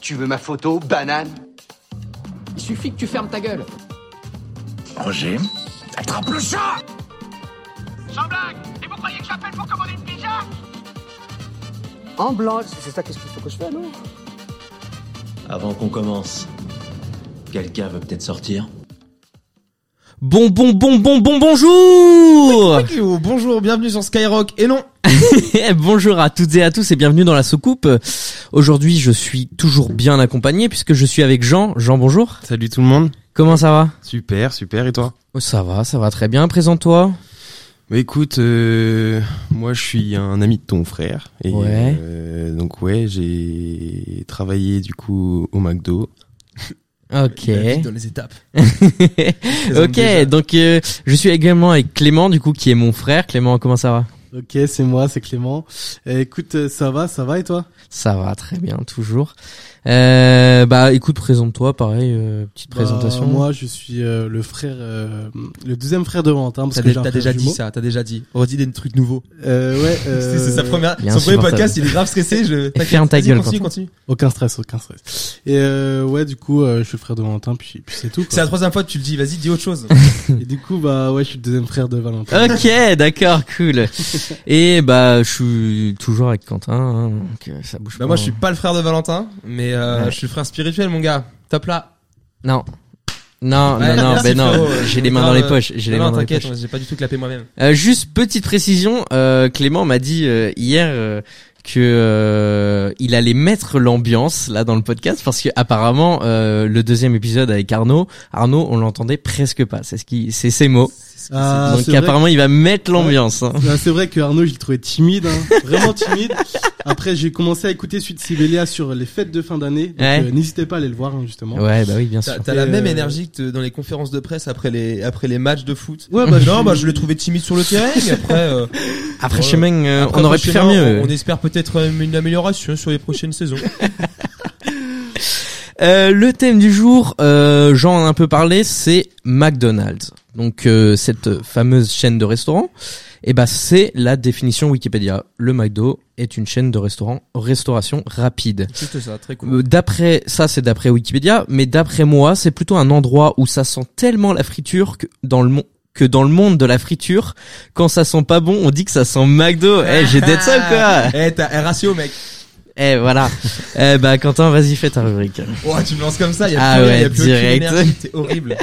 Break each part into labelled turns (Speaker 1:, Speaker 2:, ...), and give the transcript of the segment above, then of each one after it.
Speaker 1: Tu veux ma photo, banane
Speaker 2: Il suffit que tu fermes ta gueule.
Speaker 3: Roger, attrape le chat
Speaker 4: Sans blague Et vous croyez que j'appelle pour commander une pizza
Speaker 2: En blanc, c'est ça qu'est-ce qu'il faut que je fasse, non
Speaker 5: Avant qu'on commence, quelqu'un veut peut-être sortir
Speaker 6: Bon, bon, bon, bon, bon, bonjour
Speaker 7: Yo, bonjour, bienvenue sur Skyrock. Et non,
Speaker 6: Bonjour à toutes et à tous et bienvenue dans la soucoupe. Euh, Aujourd'hui, je suis toujours bien accompagné puisque je suis avec Jean. Jean, bonjour.
Speaker 7: salut tout le monde.
Speaker 6: Comment ça va
Speaker 7: Super, super. Et toi
Speaker 6: Oh, Ça va, ça va très bien. Présente-toi.
Speaker 7: Bah écoute, euh, moi je suis un ami de ton frère. Et
Speaker 6: Ouais.
Speaker 7: euh, donc ouais, j'ai travaillé du coup au McDo.
Speaker 6: Ok.
Speaker 7: Dans les étapes.
Speaker 6: Eh ok, donc euh, je suis également avec Clément du coup qui est mon frère. Clément, comment ça va
Speaker 8: Ok, c'est moi, c'est Clément. Eh, écoute, euh, ça va, ça va et toi
Speaker 6: Ça va très bien, toujours. Euh, bah écoute, présente-toi, pareil, euh, petite présentation.
Speaker 8: Bah, Moi, je suis euh, le frère, euh, le deuxième frère de Valentin. parce
Speaker 7: T'as
Speaker 8: que
Speaker 7: dé-
Speaker 8: j'ai un
Speaker 7: t'as
Speaker 8: frère
Speaker 7: déjà dit
Speaker 8: jumeau.
Speaker 7: ça, t'as déjà dit. Redis des trucs nouveaux.
Speaker 8: Euh, ouais.
Speaker 7: C'est- C'est sa
Speaker 8: euh,
Speaker 7: première,
Speaker 6: Il est
Speaker 7: son premier
Speaker 6: insupportable.
Speaker 7: podcast, il est grave stressé. Je... t'inquiète.
Speaker 6: ferme ta
Speaker 7: Vas-y,
Speaker 6: gueule,
Speaker 7: Continue,
Speaker 6: Quentin.
Speaker 7: continue.
Speaker 8: Aucun stress, aucun stress. Et euh, ouais, du coup, euh, je suis le frère de Valentin, puis, puis c'est tout.
Speaker 7: C'est la
Speaker 8: Quoi.
Speaker 7: troisième fois que tu le dis. Vas-y, dis autre chose.
Speaker 8: et du coup, bah ouais, je suis le deuxième frère de
Speaker 7: Ah,
Speaker 8: Valentin.
Speaker 6: Ok, d'accord, cool. Et bah, je suis toujours avec Quentin, hein, donc euh, ça bouge
Speaker 7: bah
Speaker 6: pas.
Speaker 7: moi, je suis pas le frère de Valentin, mais euh,
Speaker 6: Ouais.
Speaker 7: je suis le frère spirituel, mon gars. Top là.
Speaker 6: Non. Non,
Speaker 7: Ouais,
Speaker 6: non, non,
Speaker 7: merci,
Speaker 6: ben non,
Speaker 7: frérot.
Speaker 6: j'ai les mains dans les
Speaker 7: Euh,
Speaker 6: poches, j'ai les
Speaker 7: non,
Speaker 6: mains
Speaker 7: non,
Speaker 6: dans les
Speaker 7: t'inquiète,
Speaker 6: poches.
Speaker 7: j'ai pas du tout clapé moi-même.
Speaker 6: Euh, juste petite précision, euh, Clément m'a dit euh, hier euh, que euh, il allait mettre l'ambiance là dans le podcast parce que apparemment euh, le deuxième épisode avec Arnaud, Arnaud on l'entendait presque pas, c'est ce qui, c'est ses mots.
Speaker 8: Ah,
Speaker 6: Donc
Speaker 8: c'est vrai
Speaker 6: apparemment il va mettre l'ambiance. hein.
Speaker 8: Ah, c'est vrai que Arnaud, je le trouvais timide, hein, vraiment timide. Après, j'ai commencé à écouter Suite Sibelia sur les fêtes de fin d'année. Donc,
Speaker 6: Ouais.
Speaker 8: euh, n'hésitez pas à aller le voir, hein, justement.
Speaker 6: Ouais, bah oui, bien sûr.
Speaker 7: T'as t'as la
Speaker 8: Et,
Speaker 7: même
Speaker 8: euh,
Speaker 7: énergie que te- dans les conférences de presse après les après les matchs de foot.
Speaker 8: Ouais, bah,
Speaker 7: non,
Speaker 8: je-
Speaker 7: bah je le trouvais timide sur le terrain. et après, euh,
Speaker 6: Après
Speaker 7: Ouais.
Speaker 6: Chemin, euh,
Speaker 7: après,
Speaker 6: on aurait pu faire
Speaker 7: prochainement,
Speaker 6: mieux.
Speaker 7: On, on espère peut-être euh, une amélioration sur les prochaines saisons.
Speaker 6: Euh, le thème du jour, euh, j'en ai un peu parlé, c'est McDonald's. Donc euh, cette fameuse chaîne de restaurants, et ben c'est la définition Wikipédia. Le McDo est une chaîne de restaurants restauration rapide.
Speaker 7: Juste ça, très cool.
Speaker 6: Euh, D'après ça, c'est d'après Wikipédia, mais d'après moi, c'est plutôt un endroit où ça sent tellement la friture que dans le monde que dans le monde de la friture, quand ça sent pas bon, on dit que ça sent McDo. Eh, j'ai d'être ça ou quoi
Speaker 7: Eh, t'as un ratio, mec.
Speaker 6: Eh voilà. eh bah Quentin, vas-y fais ta rubrique.
Speaker 7: Oh, tu me lances comme ça, il y a
Speaker 6: Ah
Speaker 7: plus, rien,
Speaker 6: ouais,
Speaker 7: y a plus aucune
Speaker 6: direct.
Speaker 7: énergie, t'es horrible.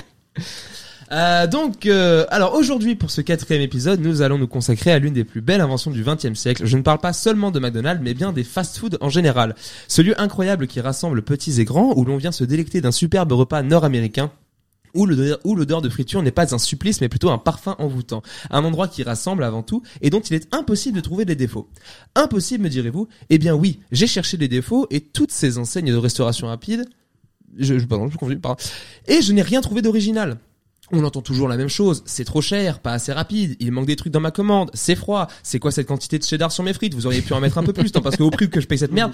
Speaker 7: Euh, donc, euh, alors aujourd'hui pour ce quatrième épisode, nous allons nous consacrer à l'une des plus belles inventions du XXe siècle. Je ne parle pas seulement de McDonald's, mais bien des fast-foods en général. Ce lieu incroyable qui rassemble petits et grands, où l'on vient se délecter d'un superbe repas nord-américain. Où l'odeur où l'odeur de friture n'est pas un supplice mais plutôt un parfum envoûtant. Un endroit qui rassemble avant tout et dont il est impossible de trouver des défauts. Impossible me direz-vous Eh bien oui, j'ai cherché des défauts et toutes ces enseignes de restauration rapide je, je, pardon, je suis confus, pardon. Et je n'ai rien trouvé d'original. On entend toujours la même chose, c'est trop cher, pas assez rapide, il manque des trucs dans ma commande, c'est froid, c'est quoi cette quantité de cheddar sur mes frites, vous auriez pu en mettre un peu plus, non, parce qu'au prix que je paye cette merde,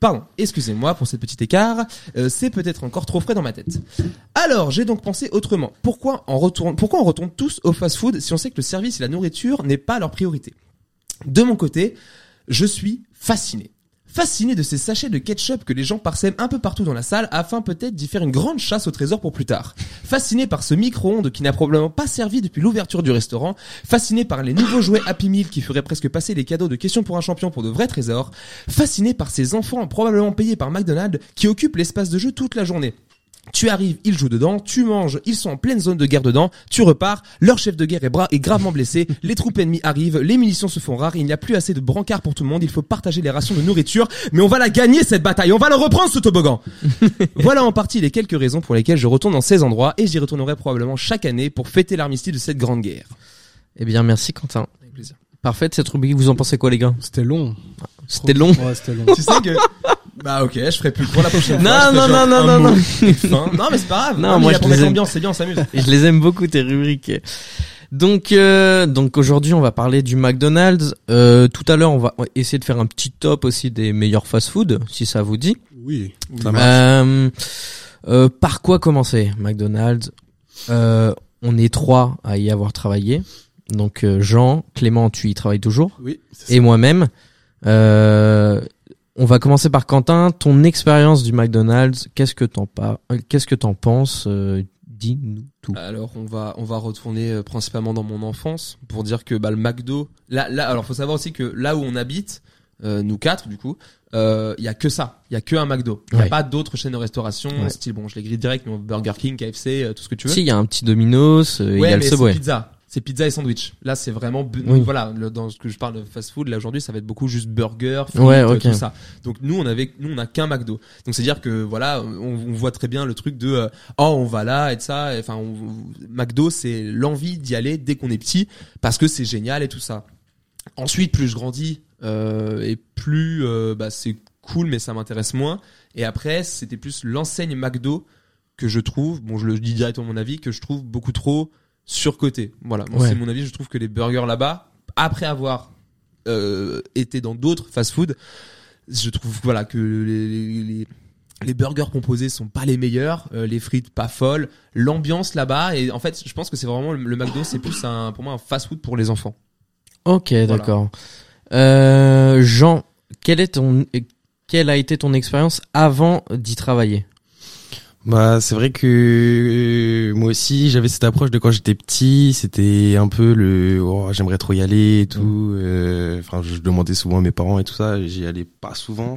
Speaker 7: pardon, excusez-moi pour ce petit écart, euh, c'est peut-être encore trop frais dans ma tête. Alors, j'ai donc pensé autrement, pourquoi on retourne, pourquoi on retourne tous au fast-food si on sait que le service et la nourriture n'est pas leur priorité De mon côté, je suis fasciné. Fasciné de ces sachets de ketchup que les gens parsèment un peu partout dans la salle afin peut-être d'y faire une grande chasse au trésor pour plus tard. Fasciné par ce micro-ondes qui n'a probablement pas servi depuis l'ouverture du restaurant. Fasciné par les nouveaux jouets Happy Meal qui feraient presque passer les cadeaux de questions pour un champion pour de vrais trésors. Fasciné par ces enfants probablement payés par McDonald's qui occupent l'espace de jeu toute la journée. Tu arrives, ils jouent dedans, tu manges, ils sont en pleine zone de guerre dedans, tu repars, leur chef de guerre est, bra- est gravement blessé, les troupes ennemies arrivent, les munitions se font rares, il n'y a plus assez de brancards pour tout le monde, il faut partager les rations de nourriture, mais on va la gagner cette bataille, on va le reprendre ce toboggan Voilà en partie les quelques raisons pour lesquelles je retourne dans ces endroits, et j'y retournerai probablement chaque année pour fêter l'armistice de cette grande guerre.
Speaker 6: Eh bien merci Quentin.
Speaker 7: Avec plaisir.
Speaker 6: Parfaite cette rubrique, vous en pensez quoi les gars
Speaker 8: C'était long.
Speaker 6: C'était long
Speaker 8: Ouais, c'était long.
Speaker 7: Tu sais que... Bah ok, je ferai plus pour la prochaine
Speaker 6: Non,
Speaker 7: fois. je ferai
Speaker 6: non,
Speaker 7: genre
Speaker 6: non,
Speaker 7: un
Speaker 6: non, non,
Speaker 7: mot,
Speaker 6: non.
Speaker 7: une fin. Non mais c'est pas grave,
Speaker 6: Non,
Speaker 7: on est
Speaker 6: moi,
Speaker 7: là
Speaker 6: je
Speaker 7: pour
Speaker 6: les
Speaker 7: mettre
Speaker 6: aime.
Speaker 7: l'ambiance, c'est bien, on s'amuse.
Speaker 6: Je les aime beaucoup tes rubriques. Donc euh, donc aujourd'hui on va parler du McDonald's. Euh, tout à l'heure on va essayer de faire un petit top aussi des meilleurs fast-food si ça vous dit.
Speaker 8: Oui.
Speaker 6: Euh, euh, par quoi commencer McDonald's Euh, On est trois à y avoir travaillé. Donc euh, Jean, Clément, tu y travailles toujours
Speaker 8: Oui. c'est ça.
Speaker 6: et moi-même. Euh, On va commencer par Quentin. Ton expérience du McDonald's, qu'est-ce que t'en pas, qu'est-ce que t'en penses euh, Dis-nous tout.
Speaker 7: Alors on va on va retourner euh, principalement dans mon enfance pour dire que bah le McDo là là alors faut savoir aussi que là où on habite euh, nous quatre du coup euh, il y a que ça il y a que un McDo il y
Speaker 6: Ouais.
Speaker 7: a pas d'autres chaînes de restauration
Speaker 6: Ouais.
Speaker 7: style bon je les grille direct mais Burger King KFC euh, tout ce que tu veux
Speaker 6: Si, il y a un petit Domino's, euh, il
Speaker 7: ouais
Speaker 6: y a le
Speaker 7: mais c'est
Speaker 6: Subway.
Speaker 7: pizza c'est pizza et sandwich là c'est vraiment bu-
Speaker 6: Oui.
Speaker 7: voilà le- dans ce que je parle de fast food là aujourd'hui ça va être beaucoup juste burger frites, euh,
Speaker 6: Ouais, ok.
Speaker 7: tout ça donc nous on avait nous on a qu'un McDo donc c'est à dire que voilà, on, on voit très bien le truc de euh, oh on va là et de ça. Et, Enfin, on- McDo c'est l'envie d'y aller dès qu'on est petit parce que c'est génial et tout ça. Ensuite, plus je grandis euh, et plus euh, bah, c'est cool, mais ça m'intéresse moins. Et après, c'était plus l'enseigne McDo que je trouve, bon je le dis directement mon avis, que je trouve beaucoup trop surcoté. Voilà, Bon,
Speaker 6: Ouais.
Speaker 7: c'est mon avis. Je trouve que les burgers là-bas, après avoir euh, été dans d'autres fast-food, je trouve voilà que les, les- les- les burgers composés sont pas les meilleurs, euh, les frites pas folles, l'ambiance là-bas et en fait je pense que c'est vraiment le, le McDo c'est plus un pour moi un fast-food pour les enfants.
Speaker 6: Ok, d'accord. Euh, Jean, quelle est ton, euh, quelle a été ton expérience avant d'y travailler
Speaker 1: Bah, c'est vrai que euh, moi aussi, j'avais cette approche de quand j'étais petit, c'était un peu le oh, j'aimerais trop y aller et tout.
Speaker 7: Mm.
Speaker 1: euh, Enfin, je demandais souvent à mes parents et tout ça, et j'y allais pas souvent.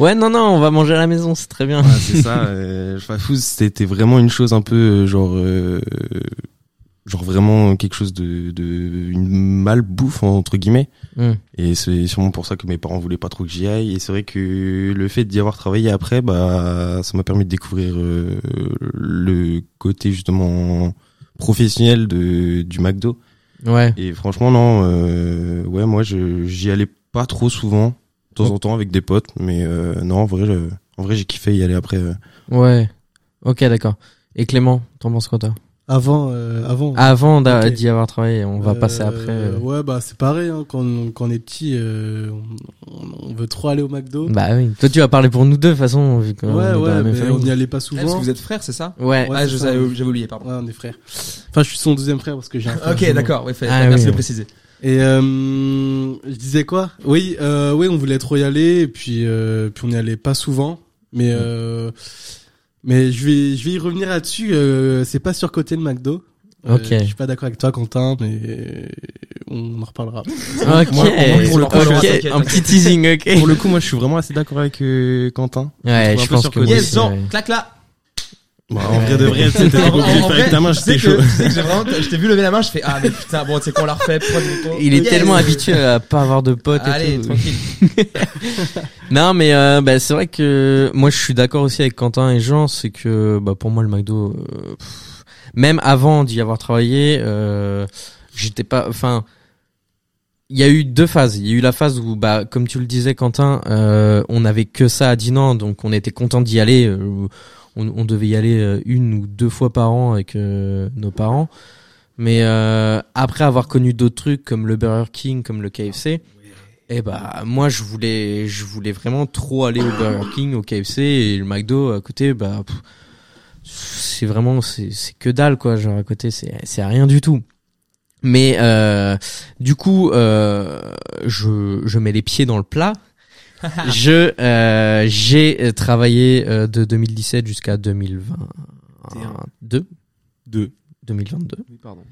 Speaker 6: Ouais, non, non, on va manger à la maison, c'est très bien.
Speaker 1: Voilà, c'est ça. Euh, fast food, c'était vraiment une chose un peu euh, genre, euh, genre vraiment quelque chose de, de une malbouffe entre guillemets.
Speaker 6: Mm.
Speaker 1: Et c'est sûrement pour ça que mes parents voulaient pas trop que j'y aille. Et c'est vrai que le fait d'y avoir travaillé après, bah, ça m'a permis de découvrir euh, le côté justement professionnel de du McDo.
Speaker 6: Ouais.
Speaker 1: Et franchement, non, euh, ouais, moi, je j'y allais pas trop souvent, de temps en temps avec des potes, mais euh, non, en vrai, je- en vrai, j'ai kiffé y aller après. euh,
Speaker 6: Ouais. Ok, d'accord. Et Clément, t'en penses quoi toi
Speaker 8: Avant, euh, avant.
Speaker 6: Avant d'a-
Speaker 8: Ok.
Speaker 6: d'y avoir travaillé, Ah, on va
Speaker 8: Euh,
Speaker 6: passer après. euh.
Speaker 8: Ouais, bah c'est pareil. Hein, quand, on- quand on est petit, euh, on, on veut trop aller au McDo.
Speaker 6: Bah oui. Toi, tu vas parler pour nous deux, de toute façon, vu qu'on euh, est
Speaker 8: ouais,
Speaker 6: dans la même
Speaker 8: ouais, mais on n'y
Speaker 6: famille.
Speaker 8: allait pas
Speaker 7: Ah, parce
Speaker 8: souvent.
Speaker 7: que vous êtes frères, c'est ça
Speaker 6: Ouais.
Speaker 8: Ouais,
Speaker 7: Ah,
Speaker 8: c'est
Speaker 7: je
Speaker 8: ça.
Speaker 7: savais- j'avais oublié pardon.
Speaker 8: Ouais, on est frères. Enfin, je suis son deuxième frère parce que j'ai un frère.
Speaker 7: OK, d'accord, ouais, fait-
Speaker 6: Ah,
Speaker 7: merci
Speaker 6: oui.
Speaker 7: de le préciser.
Speaker 8: Et euh, je disais quoi Oui, euh, oui, on voulait trop y aller, et puis, euh, puis on n'y allait pas souvent. Mais euh, mais je vais je vais y revenir là-dessus. euh, c'est pas surcoté le McDo. Euh,
Speaker 6: Ok.
Speaker 8: je suis pas d'accord avec toi, Quentin, mais on en reparlera.
Speaker 6: Ok.
Speaker 1: Moi, moi, pour le coup,
Speaker 6: Ok,
Speaker 1: je suis-
Speaker 7: t'inquiète,
Speaker 6: Un petit teasing, ok.
Speaker 1: Pour le coup, moi, je suis vraiment assez d'accord avec euh, Quentin.
Speaker 6: Ouais,
Speaker 1: trouve
Speaker 6: je
Speaker 1: un peu
Speaker 6: pense que
Speaker 1: surcoté.
Speaker 6: moi
Speaker 7: Yes,
Speaker 6: aussi,
Speaker 7: Jean,
Speaker 6: ouais.
Speaker 7: clac là.
Speaker 1: Bah, en vrai de vrai,
Speaker 7: En-
Speaker 1: c'était
Speaker 7: en- en
Speaker 1: obligé de faire
Speaker 7: vrai,
Speaker 1: avec ta main,
Speaker 7: tu sais
Speaker 1: j'étais
Speaker 7: que-
Speaker 1: chaud.
Speaker 7: Tu sais que j'ai vraiment, je t'ai vu lever la main, je fais ah mais putain bon c'est qu'on la refait. prends du temps.
Speaker 6: Il est
Speaker 7: Yes.
Speaker 6: tellement habitué à pas avoir de potes et
Speaker 7: Allez
Speaker 6: tout.
Speaker 7: tranquille.
Speaker 6: Non, mais euh, bah, c'est vrai que moi je suis d'accord aussi avec Quentin et Jean, c'est que bah, pour moi le McDo, euh, pff, même avant d'y avoir travaillé, euh, j'étais pas, enfin, il y a eu deux phases. Il y a eu la phase où, bah, comme tu le disais Quentin, euh, on n'avait que ça à Dinan, donc on était content d'y aller. euh, on, on devait y aller euh, une ou deux fois par an avec euh, nos parents. Mais euh, après avoir connu d'autres trucs comme le Burger King, comme le KFC, eh bah moi je voulais je voulais vraiment trop aller au Burger King, au KFC et le McDo à côté bah pff, c'est vraiment c'est c'est que dalle quoi genre à côté c'est c'est rien du tout. Mais euh, du coup euh, je je mets les pieds dans le plat. je euh, j'ai euh, travaillé euh, de 2017 jusqu'à 2022. 2022
Speaker 7: Oui, pardon.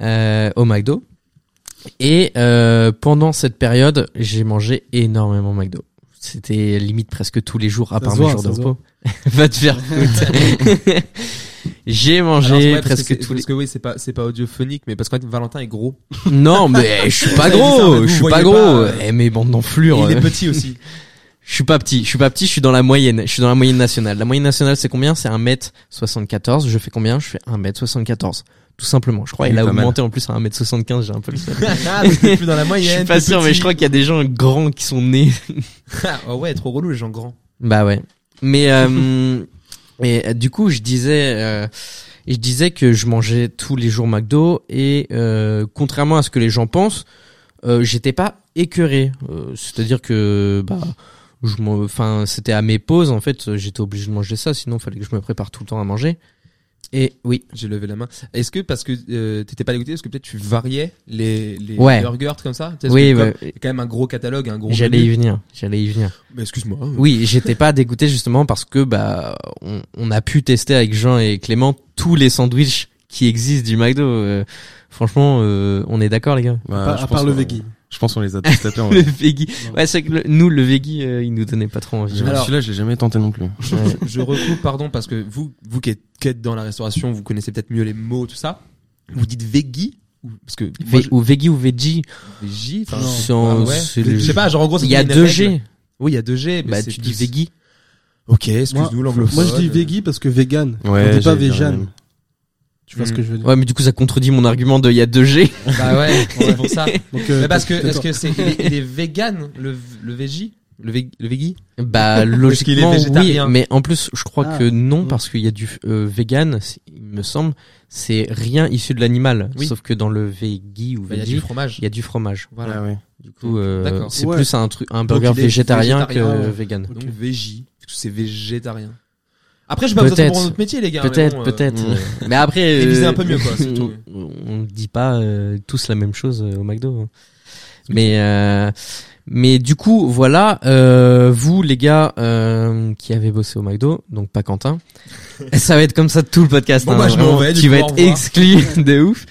Speaker 6: euh, au McDo. Et euh, pendant cette période, j'ai mangé énormément McDo. C'était limite presque tous les jours, à
Speaker 8: Ça
Speaker 6: part
Speaker 8: se
Speaker 6: mes
Speaker 8: voit,
Speaker 6: jours de
Speaker 8: ça se
Speaker 6: repos. Va te faire foutre. j'ai
Speaker 7: Alors,
Speaker 6: mangé
Speaker 7: ouais, parce que
Speaker 6: presque
Speaker 7: c'est-
Speaker 6: tous les...
Speaker 7: Parce que oui c'est pas c'est pas audiophonique mais parce qu'en fait Valentin est gros.
Speaker 6: Non, mais je suis pas
Speaker 7: Vous avez vu ça, mais
Speaker 6: gros,
Speaker 7: vous
Speaker 6: je suis pas
Speaker 7: voyez
Speaker 6: gros.
Speaker 7: pas, euh,
Speaker 6: Eh, mais bande
Speaker 7: Et
Speaker 6: d'enflures.
Speaker 7: il est
Speaker 6: euh.
Speaker 7: petit aussi.
Speaker 6: Je suis pas petit, je suis pas petit, je suis dans la moyenne, je suis dans la moyenne nationale. La moyenne nationale, c'est combien C'est 1m74. Je fais combien Je fais 1m74. Tout simplement. Je crois
Speaker 1: Oui,
Speaker 6: il a
Speaker 1: pas mal.
Speaker 6: augmenté en plus à 1m75, j'ai un peu le seum.
Speaker 7: ah parce que t'es plus dans la
Speaker 6: Je
Speaker 7: moyenne.
Speaker 6: suis pas
Speaker 7: t'es
Speaker 6: sûr, mais
Speaker 7: petit.
Speaker 6: je crois qu'il y a des gens grands qui sont nés.
Speaker 7: Ah ouais trop relou les gens grands.
Speaker 6: Bah ouais. Mais euh, et, euh, du coup, je disais, euh, je disais que je mangeais tous les jours McDo et euh, contrairement à ce que les gens pensent, euh, j'étais pas écœuré. Euh, C'est-à-dire que bah, je, m'en- enfin, c'était à mes pauses en fait, euh, j'étais obligé de manger ça, sinon fallait que je me prépare tout le temps à manger. Et oui.
Speaker 7: J'ai levé la main. Est-ce que parce que euh, t'étais pas dégoûté, est-ce que peut-être tu variais les, les
Speaker 6: Ouais.
Speaker 7: burgers comme ça Est-ce
Speaker 6: Oui,
Speaker 7: que
Speaker 6: ouais.
Speaker 7: comme- il y a quand même un gros catalogue, un gros.
Speaker 6: J'allais y
Speaker 7: menu.
Speaker 6: venir. J'allais y venir.
Speaker 7: Mais excuse-moi. hein.
Speaker 6: Oui, j'étais pas dégoûté justement parce que bah on, on a pu tester avec Jean et Clément tous les sandwichs qui existent du McDo. Euh, franchement, euh, on est d'accord les gars.
Speaker 1: Bah,
Speaker 8: à
Speaker 1: je
Speaker 8: part
Speaker 1: pense
Speaker 8: le
Speaker 1: qu'on-
Speaker 8: veggie.
Speaker 1: Je pense qu'on les a tous tapés. en
Speaker 6: Le
Speaker 1: vrai.
Speaker 6: veggie. Ouais, c'est que le- nous le veggie, euh, il nous donnait pas trop envie.
Speaker 1: Je-
Speaker 7: Alors-
Speaker 1: Celui-là, je l'ai jamais tenté non plus.
Speaker 7: Je, je recoupe, pardon, parce que vous, vous qui êtes, qui êtes dans la restauration, vous connaissez peut-être mieux les mots, tout ça. Vous dites veggie ou- parce que moi,
Speaker 6: Ve- ou veggie ou veggie.
Speaker 7: je- veggie, enfin,
Speaker 6: C'est
Speaker 7: ah
Speaker 6: en-
Speaker 7: ouais.
Speaker 6: c'est
Speaker 7: je
Speaker 6: le-
Speaker 7: sais pas, genre en gros, c'est
Speaker 6: Il y a
Speaker 7: une
Speaker 6: deux
Speaker 7: règle.
Speaker 6: G.
Speaker 7: Oui, il y a deux G. mais
Speaker 6: Bah
Speaker 7: c'est
Speaker 6: tu dis
Speaker 7: plus-
Speaker 6: veggie.
Speaker 7: Ok,
Speaker 8: Moi,
Speaker 7: excuse-nous l'anglophone.
Speaker 8: moi, je dis veggie parce que vegan. on
Speaker 1: Ouais,
Speaker 8: dit pas
Speaker 1: j'allais dire la
Speaker 8: vegan.
Speaker 1: même.
Speaker 8: Tu vois
Speaker 7: Hmm.
Speaker 8: ce que je veux dire
Speaker 6: Ouais, mais du coup ça contredit mon argument de il y a deux G.
Speaker 7: Bah ouais, c'est pour ça.
Speaker 8: Donc, euh,
Speaker 7: Mais parce que
Speaker 8: t'as-
Speaker 7: est-ce que c'est il est, il est vegan le le veggie le, veg- le veggie
Speaker 6: Bah
Speaker 7: Parce qu'il est
Speaker 6: logiquement oui,
Speaker 7: végétarien.
Speaker 6: mais en plus je crois
Speaker 8: Ah.
Speaker 6: que non
Speaker 8: Mm.
Speaker 6: parce qu'il y a du euh, vegan, c'est- il me semble, c'est rien issu de l'animal,
Speaker 7: Oui.
Speaker 6: sauf que dans le veggie ou
Speaker 7: Bah, Il y a
Speaker 6: veggie,
Speaker 7: du fromage.
Speaker 6: il y a du fromage.
Speaker 7: Voilà.
Speaker 1: Ah ouais.
Speaker 6: Du coup, euh,
Speaker 7: D'accord.
Speaker 6: c'est
Speaker 8: Ouais.
Speaker 6: plus un truc un burger
Speaker 7: il est
Speaker 6: végétarien,
Speaker 7: végétarien,
Speaker 6: que
Speaker 7: ouais.
Speaker 6: vegan.
Speaker 7: Donc veggie, parce que c'est végétarien. Après, je vais pas vous attendre pour
Speaker 6: Peut-être.
Speaker 7: notre métier, les gars. mais
Speaker 6: Peut-être,
Speaker 7: bon, euh,
Speaker 6: peut-être.
Speaker 1: euh,
Speaker 6: Mais après,
Speaker 7: Révisez un peu mieux, quoi, c'est tout.
Speaker 6: on- On dit pas euh, tous la même chose euh, au McDo. hein. Mais euh, mais du coup, voilà, euh, vous les gars euh, qui avez bossé au McDo, donc pas Quentin, ça va être comme ça tout le podcast.
Speaker 7: Bon,
Speaker 6: hein,
Speaker 7: bah, je m'en
Speaker 6: vraiment.
Speaker 7: vais, du
Speaker 6: tu
Speaker 7: coup,
Speaker 6: vas
Speaker 7: au
Speaker 6: être
Speaker 7: revoir.
Speaker 6: exclu de ouf.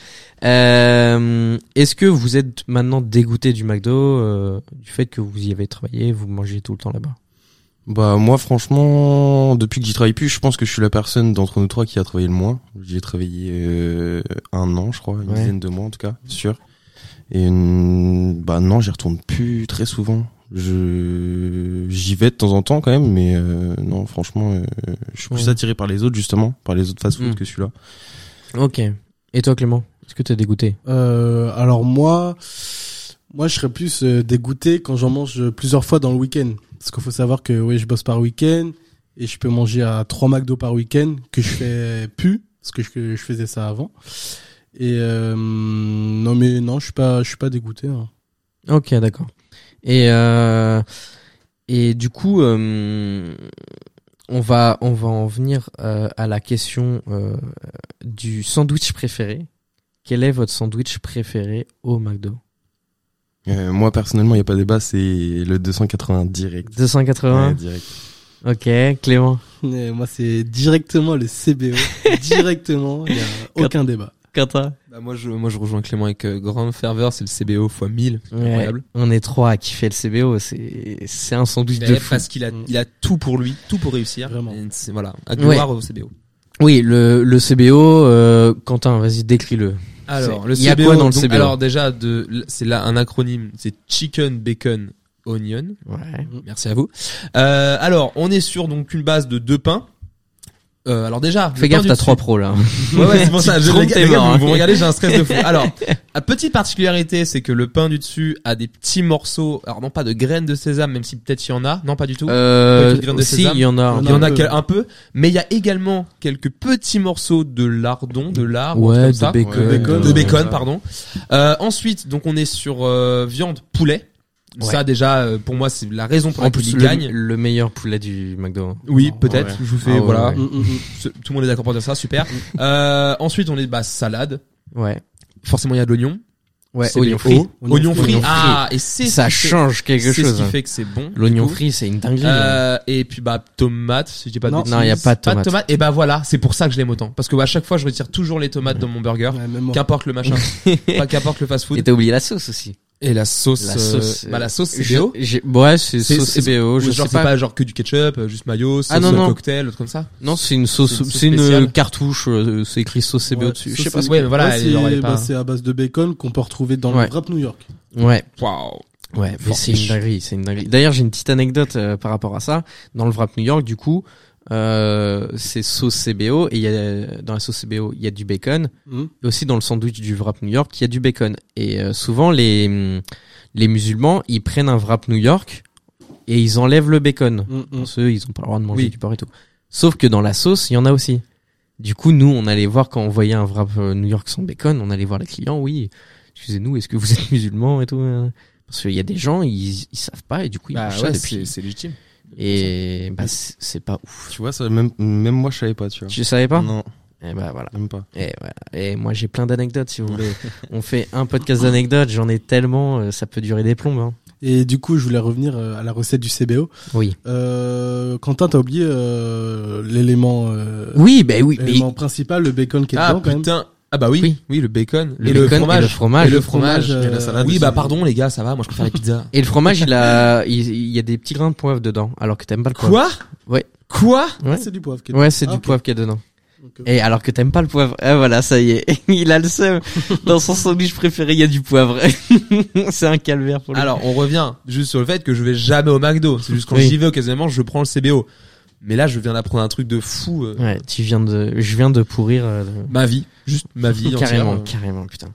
Speaker 6: Euh, Est-ce que vous êtes maintenant dégoûté du McDo, euh, du fait que vous y avez travaillé, vous mangez tout le temps là-bas
Speaker 1: Bah moi franchement, depuis que j'y travaille plus, je pense que je suis la personne d'entre nous trois qui a travaillé le moins. J'y ai travaillé euh, un an, je crois, une
Speaker 6: Ouais.
Speaker 1: dizaine de mois en tout cas, c'est sûr. Et hum, bah non, j'y retourne plus très souvent. Je j'y vais de temps en temps quand même, mais euh, non franchement, euh, je suis plus
Speaker 6: Ouais.
Speaker 1: attiré par les autres justement, par les autres fast-food
Speaker 6: Mm.
Speaker 1: que celui-là.
Speaker 6: Ok. Et toi, Clément Est-ce que t'es dégoûté
Speaker 8: Euh, alors moi, moi je serais plus euh, dégoûté quand j'en mange plusieurs fois dans le week-end. Parce qu'il faut savoir que ouais, je bosse par week-end et je peux manger à trois McDo par week-end que je fais plus parce que je, que je faisais ça avant. Et euh, non mais non, je suis pas, je suis pas dégoûté. hein.
Speaker 6: Ok, d'accord. Et euh, et du coup, euh, on va on va en venir euh, à la question euh, du sandwich préféré. Quel est votre sandwich préféré au McDo
Speaker 1: Euh, moi personnellement, il y a pas débat, c'est le 280 direct. Ouais,
Speaker 6: 280.
Speaker 1: direct.
Speaker 6: Ok, Clément.
Speaker 8: Et moi c'est directement le CBO, directement, il y a aucun débat.
Speaker 6: Quentin.
Speaker 7: Bah, moi, je, moi, je rejoins Clément avec euh, grande ferveur. C'est le CBO x 1000. C'est incroyable.
Speaker 6: on est trois à kiffer le CBO. C'est c'est un sandwich de
Speaker 7: Mais
Speaker 6: fou.
Speaker 7: parce qu'il a, il a tout pour lui, tout pour réussir.
Speaker 8: Vraiment.
Speaker 7: Et c'est- Voilà. À gloire au CBO.
Speaker 6: Oui, le le CBO. euh, Quentin, vas-y, décris-le.
Speaker 7: Alors,
Speaker 6: C'est-
Speaker 7: le
Speaker 6: il y a
Speaker 7: CBO,
Speaker 6: quoi dans le
Speaker 7: donc-
Speaker 6: CBO?
Speaker 7: Alors, déjà, de, c'est là un acronyme. C'est Chicken Bacon Onion.
Speaker 6: Ouais.
Speaker 7: Merci à vous. Euh, alors, on est sur donc une base de deux pains. Euh, alors déjà, le
Speaker 6: Fais gaffe,
Speaker 7: pain du
Speaker 6: t'as
Speaker 7: dessus-
Speaker 6: trois pros là.
Speaker 7: Ouais, ouais, c'est pour
Speaker 6: Tu
Speaker 7: ça.
Speaker 6: te
Speaker 7: Je,
Speaker 6: trompes,
Speaker 7: les gars,
Speaker 6: t'es
Speaker 7: les gars,
Speaker 6: mort,
Speaker 7: vous-
Speaker 6: hein.
Speaker 7: vous regardez, j'ai un stress de fou. Alors, la petite particularité, c'est que le pain du dessus a des petits morceaux. Alors non pas de graines de sésame, même si peut-être il y en a. Non, pas du tout. Pas
Speaker 6: Euh,
Speaker 7: de graines de
Speaker 6: si,
Speaker 7: sésame.
Speaker 6: il y en a.
Speaker 7: il y en
Speaker 8: un
Speaker 7: a
Speaker 8: peu.
Speaker 7: quel- un peu, mais il y a également quelques petits morceaux de lardon, de lard,
Speaker 6: Ouais,
Speaker 7: ou un truc comme
Speaker 6: de
Speaker 7: ça.
Speaker 6: bacon.
Speaker 1: Ouais,
Speaker 8: bacon.
Speaker 7: de
Speaker 8: Euh,
Speaker 7: bacon, pardon. Euh, ensuite, donc on est sur euh, viande poulet.
Speaker 6: Ouais.
Speaker 7: Ça déjà, euh, pour moi, c'est la raison pour
Speaker 6: En
Speaker 7: laquelle
Speaker 6: plus,
Speaker 7: il
Speaker 6: le,
Speaker 7: gagne.
Speaker 6: le meilleur poulet du McDo.
Speaker 7: Oui,
Speaker 8: Ah,
Speaker 7: peut-être.
Speaker 1: ouais.
Speaker 7: Je vous fais
Speaker 6: Ah ouais,
Speaker 7: voilà.
Speaker 6: ouais.
Speaker 8: Mm, mm, mm.
Speaker 7: Ce- Tout le monde est d'accord pour dire ça, super. euh, ensuite, on est bah salade.
Speaker 6: Ouais.
Speaker 7: Forcément, il y a de l'oignon.
Speaker 6: Ouais,
Speaker 7: C'est
Speaker 6: oignon
Speaker 7: haut.
Speaker 6: frit.
Speaker 7: Oignon, frit.
Speaker 6: frit.
Speaker 7: Ah, et c'est
Speaker 6: Ça
Speaker 7: ce qui fait-
Speaker 6: change quelque
Speaker 7: C'est
Speaker 6: chose.
Speaker 7: ce
Speaker 6: hein.
Speaker 7: qui fait que c'est bon.
Speaker 6: L'oignon
Speaker 7: du coup.
Speaker 6: frit, c'est une dinguerie. hein.
Speaker 7: Euh, et puis bah tomate, si je dis pas de
Speaker 8: Non.
Speaker 7: bêtises.
Speaker 6: Non, il y a pas de tomate.
Speaker 7: Et bah voilà, c'est pour ça que je l'aime autant. Parce que bah, à chaque fois, je retire toujours les tomates dans mon burger.
Speaker 8: Ouais, même moi.
Speaker 7: Qu'importe le machin, pas qu'importe le fast
Speaker 6: Et
Speaker 7: food.
Speaker 6: t'as oublié la sauce aussi.
Speaker 7: Et la sauce,
Speaker 6: La
Speaker 7: euh,
Speaker 6: sauce, euh,
Speaker 7: bah la sauce
Speaker 6: J'ai-
Speaker 7: CBO.
Speaker 6: j'ai- Ouais, c'est
Speaker 7: C'est-
Speaker 6: sauce
Speaker 7: c'est-
Speaker 6: CBO. Je
Speaker 7: genre
Speaker 6: sais
Speaker 7: c'est pas.
Speaker 6: pas.
Speaker 7: genre que du ketchup, euh, juste mayo, sauce
Speaker 6: Ah, non,
Speaker 7: euh,
Speaker 6: non.
Speaker 7: cocktail, autre comme ça.
Speaker 6: Non, c'est une
Speaker 7: C'est une
Speaker 6: sauce,
Speaker 7: sauce
Speaker 6: c'est une
Speaker 7: spéciale.
Speaker 6: euh, cartouche. euh, C'est écrit sauce CBO
Speaker 8: Ouais,
Speaker 6: dessus.
Speaker 8: ça,
Speaker 6: Je sais
Speaker 8: c'est-
Speaker 6: pas. ce
Speaker 7: ouais, mais voilà,
Speaker 8: ouais,
Speaker 7: elle- genre, elle est
Speaker 8: c'est
Speaker 7: pas-
Speaker 8: bah, c'est à base de bacon qu'on peut retrouver dans
Speaker 6: Ouais.
Speaker 8: le wrap New York.
Speaker 6: que- Ouais.
Speaker 7: Waouh.
Speaker 6: Ouais, mais
Speaker 7: Fort
Speaker 6: c'est une
Speaker 7: riche.
Speaker 6: dinguerie, c'est une dinguerie. D'ailleurs, j'ai une petite anecdote euh, par rapport à ça. Dans le wrap New York, du coup, euh, c'est sauce CBO et il y a, dans la sauce CBO, il y a du bacon.
Speaker 8: Mm.
Speaker 6: Et aussi dans le sandwich du wrap New York, il y a du bacon. Et euh, souvent, les hum, les musulmans, ils prennent un wrap New York et ils enlèvent le bacon.
Speaker 8: Mm, mm.
Speaker 6: Ceux, ils ont pas le droit de manger
Speaker 7: Oui.
Speaker 6: du porc et tout. Sauf que dans la sauce, il y en a aussi. Du coup, nous, on allait voir quand on voyait un wrap euh, New York sans bacon, on allait voir les clients, oui. Excusez-nous, est-ce que vous êtes musulmans et tout hein Parce qu'il y a des gens, ils, ils savent pas et du coup, ils
Speaker 7: Bah
Speaker 6: mangent ça
Speaker 7: ouais,
Speaker 6: depuis.
Speaker 7: c'est c'est légitime.
Speaker 6: Et bah, c'est c'est pas ouf.
Speaker 1: Tu vois, ça même même moi je savais pas, tu vois.
Speaker 6: Tu savais pas
Speaker 1: Non.
Speaker 6: Et bah voilà.
Speaker 1: Même pas.
Speaker 6: Et, voilà. Et moi j'ai plein d'anecdotes si vous voulez. On fait un podcast d'anecdotes, j'en ai tellement, euh, ça peut durer des plombes. Hein.
Speaker 8: Et du coup, je voulais revenir euh, à la recette du CBO.
Speaker 6: Oui.
Speaker 8: Euh, Quentin, t'as oublié euh, l'élément euh,
Speaker 6: Oui, ben oui. mais-
Speaker 8: l'élément principal, le bacon qui est
Speaker 7: Ah
Speaker 8: dedans quand même.
Speaker 7: putain. Ah bah oui,
Speaker 6: Oui.
Speaker 7: oui, le bacon,
Speaker 6: Le
Speaker 7: et,
Speaker 6: bacon
Speaker 7: le fromage.
Speaker 6: et le fromage.
Speaker 7: Et le fromage.
Speaker 8: Et la salade
Speaker 7: oui
Speaker 8: aussi.
Speaker 7: bah pardon les gars, ça va, moi je préfère les pizzas.
Speaker 6: Et le fromage, il a, il, il y a des petits grains de poivre dedans, alors que t'aimes pas le poivre.
Speaker 7: Quoi
Speaker 6: Ouais.
Speaker 7: Quoi
Speaker 8: Ah,
Speaker 6: Ouais.
Speaker 8: C'est du poivre. qui est
Speaker 6: Ouais, c'est
Speaker 8: Ah,
Speaker 6: du
Speaker 8: ok.
Speaker 6: poivre qu'il y a dedans.
Speaker 8: dedans. Ok.
Speaker 6: Et alors que t'aimes pas le poivre. Ah voilà, ça y est. Il a le seum. Dans son sandwich préféré, il y a du poivre. c'est un calvaire pour lui.
Speaker 7: Alors on revient juste sur le fait que je vais jamais au McDo. C'est juste quand
Speaker 6: Oui.
Speaker 7: j'y vais occasionnellement, je prends le CBO. Mais là, je viens d'apprendre un truc de fou. euh,
Speaker 6: Ouais, tu viens de, je viens de pourrir. euh, le-
Speaker 7: Ma vie, juste ma vie
Speaker 6: carrément,
Speaker 7: entière. euh.
Speaker 6: carrément, putain.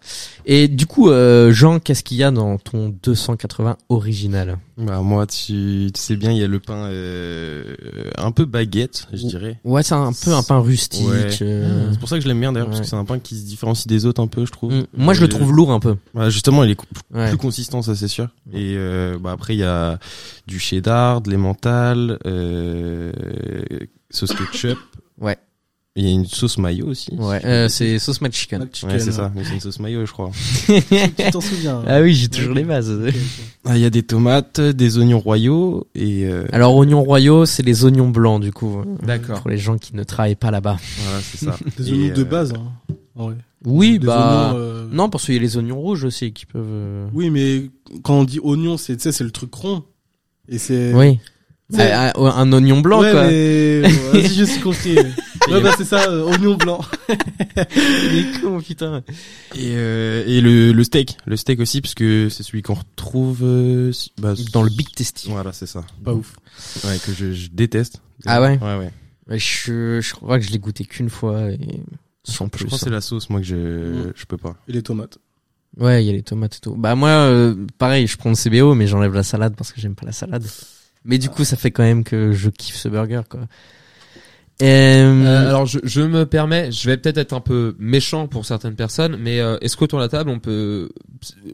Speaker 6: Et du coup, euh, Jean, qu'est-ce qu'il y a dans ton 280 original
Speaker 1: Bah moi, tu, tu sais bien, il y a le pain euh, un peu baguette, je dirais.
Speaker 6: Ouais, c'est un peu un pain rustique.
Speaker 1: Ouais.
Speaker 6: euh,
Speaker 1: C'est pour ça que je l'aime bien d'ailleurs, parce
Speaker 6: Ouais.
Speaker 1: que c'est un pain qui se différencie des autres un peu, je trouve.
Speaker 6: mm. Moi, je le
Speaker 1: Et-
Speaker 6: trouve lourd un peu.
Speaker 1: Bah, justement, il est cou-
Speaker 6: Ouais.
Speaker 1: Ah. plus consistant, ça c'est sûr. Et euh, bah, après, il y a du cheddar, de l'emmental, euh, sauce ketchup.
Speaker 6: Ouais.
Speaker 1: Il y a une sauce mayo aussi.
Speaker 6: Ouais, euh, c'est sauce
Speaker 8: Mac
Speaker 6: McChicken.
Speaker 8: chicken,
Speaker 1: Ouais, c'est
Speaker 8: hein.
Speaker 1: ça, mais c'est une sauce mayo, je crois.
Speaker 8: Tu t'en souviens. hein.
Speaker 6: Ah oui, j'ai toujours les bases.
Speaker 1: Ah, Il y a des tomates, des oignons royaux et euh,
Speaker 6: Alors, oignons royaux, c'est les oignons blancs, du coup.
Speaker 7: Euh, D'accord.
Speaker 6: Pour les gens qui ne travaillent pas là-bas.
Speaker 1: voilà, c'est ça.
Speaker 8: Des
Speaker 1: Et,
Speaker 8: oignons de
Speaker 1: euh,
Speaker 8: base. Hein. en vrai.
Speaker 6: Oui,
Speaker 8: Des
Speaker 6: bah.
Speaker 8: oignons, euh,
Speaker 6: Non, parce qu'il y a les oignons rouges aussi qui peuvent. euh,
Speaker 8: Oui, mais quand on dit oignon, c'est tu sais, c'est le truc rond. Et c'est.
Speaker 6: Oui.
Speaker 8: C'est-
Speaker 6: Ah, ah, un oignon blanc,
Speaker 8: ouais,
Speaker 6: quoi.
Speaker 8: mais vas-y, je suis compris. ouais, bah c'est ça, euh, oignon blanc.
Speaker 6: Il est con, putain.
Speaker 1: Et, euh, et le, le steak, le steak aussi, parce que c'est celui qu'on retrouve euh, bah,
Speaker 6: Dans le Big Testy.
Speaker 1: Voilà, c'est ça.
Speaker 8: Pas ouf.
Speaker 1: Ouais, que je, je déteste.
Speaker 6: Ah ouais
Speaker 1: Ouais, ouais.
Speaker 6: Ouais, Je, je crois que je l'ai goûté qu'une fois et sans
Speaker 1: Je
Speaker 6: plus.
Speaker 1: pense que c'est la sauce, moi, que je, je peux pas.
Speaker 8: Et les tomates.
Speaker 6: Ouais, il y a les tomates et tout. Bah moi, euh, pareil, je prends le CBO, mais j'enlève la salade parce que j'aime pas la salade. Mais du coup, ça fait quand même que je kiffe ce burger, quoi. Euh,
Speaker 7: Euh, alors je, je me permets, je vais peut-être être un peu méchant pour certaines personnes, mais euh, est-ce qu'autour de la table on peut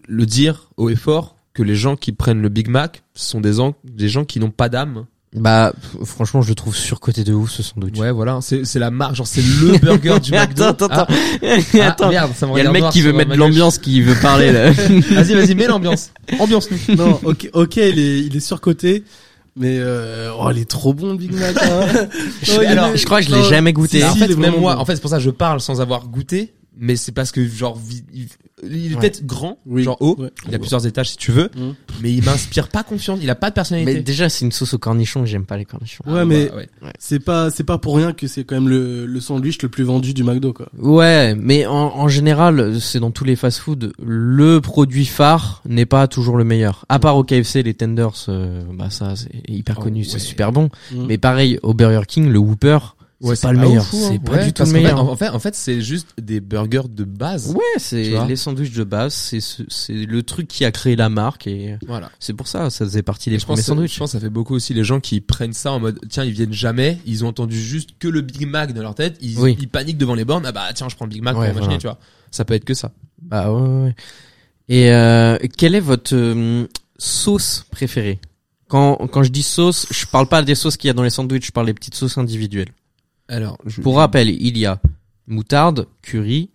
Speaker 7: le dire haut et fort que les gens qui prennent le Big Mac sont des, gens- des gens qui n'ont pas d'âme
Speaker 6: Bah, pff, franchement, je le trouve surcoté de ouf, ce sandwich.
Speaker 7: Ouais voilà, c'est c'est la marque, genre c'est le burger du McDo.
Speaker 6: Attends, attends,
Speaker 7: Ah,
Speaker 6: attends.
Speaker 7: ah,
Speaker 6: attends.
Speaker 7: merde, ça me
Speaker 6: Il y a le
Speaker 7: regarde
Speaker 6: mec
Speaker 7: noir
Speaker 6: qui veut
Speaker 7: sur
Speaker 6: mettre de
Speaker 7: ma gauche.
Speaker 6: l'ambiance, qui veut parler, là.
Speaker 7: Vas-y, vas-y, mets l'ambiance. Ambiance nous.
Speaker 8: Non, ok, ok, il est, il est surcoté. Mais euh, oh, il est trop bon le Big Mac. Hein.
Speaker 6: Je-
Speaker 8: Non, il est-
Speaker 6: alors, je crois que je l'ai
Speaker 8: non,
Speaker 6: jamais goûté.
Speaker 8: si,
Speaker 7: en
Speaker 8: si, il
Speaker 7: fait,
Speaker 8: est
Speaker 7: même
Speaker 8: vraiment
Speaker 7: moi,
Speaker 8: bon.
Speaker 7: en fait, c'est pour ça que je parle sans avoir goûté, mais c'est parce que genre vi- il, il est
Speaker 6: Ouais.
Speaker 7: peut-être grand,
Speaker 8: Oui.
Speaker 7: genre
Speaker 6: oh.
Speaker 7: haut,
Speaker 8: Ouais.
Speaker 7: il a plusieurs étages si tu veux,
Speaker 8: Mm.
Speaker 7: mais il m'inspire pas confiance, il a pas de personnalité. Ah
Speaker 6: Mais déjà, c'est une sauce aux cornichons, j'aime pas les cornichons.
Speaker 8: Ouais, mais
Speaker 7: Bah, ouais.
Speaker 8: c'est pas, c'est pas pour rien que c'est quand même le, le sandwich le plus vendu du McDo quoi.
Speaker 6: Ouais, mais en, en général, c'est dans tous les fast-food, le produit phare n'est pas toujours le meilleur. À part au KFC, les tenders, euh, bah ça, c'est hyper
Speaker 7: Oh,
Speaker 6: connu,
Speaker 7: ouais. Mmh.
Speaker 6: c'est super bon.
Speaker 8: Mm.
Speaker 6: Mais pareil, au Burger King, le Whooper,
Speaker 7: Ouais,
Speaker 6: c'est pas, le meilleur.
Speaker 7: ouf, hein.
Speaker 6: C'est pas
Speaker 7: Ouais,
Speaker 6: du tout
Speaker 7: parce
Speaker 6: le
Speaker 7: qu'en fait-
Speaker 6: meilleur.
Speaker 7: En fait, en fait, c'est juste des burgers de base.
Speaker 6: Ouais, c'est
Speaker 7: Tu vois
Speaker 6: les sandwichs de base, c'est ce- c'est le truc qui a créé la marque et
Speaker 7: Voilà.
Speaker 6: c'est pour ça, ça faisait partie des
Speaker 7: Je pense,
Speaker 6: premiers
Speaker 7: que-
Speaker 6: sandwichs.
Speaker 7: je pense que ça fait beaucoup aussi les gens qui prennent ça en mode tiens ils viennent jamais ils ont entendu juste que le Big Mac dans leur tête ils,
Speaker 6: Oui.
Speaker 7: ils paniquent devant les bornes ah bah tiens je prends le Big Mac
Speaker 6: Ouais,
Speaker 7: pour
Speaker 6: voilà.
Speaker 7: imaginer tu vois ça peut être que ça
Speaker 6: Bah ouais, ouais, ouais. Et euh, quelle est votre euh, sauce préférée quand, quand je dis sauce, je parle pas des sauces qu'il y a dans les sandwichs, je parle des petites sauces individuelles.
Speaker 7: alors je,
Speaker 6: Pour rappel, il y a moutarde, curry,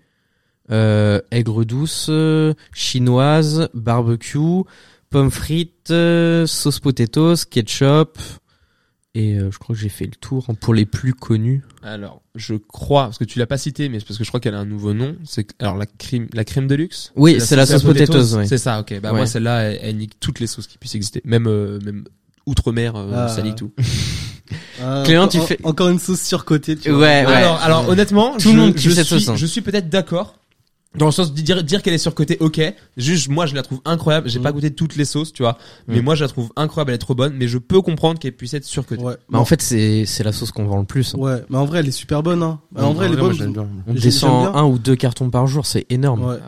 Speaker 6: euh, aigre douce, euh, chinoise, barbecue, pommes frites, euh, sauce potatoes, ketchup. Et euh, je crois que j'ai fait le tour hein, pour les plus connus.
Speaker 7: alors je crois parce que tu l'as pas cité mais c'est parce que je crois qu'elle a un nouveau nom c'est que- alors la crème la crème de luxe
Speaker 6: Oui, c'est la sauce potatoes, ouais.
Speaker 7: c'est ça ok bah
Speaker 6: Ouais.
Speaker 7: moi celle-là elle, elle nique toutes les sauces qui puissent exister même euh, même outre-mer euh,
Speaker 8: Ah.
Speaker 7: ça nique tout
Speaker 8: Ah,
Speaker 6: Clément,
Speaker 8: encore-
Speaker 6: tu fais- Oh,
Speaker 8: encore une sauce surcotée. Tu vois.
Speaker 6: Eh Ouais, ouais.
Speaker 7: Alors, alors honnêtement,
Speaker 6: Tout
Speaker 7: je,
Speaker 6: le monde kiffe
Speaker 7: je
Speaker 6: cette
Speaker 7: suis,
Speaker 6: sauce, hein.
Speaker 7: je suis peut-être d'accord. Dans le sens de dire, dire qu'elle est surcotée, ok. Juste, moi, je la trouve incroyable. J'ai pas goûté toutes les sauces, tu vois. Mais
Speaker 6: Mm.
Speaker 7: moi, je la trouve incroyable. Elle est trop bonne. Mais je peux comprendre qu'elle puisse être surcotée.
Speaker 8: Ouais.
Speaker 6: Bah, en fait, c'est c'est la sauce qu'on vend le plus. hein.
Speaker 8: Ouais, mais en vrai, elle est super bonne. Hein.
Speaker 6: Ah,
Speaker 8: Bah, en vrai, elle est
Speaker 1: moi,
Speaker 8: bonne.
Speaker 1: j'aime bien.
Speaker 6: On
Speaker 8: J'ai- j'aime
Speaker 6: descend
Speaker 8: bien.
Speaker 6: un ou deux cartons par jour, c'est énorme. Ah,
Speaker 8: Ouais.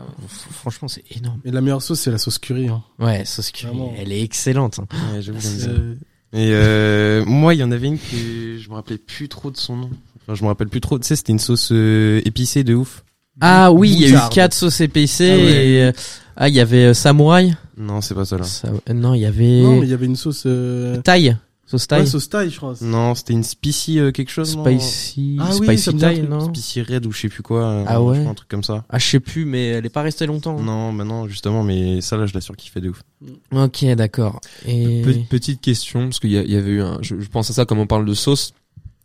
Speaker 6: Franchement, c'est énorme.
Speaker 8: Et la meilleure sauce, c'est la sauce curry. Hein.
Speaker 6: Ouais, sauce curry,
Speaker 8: Vraiment.
Speaker 6: elle est excellente. hein.
Speaker 1: Ouais, j'avoue, j'aime bien.
Speaker 8: Euh,
Speaker 1: Et euh, moi, il y en avait une que je me rappelais plus trop de son nom. Enfin, je me rappelle plus trop. Tu sais, c'était une sauce euh, épicée de ouf.
Speaker 6: Ah oui, il y a eu
Speaker 7: Moutarde.
Speaker 6: quatre sauces épicées
Speaker 7: Ah ouais.
Speaker 6: et euh, ah il y avait euh, samouraï.
Speaker 1: Non, c'est pas ça là.
Speaker 6: Ça- euh, non, il y
Speaker 8: Non, mais
Speaker 6: avait
Speaker 8: il y avait une sauce. euh,
Speaker 6: Thaï. Sauce
Speaker 8: Ouais,
Speaker 6: Thai
Speaker 8: sauce Thai, je crois.
Speaker 6: Mm.
Speaker 1: Non, c'était une spicy euh, quelque chose. non
Speaker 6: Spicy,
Speaker 8: Ah oui, ça
Speaker 6: spicy
Speaker 8: me dit un
Speaker 6: Thai,
Speaker 8: truc.
Speaker 6: non
Speaker 1: Spicy red ou je sais plus quoi. euh,
Speaker 6: Ah
Speaker 1: je
Speaker 6: ouais
Speaker 1: crois, Un truc comme ça.
Speaker 6: Ah, je sais plus, mais elle est pas restée longtemps.
Speaker 1: Non, bah non, justement, mais ça là, je l'assure qu'il fait de ouf.
Speaker 6: Ok, d'accord. Et...
Speaker 7: Pe- petite question, parce qu'il y, a- il y avait eu un, je, je pense à ça comme on parle de sauce.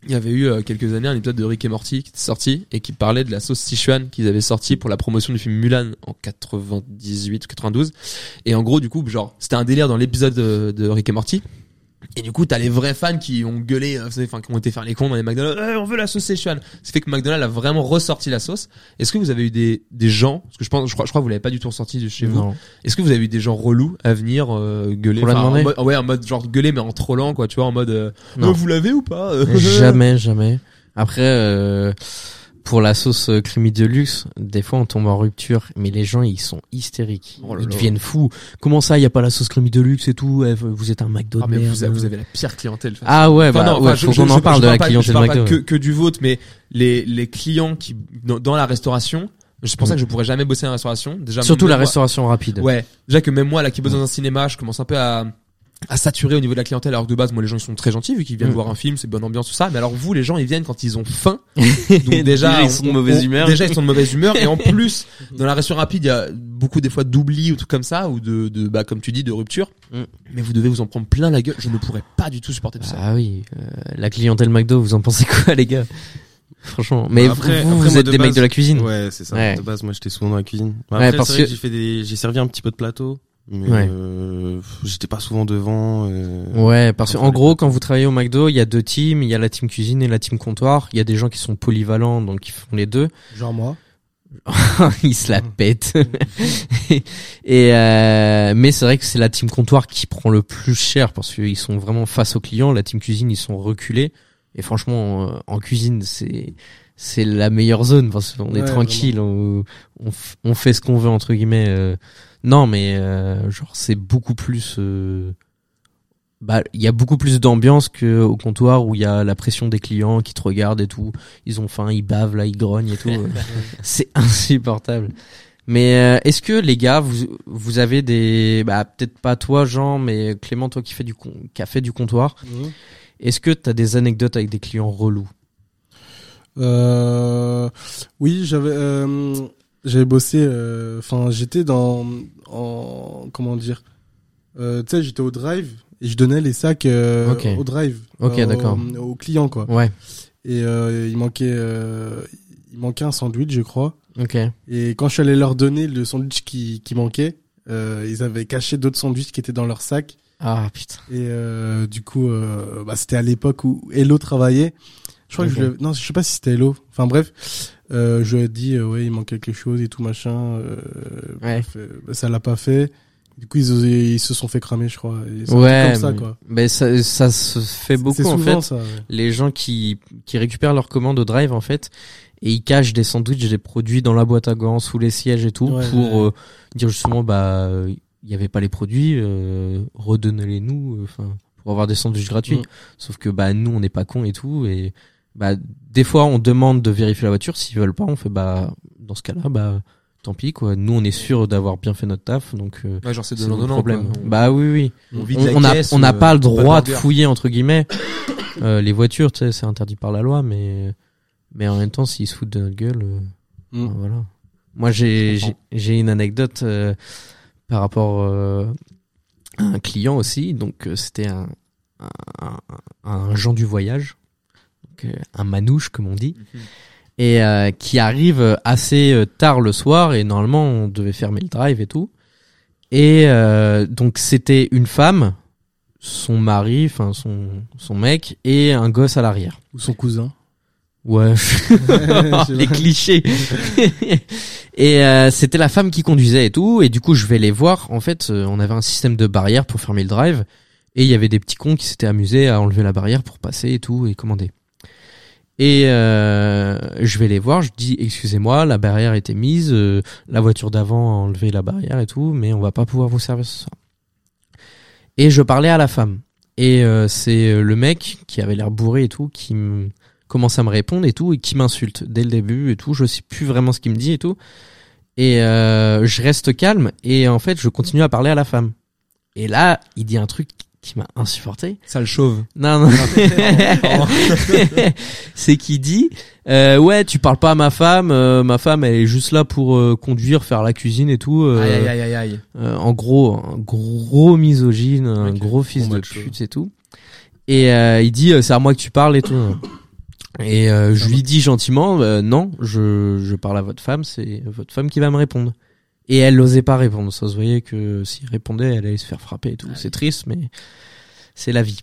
Speaker 7: Il y avait eu euh, quelques années un épisode de Rick et Morty qui était sorti et qui parlait de la sauce Sichuan qu'ils avaient sorti pour la promotion du film Mulan en 98 ou 92. Et en gros, du coup, genre, c'était un délire dans l'épisode euh, de, de Rick et Morty. Et du coup, t'as les vrais fans qui ont gueulé, euh, vous savez, enfin, qui ont été faire les cons dans les McDonald's. Eh, on veut la sauce Sichuan. Ça fait que McDonald's a vraiment ressorti la sauce. Est-ce que vous avez eu des, des gens, parce que je pense, je crois, je crois que vous l'avez pas du tout ressorti de chez vous.
Speaker 6: Non.
Speaker 7: Est-ce que vous avez eu des gens relous à venir euh, gueuler
Speaker 6: Pour la
Speaker 7: Enfin, en
Speaker 6: demander
Speaker 7: mode- Ouais, en mode genre gueuler mais en trollant quoi, tu vois, en mode euh,
Speaker 6: Non.
Speaker 7: Oh, vous l'avez ou pas Euh,
Speaker 6: jamais, jamais. Après, euh, pour la sauce euh, creamy de luxe, des fois on tombe en rupture, mais les gens ils sont hystériques,
Speaker 7: Oh là
Speaker 6: ils
Speaker 7: là.
Speaker 6: deviennent fous. Comment ça, il y a pas la sauce creamy de luxe et tout Eh, Vous êtes un McDo de
Speaker 7: Ah mais
Speaker 6: merde.
Speaker 7: vous, a- vous avez la pire clientèle. Enfin,
Speaker 6: Ah ouais,
Speaker 7: enfin,
Speaker 6: bah,
Speaker 7: non,
Speaker 6: ouais,
Speaker 7: enfin, je-
Speaker 6: faut
Speaker 7: je-
Speaker 6: qu'on en
Speaker 7: je-
Speaker 6: parle
Speaker 7: je
Speaker 6: de la
Speaker 7: pas- je
Speaker 6: clientèle
Speaker 7: parle
Speaker 6: McDo.
Speaker 7: pas que, que du vôtre mais les les clients qui dans, dans la restauration, c'est pour ça que je pourrais jamais bosser en restauration, déjà
Speaker 6: Mm. Surtout
Speaker 7: même
Speaker 6: la
Speaker 7: moi-
Speaker 6: restauration rapide.
Speaker 7: Ouais, déjà que même moi là qui bosse dans un cinéma, je commence un peu à à saturer au niveau de la clientèle alors que de base moi les gens ils sont très gentils vu qu'ils viennent
Speaker 6: Mm.
Speaker 7: voir un film c'est bonne ambiance tout ça mais alors vous les gens ils viennent quand ils ont faim donc déjà
Speaker 6: Déjà, ils sont de mauvaise humeur.
Speaker 7: déjà ils sont de mauvaise humeur et en plus dans la restauration rapide il y a beaucoup des fois d'oubli ou tout comme ça ou de, de bah comme tu dis de rupture
Speaker 6: Mm.
Speaker 7: mais vous devez vous en prendre plein la gueule je ne pourrais pas du tout supporter tout ça
Speaker 6: Ah oui, euh, la clientèle McDo, vous en pensez quoi les gars Franchement, mais
Speaker 1: Bah, après-
Speaker 6: vous,
Speaker 1: après,
Speaker 6: vous
Speaker 1: moi,
Speaker 6: êtes
Speaker 1: de
Speaker 6: des mecs
Speaker 1: base-
Speaker 6: de la cuisine.
Speaker 1: Ouais, c'est ça.
Speaker 6: Ouais.
Speaker 1: De base, moi, j'étais souvent dans la cuisine. Bah,
Speaker 6: Ouais,
Speaker 1: Après,
Speaker 6: parce
Speaker 1: c'est vrai
Speaker 6: que-
Speaker 1: j'ai fait des, j'ai servi un petit peu de plateau, mais
Speaker 6: Ouais.
Speaker 1: euh, pff, j'étais pas souvent devant. euh,
Speaker 6: Ouais, parce qu'en
Speaker 1: Enfin,
Speaker 6: gros, quand vous travaillez au McDo, il y a deux teams, il y a la team cuisine et la team comptoir. Il y a des gens qui sont polyvalents, donc qui font les deux.
Speaker 8: Genre moi.
Speaker 6: Ils se la pètent. et euh, mais c'est vrai que c'est la team comptoir qui prend le plus cher parce qu'ils sont vraiment face aux clients. La team cuisine, ils sont reculés. Et franchement, euh, en cuisine, c'est c'est la meilleure zone parce qu'on est
Speaker 8: Ouais,
Speaker 6: tranquille, on, on, f- on fait ce qu'on veut entre guillemets. euh. Non, mais euh, genre c'est beaucoup plus. euh, bah, il y a beaucoup plus d'ambiance que au comptoir où il y a la pression des clients qui te regardent et tout. Ils ont faim, ils bavent là, ils grognent et tout. c'est insupportable. Mais euh, est-ce que les gars, vous vous avez des, bah peut-être pas toi Jean, mais Clément, toi qui fait du con- qui a fait du comptoir, est-ce que t'as des anecdotes avec des clients relous
Speaker 8: Euh, oui, j'avais euh, j'avais bossé. euh, Enfin, j'étais dans en comment dire. Euh, tu sais, j'étais au drive et je donnais les sacs euh,
Speaker 6: Ok.
Speaker 8: au drive.
Speaker 6: Ok,
Speaker 8: euh,
Speaker 6: d'accord.
Speaker 8: au- Aux clients quoi.
Speaker 6: Ouais.
Speaker 8: Et euh, il manquait euh, il manquait un sandwich, je crois.
Speaker 6: Ok.
Speaker 8: Et quand je suis allé leur donner le sandwich qui qui manquait, euh, ils avaient caché d'autres sandwichs qui étaient dans leur sac.
Speaker 6: Ah putain.
Speaker 8: Et euh, du coup, euh, bah, c'était à l'époque où Hello travaillait. Je crois que je
Speaker 6: Ok.
Speaker 8: lui ai- non, je sais pas si c'était Hello. Enfin bref, euh, je lui ai dit euh, ouais, il manque quelque chose et tout machin. Euh,
Speaker 6: Ouais.
Speaker 8: bref, euh, bah, ça l'a pas fait. Du coup, ils, ils se sont fait cramer, je crois. Et c'est un
Speaker 6: Ouais.
Speaker 8: truc Comme ça
Speaker 6: mais-
Speaker 8: quoi.
Speaker 6: Mais ça ça se fait beaucoup
Speaker 8: C'est
Speaker 6: en
Speaker 8: souvent
Speaker 6: fait.
Speaker 8: ça. ouais.
Speaker 6: les gens qui, qui récupèrent leur commande au drive en fait et ils cachent des sandwichs des produits dans la boîte à gants sous les sièges et tout
Speaker 8: Ouais,
Speaker 6: pour
Speaker 8: ouais.
Speaker 6: euh, dire justement bah euh, il y avait pas les produits euh, redonnez-les nous euh, enfin pour avoir des sandwichs gratuits
Speaker 8: Mm.
Speaker 6: sauf que bah nous on n'est pas cons et tout et bah des fois on demande de vérifier la voiture s'ils veulent pas on fait bah dans ce cas-là bah tant pis quoi nous on est sûr d'avoir bien fait notre taf donc euh,
Speaker 7: ouais genre c'est
Speaker 6: c'est
Speaker 7: donnant
Speaker 6: notre
Speaker 7: donnant
Speaker 6: problème
Speaker 7: quoi. On-
Speaker 6: bah oui oui
Speaker 7: on vide la
Speaker 6: on n'a
Speaker 7: caisse
Speaker 6: on
Speaker 7: ou,
Speaker 6: n'a
Speaker 7: euh,
Speaker 6: pas le droit de
Speaker 7: burger.
Speaker 6: fouiller entre guillemets euh, les voitures, tu sais, c'est interdit par la loi, mais mais en même temps, s'ils se foutent de notre gueule, euh,
Speaker 8: Mm.
Speaker 6: enfin, voilà. Moi, j'ai
Speaker 7: Je
Speaker 6: j'ai-
Speaker 7: comprends.
Speaker 6: j'ai une anecdote euh, par rapport euh, à un client aussi. Donc, euh, c'était un, un, un- un Jean du voyage, donc, euh, un manouche comme on dit,
Speaker 7: Mhm.
Speaker 6: et euh, qui arrive euh, assez euh, tard le soir. Et normalement, on devait fermer le drive et tout. Et euh, donc, c'était une femme, son mari, enfin son son mec, et un gosse à l'arrière.
Speaker 8: Ou son cousin.
Speaker 6: Ouais. les clichés. et euh, c'était la femme qui conduisait et tout. Et du coup, je vais les voir. En fait, euh, on avait un système de barrière pour fermer le drive. Et il y avait des petits cons qui s'étaient amusés à enlever la barrière pour passer et tout et commander. Et euh, je vais les voir. Je dis excusez-moi, la barrière était mise. euh, la voiture d'avant a enlevé la barrière et tout, mais on va pas pouvoir vous servir ce soir. Et je parlais à la femme. Et euh, c'est euh, le mec qui avait l'air bourré et tout qui me commence à me répondre et tout et qui m'insulte dès le début et tout je sais plus vraiment ce qu'il me dit et tout et euh, je reste calme et en fait je continue à parler à la femme et là il dit un truc qui m'a insupporté.
Speaker 7: Ça le chauve.
Speaker 6: Non, non. c'est qui dit euh, ouais, tu parles pas à ma femme. euh, ma femme, elle est juste là pour euh, conduire, faire la cuisine et tout. euh,
Speaker 7: Aïe, aïe, aïe, aïe, aïe.
Speaker 6: euh, en gros, un gros misogyne, un
Speaker 7: Ok.
Speaker 6: gros fils
Speaker 8: Bon,
Speaker 6: de
Speaker 8: bah, tu-
Speaker 6: pute et tout. Et euh, il dit euh, c'est à moi que tu parles et tout. Et euh, je lui dis gentiment euh, non, je, je parle à votre femme, c'est votre femme qui va me répondre. Et elle n'osait pas répondre, ça se voyait que s'il répondait, elle allait se faire frapper et tout. C'est triste, mais c'est la vie.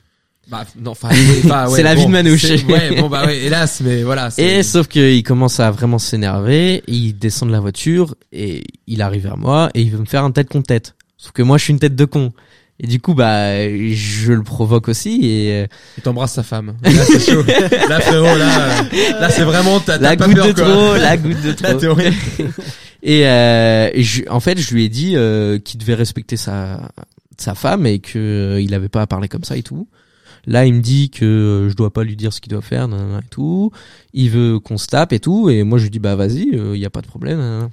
Speaker 7: Bah, non, enfin, oui, enfin, ouais,
Speaker 6: C'est la vie de Manouche.
Speaker 7: c'est- Ouais, bon, bah, ouais, hélas, mais voilà. c'est-
Speaker 6: Et sauf qu'il commence à vraiment s'énerver, et il descend de la voiture, et il arrive vers moi, et il veut me faire un tête contre tête. Sauf que moi, je suis une tête de con. Et du coup, bah, je le provoque aussi, et euh,
Speaker 7: Il t'embrasse sa femme. Là, c'est chaud. là, frérot, là, euh, là, c'est vraiment, t'as t'as
Speaker 6: la
Speaker 7: pas
Speaker 6: goutte
Speaker 7: peur,
Speaker 6: de
Speaker 7: quoi.
Speaker 6: trop, la goutte de
Speaker 7: Là, t'es
Speaker 6: trop.
Speaker 7: horrible.
Speaker 6: Et euh, je- en fait, je lui ai dit euh, qu'il devait respecter sa sa femme et que euh, il avait pas à parler comme ça et tout. Là, il me dit que euh, je dois pas lui dire ce qu'il doit faire nanana, et tout. Il veut qu'on se tape et tout. Et moi, je lui dis bah vas-y, il y a pas de problème. nanana.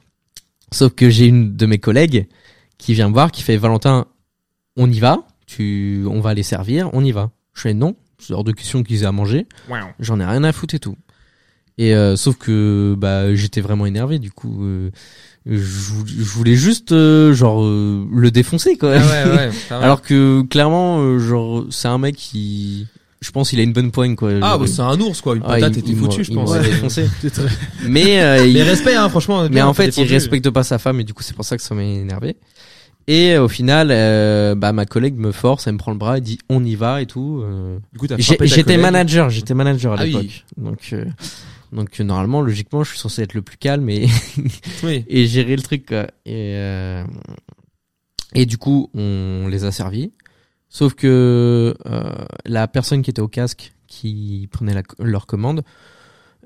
Speaker 6: Sauf que j'ai une de mes collègues qui vient me voir, qui fait Valentin, on y va. Tu, on va les servir, on y va. Je fais non, c'est hors de question qu'ils aient à manger j'en ai rien à foutre et tout. Et euh, sauf que bah j'étais vraiment énervé du coup euh, je, vou- je voulais juste euh, genre euh, le défoncer quoi.
Speaker 7: Ah ouais, ouais. ça va.
Speaker 6: Alors que clairement euh, genre c'est un mec qui je pense il a une bonne poigne quoi.
Speaker 7: ah,
Speaker 6: Genre,
Speaker 7: bah, c'est un ours, quoi. Une
Speaker 6: ah,
Speaker 7: patate,
Speaker 6: il-
Speaker 7: était
Speaker 6: il
Speaker 7: foutu,
Speaker 6: m'aurait-
Speaker 7: je
Speaker 6: il
Speaker 7: pense.
Speaker 6: m'aurait
Speaker 7: Ouais.
Speaker 6: défoncé. Mais euh, il-
Speaker 7: Mais respect, hein, franchement.
Speaker 6: mais
Speaker 7: bien,
Speaker 6: en fait, il
Speaker 7: défendu.
Speaker 6: respecte pas sa femme et du coup, c'est pour ça que ça m'a énervé. Et euh, au final, euh, bah ma collègue me force, elle me prend le bras, elle dit on y va et tout. euh,
Speaker 7: Du coup, t'as
Speaker 6: j'ai-
Speaker 7: frappé ta
Speaker 6: J'étais
Speaker 7: collègue.
Speaker 6: manager, j'étais manager à
Speaker 7: Ah oui.
Speaker 6: l'époque. Donc euh, donc euh, normalement, logiquement, je suis censé être le plus calme et,
Speaker 7: Oui.
Speaker 6: et gérer le truc quoi. Et euh, et du coup, on les a servis. Sauf que euh, la personne qui était au casque, qui prenait la- leur commande,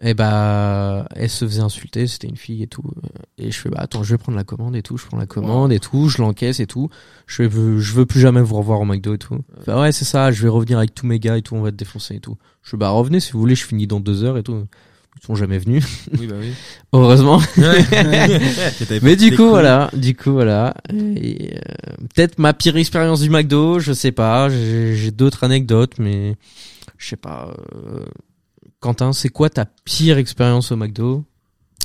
Speaker 6: eh bah, elle se faisait insulter. C'était une fille et tout. Et je fais bah attends, je vais prendre la commande et tout. Je prends la commande et tout. Je l'encaisse et tout. Je veux, je veux plus jamais vous revoir au McDo et tout. Fait, ouais, c'est ça. Je vais revenir avec tous mes gars et tout. On va te défoncer et tout. Je fais bah revenez si vous voulez. Je finis dans deux heures et tout. Ils sont jamais venus.
Speaker 7: Oui, bah oui.
Speaker 6: Heureusement.
Speaker 1: t'avais
Speaker 6: Mais du
Speaker 1: des
Speaker 6: coup,
Speaker 1: couilles.
Speaker 6: voilà, du coup, voilà. Et, euh, Peut-être ma pire expérience du McDo, je sais pas. J'ai j'ai d'autres anecdotes, mais je sais pas. euh, Quentin, c'est quoi ta pire expérience au McDo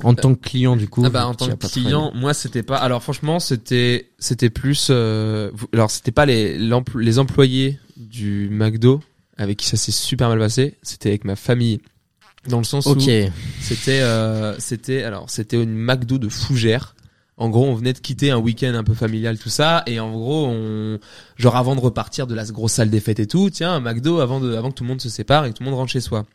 Speaker 6: en tant que client du coup
Speaker 7: Euh, Ah bah
Speaker 6: vu
Speaker 7: en
Speaker 6: que
Speaker 7: tant
Speaker 6: tu
Speaker 7: que
Speaker 6: as pas
Speaker 7: client, moi c'était pas. Alors franchement c'était c'était plus. euh, vous- Alors c'était pas les l'empl- les employés du McDo avec qui ça s'est super mal passé. C'était avec ma famille dans le sens où
Speaker 6: travaillé. Ok.
Speaker 7: c'était euh, c'était alors c'était une McDo de Fougères. En gros, on venait de quitter un week-end un peu familial, tout ça, et en gros, on genre avant de repartir de la grosse salle des fêtes et tout, tiens, un McDo avant de avant que tout le monde se sépare et que tout le monde rentre chez soi.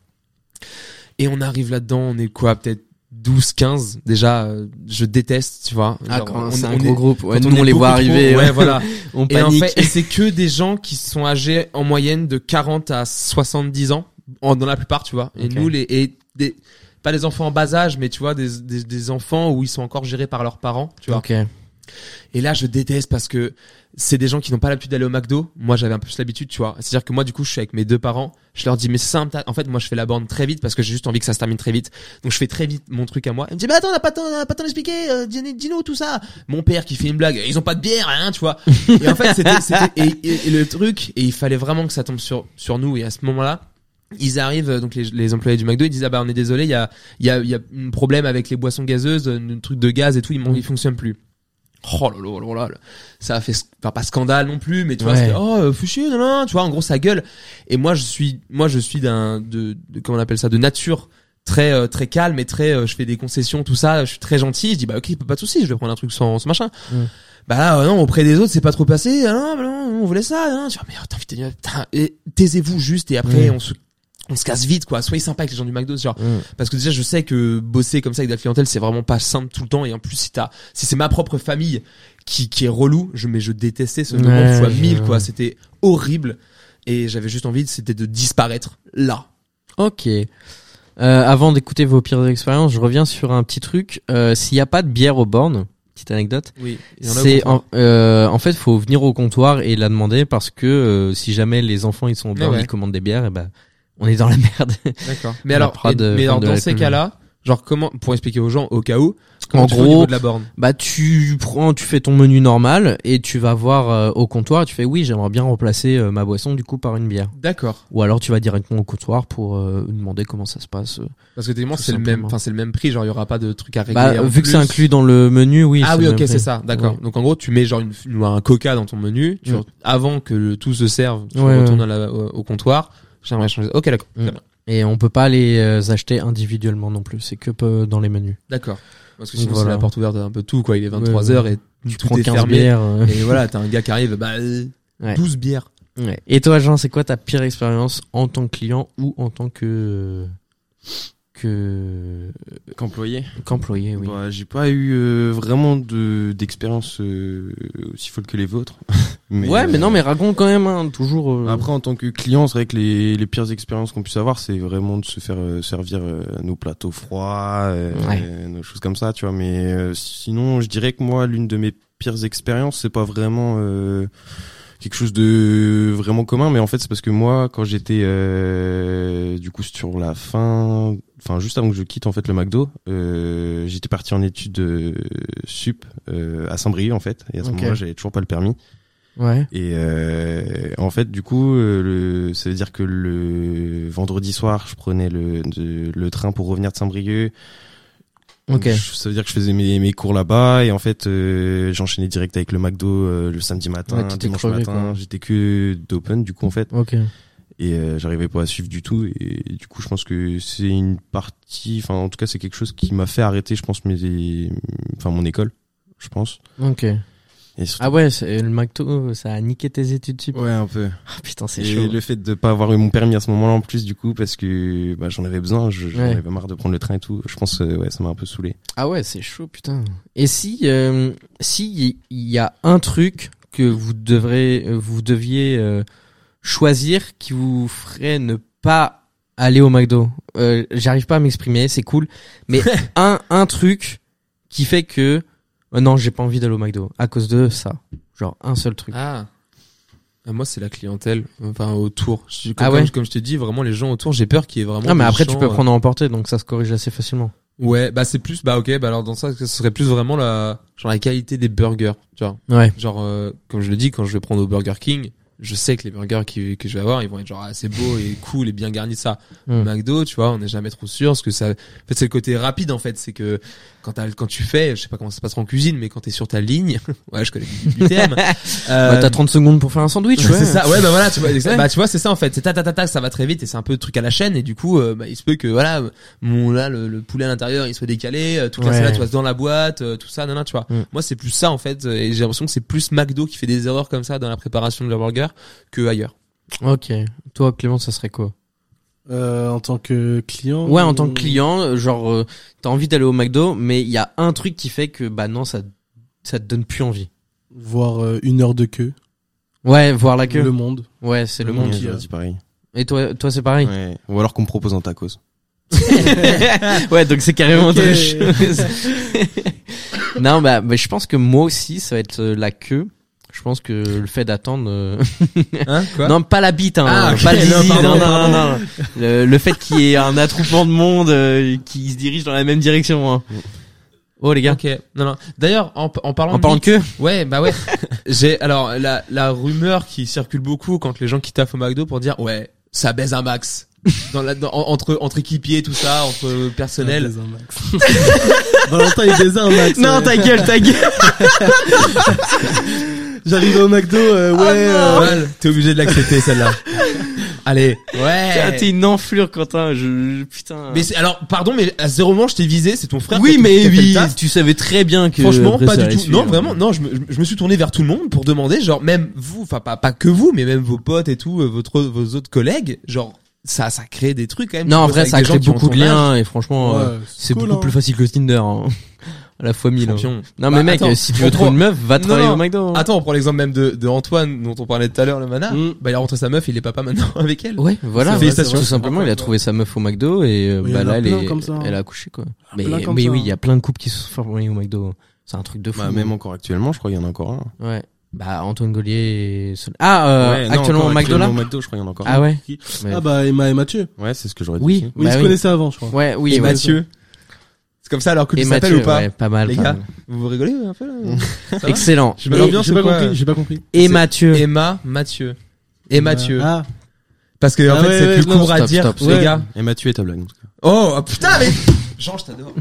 Speaker 7: Et on arrive là-dedans, on est quoi, peut-être 12, 15 déjà. euh, je déteste, tu vois.
Speaker 6: Ah,
Speaker 7: Genre,
Speaker 6: quand
Speaker 7: on-
Speaker 6: c'est un
Speaker 7: on
Speaker 6: gros
Speaker 7: est-
Speaker 6: groupe. Ouais,
Speaker 7: quand
Speaker 6: nous, on,
Speaker 7: est
Speaker 6: les voit
Speaker 7: beaucoup trop-
Speaker 6: arriver.
Speaker 7: ouais, voilà.
Speaker 6: euh, on
Speaker 7: Et en
Speaker 6: panique.
Speaker 7: fait, et c'est que des gens qui sont âgés en moyenne de 40 à 70 ans, en- dans la plupart, tu vois. Et
Speaker 6: Ok.
Speaker 7: nous, les, et des, pas des enfants en bas âge, mais tu vois, des, des, des enfants où ils sont encore gérés par leurs parents, tu vois.
Speaker 6: Ok.
Speaker 7: Et là, je déteste parce que c'est des gens qui n'ont pas l'habitude d'aller au McDo. Moi, j'avais un peu plus l'habitude, tu vois. C'est-à-dire que moi, du coup, je suis avec mes deux parents. Je leur dis, mais c'est simple. En fait, moi, je fais la borne très vite parce que j'ai juste envie que ça se termine très vite. Donc, je fais très vite mon truc à moi. Elle me dit, mais attends, on n'a pas le temps- on n'a pas le temps d'expliquer. euh, dis- Dis-nous tout ça. Mon père qui fait une blague. Ils ont pas de bière, hein, tu vois. Et en fait, c'était, c'était- et, et- et le truc, et il fallait vraiment que ça tombe sur, sur nous. Et à ce moment-là, ils arrivent, euh, donc les, les employés du McDo, ils disent ah bah on est désolé, il y a, il y a, il y a un problème avec les boissons gazeuses, euh, le truc de gaz et tout, ils, m'ont- ils fonctionnent plus. Oh là là là là, là. ça a fait, sc- enfin pas scandale non plus, mais tu vois,
Speaker 6: Ouais.
Speaker 7: c'était, oh euh, fous chier, non, non, tu vois, en gros sa gueule. Et moi je suis, moi je suis d'un, de, de- comment on appelle ça, de nature très euh, très calme et très, euh, je fais des concessions, tout ça, je suis très gentil, je dis bah ok pas de souci, je vais prendre un truc sans, sans machin. Bah là, euh, non, auprès des autres, c'est pas trop passé. Ah non, bah non, on voulait ça. hein. Tu vois, mais oh, t'as envie de dire, putain, et taisez-vous juste et après,
Speaker 6: Mm.
Speaker 7: on se on se casse vite quoi soyez sympa avec les gens du McDo genre
Speaker 6: Mm.
Speaker 7: parce que déjà je sais que bosser comme ça avec de la clientèle c'est vraiment pas simple tout le temps et en plus si t'as si c'est ma propre famille qui qui est relou je mais je détestais ce moment
Speaker 6: Ouais,
Speaker 7: fois
Speaker 6: je-
Speaker 7: mille quoi c'était horrible et j'avais juste envie de- c'était de disparaître là
Speaker 6: Ok. Euh, avant d'écouter vos pires expériences, je reviens sur un petit truc. Euh, S'il n'y a pas de bière aux bornes, petite anecdote.
Speaker 7: oui
Speaker 6: C'est en, euh, en fait faut venir au comptoir et la demander parce que euh, si jamais les enfants ils sont au
Speaker 7: Ah
Speaker 6: bar,
Speaker 7: ouais.
Speaker 6: ils commandent des bières et ben eh on est dans la merde.
Speaker 7: d'accord mais
Speaker 6: on
Speaker 7: alors
Speaker 6: apprendra
Speaker 7: et-
Speaker 6: de-
Speaker 7: mais alors,
Speaker 6: de-
Speaker 7: dans ces cas là Genre comment pour expliquer aux gens au cas où
Speaker 6: En
Speaker 7: comment tu fais au
Speaker 6: gros,
Speaker 7: niveau de la borne.
Speaker 6: Bah tu prends, tu fais ton menu normal et tu vas voir euh, au comptoir et tu fais oui j'aimerais bien remplacer euh, ma boisson du coup par une bière.
Speaker 7: D'accord.
Speaker 6: Ou alors tu vas directement au comptoir pour euh, demander comment ça se passe.
Speaker 7: Parce que techniquement
Speaker 6: Tout
Speaker 7: c'est le même
Speaker 6: simplement.
Speaker 7: enfin c'est le même prix, genre il y aura pas de truc à régler.
Speaker 6: Bah,
Speaker 7: en
Speaker 6: vu que
Speaker 7: plus.
Speaker 6: c'est inclus dans le menu, oui.
Speaker 7: Ah oui,
Speaker 6: le
Speaker 7: OK,
Speaker 6: même
Speaker 7: c'est
Speaker 6: prix.
Speaker 7: ça, d'accord.
Speaker 6: Ouais.
Speaker 7: Donc en gros, tu mets genre une, une- un coca dans ton menu, tu,
Speaker 6: Mm.
Speaker 7: avant que le- tout se serve, tu
Speaker 6: Ouais,
Speaker 7: retournes à la- au, au comptoir. J'aimerais changer. OK, d'accord.
Speaker 6: Mm. Et on peut pas les euh, acheter individuellement non plus, c'est que peu dans les menus.
Speaker 7: D'accord. Parce que
Speaker 6: Donc
Speaker 7: sinon
Speaker 6: voilà.
Speaker 7: c'est la porte ouverte à un peu tout quoi, il est
Speaker 6: Ouais,
Speaker 7: 23h et
Speaker 6: Tu
Speaker 7: tout
Speaker 6: prends
Speaker 7: est
Speaker 6: 15
Speaker 7: fermé.
Speaker 6: bières. euh.
Speaker 7: Et voilà, t'as un gars qui arrive, bah euh,
Speaker 6: Ouais.
Speaker 7: 12 bières.
Speaker 6: Ouais. Et toi Jean, c'est quoi ta pire expérience en tant que client ou en tant que que
Speaker 1: Qu'employé
Speaker 6: qu'employé oui.
Speaker 1: Bah, j'ai pas eu euh, vraiment de d'expérience euh, aussi folle que les vôtres.
Speaker 6: ouais, mais
Speaker 1: euh,
Speaker 6: non, mais raconte quand même, hein, toujours. euh,
Speaker 1: Après, en tant que client, c'est vrai que les, les pires expériences qu'on puisse avoir, c'est vraiment de se faire euh, servir euh, nos plateaux froids, euh,
Speaker 6: Ouais.
Speaker 1: euh, nos choses comme ça, tu vois. Mais euh, sinon, je dirais que moi, l'une de mes pires expériences, c'est pas vraiment euh, quelque chose de vraiment commun, mais en fait, c'est parce que moi, quand j'étais euh, du coup sur la fin, enfin juste avant que je quitte en fait le McDo, euh, j'étais parti en études euh, sup euh, à Saint-Brieuc en fait, et à ce
Speaker 6: Ok.
Speaker 1: moment-là, j'avais toujours pas le permis.
Speaker 6: Ouais.
Speaker 1: Et euh, en fait, du coup, euh, le, ça veut dire que le vendredi soir, je prenais le, de- le train pour revenir de Saint-Brieuc. Donc,
Speaker 6: Ok.
Speaker 1: je- Ça veut dire que je faisais mes, mes cours là-bas et en fait, euh, j'enchaînais direct avec le McDo euh, le samedi matin,
Speaker 6: Ouais, t'étais
Speaker 1: dimanche
Speaker 6: crevé,
Speaker 1: matin.
Speaker 6: quoi.
Speaker 1: J'étais que d'open du coup en fait
Speaker 6: Ok.
Speaker 1: et euh, j'arrivais pas à suivre du tout et du coup je pense que c'est une partie, enfin en tout cas c'est quelque chose qui m'a fait arrêter je pense mes, enfin mon école je pense.
Speaker 6: Ok.
Speaker 1: Et surtout-
Speaker 6: Ah ouais, c'est- le McDo, ça a niqué tes études sup.
Speaker 1: ouais un peu.
Speaker 6: Ah putain, c'est
Speaker 1: Et
Speaker 6: chaud.
Speaker 1: le fait de pas avoir eu mon permis à ce moment-là en plus du coup parce que bah, j'en avais besoin, je- j'en
Speaker 6: Ouais.
Speaker 1: avais marre de prendre le train et tout. Je pense euh, ouais ça m'a un peu saoulé.
Speaker 6: Ah ouais, c'est chaud, putain. Et si, euh, si il y a un truc que vous devrez, euh, vous deviez euh, choisir qui vous ferait ne pas aller au McDo. Euh, J'arrive pas à m'exprimer, c'est cool, mais un un truc qui fait que oh non, j'ai pas envie d'aller au McDo à cause de ça. Genre un seul truc.
Speaker 7: Ah. Ah, Moi, c'est la clientèle, enfin autour. Je suis- Comme,
Speaker 6: Ah ouais
Speaker 7: comme, comme je te dis, vraiment les gens autour, j'ai peur qu'il y ait vraiment.
Speaker 6: Ah mais
Speaker 7: des
Speaker 6: après tu
Speaker 7: gens,
Speaker 6: peux
Speaker 7: euh,
Speaker 6: prendre à emporter donc ça se corrige assez facilement.
Speaker 7: Ouais, bah c'est plus, bah ok, bah alors dans ça, ce serait plus vraiment la, genre la qualité des burgers, tu vois.
Speaker 6: Ouais.
Speaker 7: Genre, euh, comme je le dis, quand je vais prendre au Burger King, je sais que les burgers qui, que je vais avoir, ils vont être genre assez beaux et cool et bien garnis, ça.
Speaker 6: Mm.
Speaker 7: McDo, tu vois, on n'est jamais trop sûr, parce que ça, en fait, c'est le côté rapide, en fait, c'est que quand t'as, quand tu fais, je sais pas comment ça se passe en cuisine, mais quand t'es sur ta ligne, ouais, je connais le du terme. euh,
Speaker 6: Bah, t'as 30 secondes pour faire un sandwich.
Speaker 7: Ouais,
Speaker 6: ouais.
Speaker 7: c'est ça. Ouais, bah voilà, tu vois,
Speaker 6: Ouais.
Speaker 7: bah, tu vois, c'est ça en fait. C'est ta ta ta ta, ça va très vite et c'est un peu le truc à la chaîne et du coup, euh, bah, il se peut que voilà, mon là le, le poulet à l'intérieur, il soit décalé, euh, toute la
Speaker 6: Ouais.
Speaker 7: salade soit dans la boîte, euh, tout ça, non, tu vois.
Speaker 6: Mm.
Speaker 7: Moi, c'est plus ça en fait euh, et j'ai l'impression que c'est plus McDo qui fait des erreurs comme ça dans la préparation de leur burger que ailleurs.
Speaker 6: Ok. Toi Clément, ça serait quoi
Speaker 8: Euh, en tant que client.
Speaker 6: Ouais, en tant
Speaker 8: euh,
Speaker 6: que client, euh, genre euh, t'as envie d'aller au McDo, mais il y a un truc qui fait que bah non, ça ça te donne plus envie.
Speaker 8: Voir euh, une heure de queue.
Speaker 6: Ouais, voir la queue.
Speaker 8: Le monde.
Speaker 6: Ouais, c'est le
Speaker 8: Le
Speaker 6: monde. euh,
Speaker 8: monde.
Speaker 7: euh,
Speaker 1: J'aurais dit pareil.
Speaker 6: Et toi, toi c'est pareil.
Speaker 1: euh, Ouais. Ou alors qu'on me propose un tacos.
Speaker 6: Ouais, donc c'est carrément
Speaker 8: Ok.
Speaker 6: deux choses. non, bah, mais je pense que moi aussi, ça va être euh, la queue. Je pense que le fait d'attendre. euh,
Speaker 7: Hein quoi
Speaker 6: non, pas la bite, hein,
Speaker 7: Ah, ok,
Speaker 6: pas le
Speaker 7: non,
Speaker 6: zizi,
Speaker 7: pardon,
Speaker 6: non, non,
Speaker 7: pardon.
Speaker 6: non, non. Le, le fait qu'il y ait un attroupement de monde euh, qui se dirige dans la même direction. hein.
Speaker 7: Mm.
Speaker 6: Oh les gars,
Speaker 7: Ok, non, non. D'ailleurs, en, en parlant
Speaker 6: en
Speaker 7: de
Speaker 6: parlant de queue,
Speaker 7: Ouais, bah ouais. J'ai alors la la rumeur qui circule beaucoup quand les gens qui taffent au McDo pour dire ouais, ça baise un max. Dans la, dans- en- entre entre équipiers tout ça, entre personnel.
Speaker 8: Baiser un max. Valentin, il baisait un max.
Speaker 6: Non,
Speaker 8: ouais.
Speaker 6: ta gueule, ta gueule.
Speaker 8: J'arrive au McDo, euh,
Speaker 6: Oh
Speaker 8: ouais. euh,
Speaker 7: Val, t'es obligé de l'accepter celle-là. Allez,
Speaker 6: Ah,
Speaker 7: ouais.
Speaker 6: T'es une enflure, Quentin. Je, je- putain.
Speaker 7: Mais c'est- alors pardon, mais à zéro moment je t'ai visé, c'est ton frère.
Speaker 6: oui,
Speaker 7: qui a- qui
Speaker 6: mais
Speaker 7: a fait le
Speaker 6: oui,
Speaker 7: taf.
Speaker 6: tu savais très bien que.
Speaker 7: Franchement,
Speaker 6: après,
Speaker 7: pas
Speaker 6: ça
Speaker 7: du
Speaker 6: allait
Speaker 7: tout.
Speaker 6: suivre. hein.
Speaker 7: Non, vraiment, non. Je me, je me suis tourné vers tout le monde pour demander, genre même vous, enfin pas pas que vous, mais même vos potes et tout, euh, votre vos autres collègues, genre ça ça crée des trucs quand même.
Speaker 6: Non, en
Speaker 7: Tu bosses
Speaker 6: vrai,
Speaker 7: avec
Speaker 6: ça
Speaker 7: des
Speaker 6: crée
Speaker 7: gens qui ont
Speaker 6: beaucoup de
Speaker 7: ton âge.
Speaker 6: liens et franchement,
Speaker 8: Ouais,
Speaker 6: euh, c'est
Speaker 8: cool,
Speaker 6: beaucoup
Speaker 8: hein.
Speaker 6: plus facile que Tinder. hein. À la fois mille. hein.
Speaker 7: Champion.
Speaker 6: Non,
Speaker 7: Bah,
Speaker 6: mais mec,
Speaker 7: attends,
Speaker 6: si tu
Speaker 7: on
Speaker 6: veux trouver
Speaker 7: prend-
Speaker 6: une meuf, va
Speaker 7: Non,
Speaker 6: travailler
Speaker 7: non.
Speaker 6: au McDo. hein.
Speaker 7: Attends, on prend l'exemple même de, de Antoine dont on parlait tout à l'heure, le mana.
Speaker 6: Hmm.
Speaker 8: Mm.
Speaker 7: Bah, il a rentré sa meuf, il est papa maintenant avec elle.
Speaker 6: Ouais, voilà.
Speaker 7: C'est vrai, c'est
Speaker 6: Tout
Speaker 7: vrai.
Speaker 6: simplement, il a trouvé sa meuf au McDo et euh,
Speaker 8: Il y en
Speaker 6: bah
Speaker 8: a
Speaker 6: là, elle
Speaker 8: plein
Speaker 6: est,
Speaker 8: comme ça, hein.
Speaker 6: elle a accouché quoi. Mais,
Speaker 8: plein comme
Speaker 6: mais
Speaker 8: ça,
Speaker 6: oui,
Speaker 8: hein.
Speaker 6: il y a plein de couples qui se sont formés au McDo. C'est un truc de fou.
Speaker 1: Bah, même encore actuellement, je crois qu'il y en a encore un.
Speaker 6: Ouais. Bah Antoine Gaulier. et Sol- Ah, euh,
Speaker 1: Ouais, non,
Speaker 6: actuellement
Speaker 1: encore
Speaker 6: au McDo là.
Speaker 1: actuellement au McDo, je crois qu'il y en a encore.
Speaker 6: Ah
Speaker 1: un.
Speaker 6: ouais.
Speaker 8: Ah bah, Emma et Mathieu.
Speaker 1: Ouais, c'est ce que j'aurais dit.
Speaker 6: Oui.
Speaker 1: aussi.
Speaker 8: Oui,
Speaker 6: bah
Speaker 8: ils se
Speaker 6: oui.
Speaker 8: connaissaient avant, je crois.
Speaker 6: Ouais, oui.
Speaker 7: Et
Speaker 6: ouais.
Speaker 7: Mathieu. C'est comme ça alors que
Speaker 6: Et
Speaker 7: tu
Speaker 6: Mathieu,
Speaker 7: s'appelle ou pas
Speaker 6: ouais, pas mal.
Speaker 7: Les
Speaker 6: pas
Speaker 7: gars,
Speaker 6: mal.
Speaker 7: vous rigolez un peu là Ça va
Speaker 6: Excellent.
Speaker 7: Je me l'ambiance,
Speaker 8: J'ai
Speaker 7: c'est
Speaker 8: pas
Speaker 7: quoi
Speaker 8: compris, j'ai pas compris.
Speaker 6: Et
Speaker 7: C'est-
Speaker 6: Mathieu.
Speaker 7: Emma, Mathieu. Et Mathieu.
Speaker 8: Ah,
Speaker 7: Parce que, en
Speaker 8: Ah
Speaker 7: fait,
Speaker 8: ouais,
Speaker 7: c'est
Speaker 8: ouais,
Speaker 7: plus
Speaker 8: non,
Speaker 7: court à
Speaker 6: stop,
Speaker 7: dire,
Speaker 6: stop,
Speaker 7: les
Speaker 8: ouais.
Speaker 7: gars.
Speaker 1: Et Mathieu est ta blague. en tout cas.
Speaker 7: Oh, ah, putain, mais. Jean, je t'adore.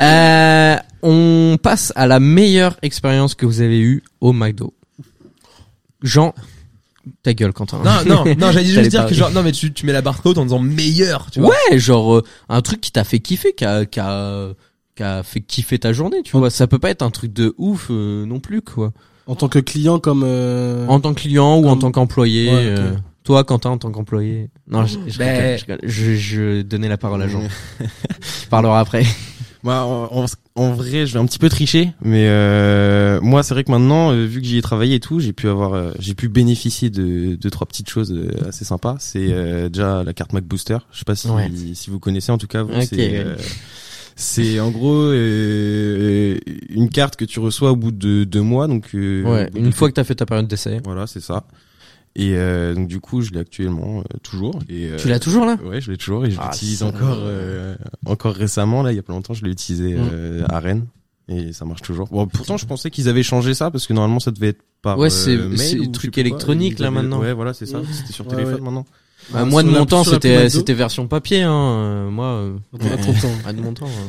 Speaker 6: Euh, on passe à la meilleure expérience que vous avez eue au McDo. Jean, ta gueule, Quentin.
Speaker 7: Non, non, non, j'allais
Speaker 6: T'allais
Speaker 7: juste dire
Speaker 6: pas-
Speaker 7: que genre, non, mais tu, tu mets la barre haute en disant meilleur, tu vois.
Speaker 6: Ouais, genre euh, un truc qui t'a fait kiffer, qui a, qui a- qui a fait kiffer ta journée,
Speaker 7: Oh.
Speaker 6: tu vois. Ça peut pas être un truc de ouf euh, non plus, quoi.
Speaker 8: en tant que client comme. euh,
Speaker 6: En tant que client ou en tant qu'employé.
Speaker 8: Ouais, ok.
Speaker 6: euh, toi, Quentin, en tant qu'employé. Non, je, je, rigole,
Speaker 7: Ben-
Speaker 6: je rigole. je, je donnais la
Speaker 1: Mmh.
Speaker 6: parole à Jean. je parlerai après.
Speaker 1: Bah, en, en- en vrai, je vais un petit peu tricher, mais euh, moi, c'est vrai que maintenant, euh, vu que j'y ai travaillé et tout, j'ai pu avoir, euh, j'ai pu bénéficier de deux trois petites choses euh, assez sympas. C'est euh, déjà la carte Mac Booster. Je sais pas si
Speaker 6: Ouais.
Speaker 1: si vous connaissez en tout cas. vous,
Speaker 6: Ok,
Speaker 1: c'est,
Speaker 6: ouais.
Speaker 1: euh, c'est en gros euh, une carte que tu reçois au bout de deux mois, donc euh,
Speaker 6: Ouais,
Speaker 1: au bout de
Speaker 6: une fois que t'as fait ta période d'essai.
Speaker 1: Voilà, c'est ça. Et euh, donc du coup, je l'ai actuellement euh, toujours. Et, euh,
Speaker 6: Tu l'as toujours là
Speaker 1: Ouais, je l'ai toujours et je
Speaker 6: Ah,
Speaker 1: l'utilise
Speaker 6: ça-
Speaker 1: encore, euh, encore récemment. Là, il y a pas longtemps, je l'ai utilisé
Speaker 6: Mm.
Speaker 1: euh, à Rennes et ça marche toujours. Bon, pourtant, je pensais qu'ils avaient changé ça parce que normalement, ça devait être par
Speaker 6: Ouais,
Speaker 1: euh,
Speaker 6: c'est-
Speaker 1: mail
Speaker 6: c'est
Speaker 1: ou je
Speaker 6: truc
Speaker 1: sais pas quoi.
Speaker 6: électronique,
Speaker 1: Ils
Speaker 6: là,
Speaker 1: avaient-
Speaker 6: maintenant. Mm.
Speaker 1: Ouais, voilà, c'est ça. C'était sur
Speaker 8: Ouais,
Speaker 1: téléphone
Speaker 8: ouais.
Speaker 1: maintenant.
Speaker 6: Bah, Moi, de
Speaker 8: sur la-
Speaker 6: mon temps,
Speaker 8: sur la
Speaker 6: c'était
Speaker 8: Play Doh.
Speaker 6: c'était version papier. Hein. euh, Moi, euh,
Speaker 8: On a trop de temps.
Speaker 6: à de mon temps. euh.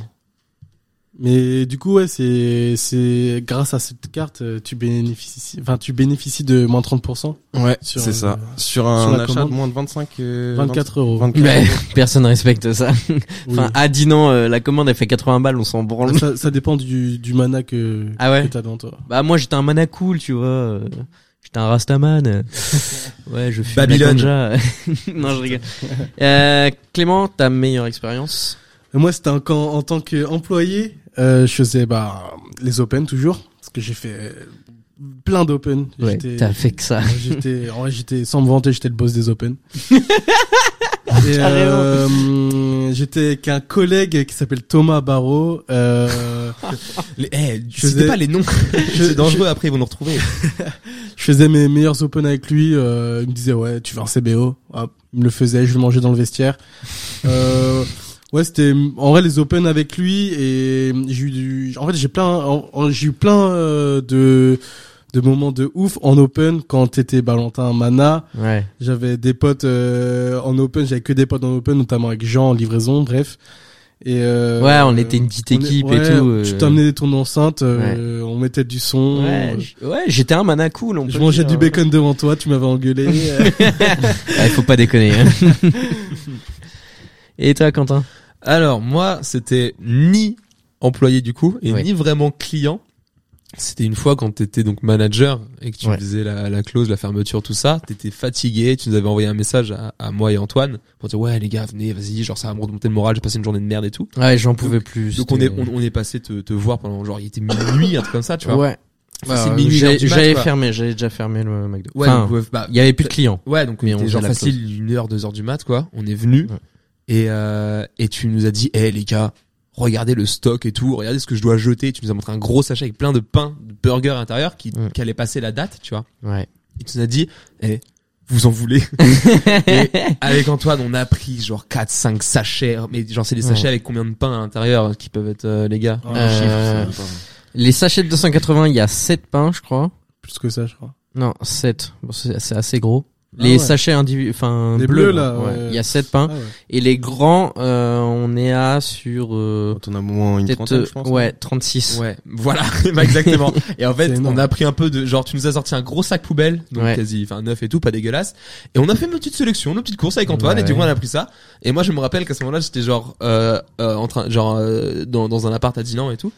Speaker 8: Mais du coup, ouais, c'est, c'est grâce à cette carte, euh, tu bénéficies, enfin, tu bénéficies de moins 30%,
Speaker 1: Ouais,
Speaker 8: Sur,
Speaker 1: c'est ça.
Speaker 8: euh,
Speaker 1: Sur un
Speaker 8: sur la
Speaker 1: achat
Speaker 8: commande.
Speaker 1: de moins de 25, euh,
Speaker 8: 24 euros.
Speaker 1: 24.
Speaker 6: Mais personne respecte ça.
Speaker 8: Oui.
Speaker 6: Enfin, à Dinan, euh, la commande elle fait 80 balles, on s'en branle.
Speaker 8: ça, ça dépend du, du mana que,
Speaker 6: Ah ouais
Speaker 8: que t'as dans toi.
Speaker 6: Bah moi j'étais un mana cool, tu vois. euh, J'étais un rastaman. ouais, je fume la
Speaker 7: Babylone.
Speaker 6: ganja. non, je rigole. Euh, Clément, ta meilleure expérience
Speaker 8: Et moi, c'était en, en tant qu'employé, euh, je faisais, bah, les open toujours, parce que j'ai fait euh, plein d'open.
Speaker 6: Ouais,
Speaker 8: J'étais-
Speaker 6: t'as fait que ça.
Speaker 8: J'étais, en vrai, j'étais, sans me vanter, j'étais le boss des Open. Et, euh, hum, j'étais avec un collègue qui s'appelle Thomas Barrault. Euh,
Speaker 7: Les- Eh,
Speaker 8: Je
Speaker 7: citez
Speaker 8: faisais-
Speaker 7: pas les noms.
Speaker 8: je-
Speaker 7: C'est dangereux, après, ils vont nous retrouver.
Speaker 8: je faisais mes meilleurs open avec lui. euh, il me disait ouais, tu veux un CBO Hop, il me le faisait. Je le mangeais dans le vestiaire. Euh, ouais, c'était en vrai les open avec lui et j'ai eu du- en fait j'ai plein en- en- j'ai eu plein euh, de de moments de ouf en open quand t'étais Valentin Mana.
Speaker 6: Ouais.
Speaker 8: J'avais des potes euh, en open, j'avais que des potes en open, notamment avec Jean en livraison, bref. Et euh,
Speaker 6: Ouais, on était une petite
Speaker 8: on est-
Speaker 6: équipe et
Speaker 8: ouais,
Speaker 6: tout, euh.
Speaker 8: Tu t'emmenais des tours d'enceinte, euh, on mettait du son.
Speaker 6: Ouais,
Speaker 8: euh,
Speaker 6: j- ouais, j'étais un hein. mana cool. On peut
Speaker 8: je
Speaker 6: le
Speaker 8: mangeais
Speaker 6: dire.
Speaker 8: du bacon devant toi, tu m'avais engueulé. euh.
Speaker 6: Ouais, faut pas déconner. hein. et toi, Quentin
Speaker 7: Alors, moi, c'était ni employé du coup, et
Speaker 6: Ouais.
Speaker 7: ni vraiment client. C'était une fois quand t'étais donc manager et que tu
Speaker 6: Ouais.
Speaker 7: faisais la, la clause, la fermeture, tout ça, t'étais fatigué, tu nous avais envoyé un message à, à moi et Antoine pour dire ouais les gars venez vas-y genre ça va me remonter le moral, j'ai passé une journée de merde et tout.
Speaker 6: Ouais, j'en pouvais plus.
Speaker 7: Donc on est
Speaker 6: c'était- euh,
Speaker 7: on, on est passé te, te voir pendant genre il était minuit un truc comme ça tu vois.
Speaker 6: Ouais.
Speaker 7: Enfin, c'est
Speaker 6: Ouais,
Speaker 7: minuit, une
Speaker 6: j'avais
Speaker 7: heure du mat,
Speaker 6: j'avais
Speaker 7: quoi.
Speaker 6: fermé, j'avais déjà fermé le McDo.
Speaker 7: Ouais,
Speaker 6: Enfin,
Speaker 7: donc, ouais, bah,
Speaker 6: il y avait plus de clients.
Speaker 7: Ouais, donc
Speaker 6: Mais
Speaker 7: on
Speaker 6: on
Speaker 7: était genre
Speaker 6: faisait la
Speaker 7: facile une heure, deux heures du mat, quoi. On est venu
Speaker 6: Ouais.
Speaker 7: et euh, et tu nous as dit, hé les gars, regardez le stock et tout, regardez ce que je dois jeter. Tu nous as montré un gros sachet avec plein de pain, de burger à l'intérieur qui,
Speaker 6: Ouais.
Speaker 7: qui allait passer la date, tu vois.
Speaker 6: Ouais.
Speaker 7: Et tu nous as dit, hé, vous en voulez Et Avec Antoine, on a pris genre 4 cinq sachets, mais genre c'est des sachets
Speaker 6: Ouais.
Speaker 7: avec combien de pain à l'intérieur qui peuvent être euh, les
Speaker 8: Oh,
Speaker 7: gars.
Speaker 6: Euh, les sachets de 280, il y a 7 pains, je crois.
Speaker 8: Plus que ça, je crois.
Speaker 6: Non, 7. Bon, c'est c'est assez gros.
Speaker 8: Ah
Speaker 6: Les
Speaker 8: ouais.
Speaker 6: sachets individuels, enfin
Speaker 8: Les
Speaker 6: bleus,
Speaker 8: bleus, là,
Speaker 6: ouais.
Speaker 8: ouais.
Speaker 6: Il y a 7 pains
Speaker 8: Ah ouais.
Speaker 6: et les grands euh, on est à sur euh,
Speaker 1: Quand on a au moins une
Speaker 6: peut-être
Speaker 1: trentaine, je pense.
Speaker 6: euh, ouais, 36.
Speaker 7: Ouais, voilà, bah, exactement. Et en fait,
Speaker 8: C'est énorme.
Speaker 7: on a pris un peu de genre tu nous as sorti un gros sac poubelle, donc
Speaker 6: Ouais.
Speaker 7: quasi enfin neuf et tout, pas dégueulasse. Et on a fait nos petites sélections, nos petites courses avec Antoine
Speaker 6: Ouais,
Speaker 7: et du coup
Speaker 6: ouais.
Speaker 7: on a pris ça. Et moi je me rappelle qu'à ce moment-là, j'étais genre euh, euh, en train genre euh, dans dans un appart à Dinan et tout.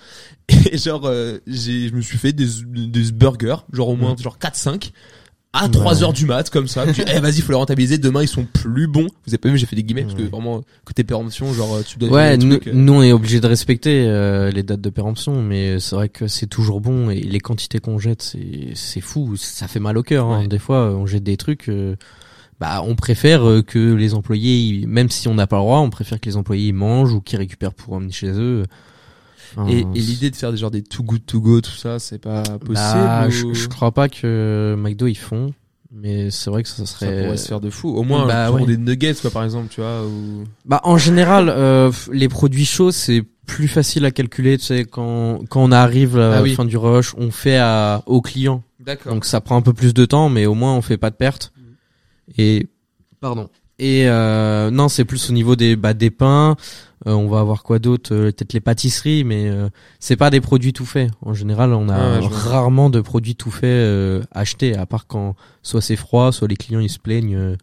Speaker 7: Et genre euh, j'ai je me suis fait des des burgers, genre au moins genre 4 5 à 3 heures du mat comme ça. Tu, eh vas-y, faut les rentabiliser, demain ils sont plus bons. Vous avez pas vu, j'ai fait des guillemets parce que vraiment côté péremption, genre euh, tu dois
Speaker 6: Ouais,
Speaker 7: des
Speaker 6: nous,
Speaker 7: trucs, euh,
Speaker 6: nous, on est obligé de respecter euh, les dates de péremption, mais c'est vrai que c'est toujours bon et les quantités qu'on jette, c'est c'est fou, ça fait mal au cœur. hein. Des fois, euh, on jette des trucs, euh, bah, on préfère euh, que les employés, ils- même si on n'a pas le droit, on préfère que les employés ils mangent ou qu'ils récupèrent pour emmener chez eux. Enfin,
Speaker 7: Et, et l'idée de faire des genre des too good to go tout ça c'est pas possible
Speaker 6: bah,
Speaker 7: ou-
Speaker 6: je, je crois pas que McDo ils font. Mais c'est vrai que ça
Speaker 7: Ça
Speaker 6: serait.
Speaker 7: pourrait se faire de fou. Au moins
Speaker 6: Bah,
Speaker 7: pour
Speaker 6: ouais.
Speaker 7: des nuggets, quoi, par exemple, tu vois. Ou...
Speaker 6: Bah en général, euh, f- les produits chauds c'est plus facile à calculer. Tu sais quand quand on arrive à la
Speaker 7: Ah oui.
Speaker 6: fin du rush, on fait à, au client.
Speaker 7: D'accord.
Speaker 6: Donc ça prend un peu plus de temps, mais au moins on fait pas de perte.
Speaker 7: Mm.
Speaker 6: Et pardon. Et euh, non, c'est plus au niveau des bah, des pains. Euh, on va avoir quoi d'autre Euh, Peut-être les pâtisseries, mais euh, c'est pas des produits tout faits. En général, on
Speaker 7: Ah
Speaker 6: a
Speaker 7: ouais, je vois.
Speaker 6: rarement de produits tout faits euh, achetés, à part quand soit c'est froid, soit les clients ils se plaignent euh,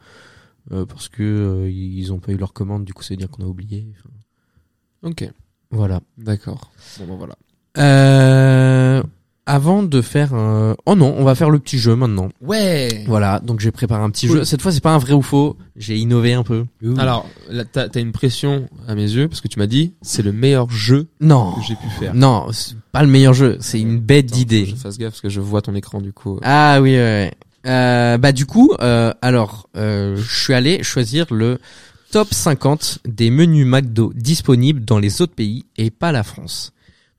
Speaker 6: euh, parce que euh, ils ont pas eu leur commande. Du coup, c'est dire qu'on a oublié. Enfin,
Speaker 7: Ok.
Speaker 6: voilà.
Speaker 7: D'accord. Bon, ben voilà.
Speaker 6: Euh, avant de faire, un... oh non, on va faire le petit jeu maintenant.
Speaker 7: Ouais.
Speaker 6: Voilà, donc j'ai préparé un petit
Speaker 7: Cool.
Speaker 6: jeu. Cette fois, c'est pas un vrai ou faux. J'ai innové un peu.
Speaker 7: Alors, là, t'as t'as une pression à mes yeux parce que tu m'as dit c'est le meilleur jeu
Speaker 6: Non,
Speaker 7: que j'ai pu faire.
Speaker 6: non, c'est pas le meilleur jeu. C'est une bête
Speaker 7: Attends, faut que
Speaker 6: d'idée.
Speaker 7: Je fasse gaffe parce que je vois ton écran du coup.
Speaker 6: Ah oui, ouais, ouais. Euh, bah du coup, euh, alors, euh, je suis allé choisir le top 50 des menus McDo disponibles dans les autres pays et pas la France.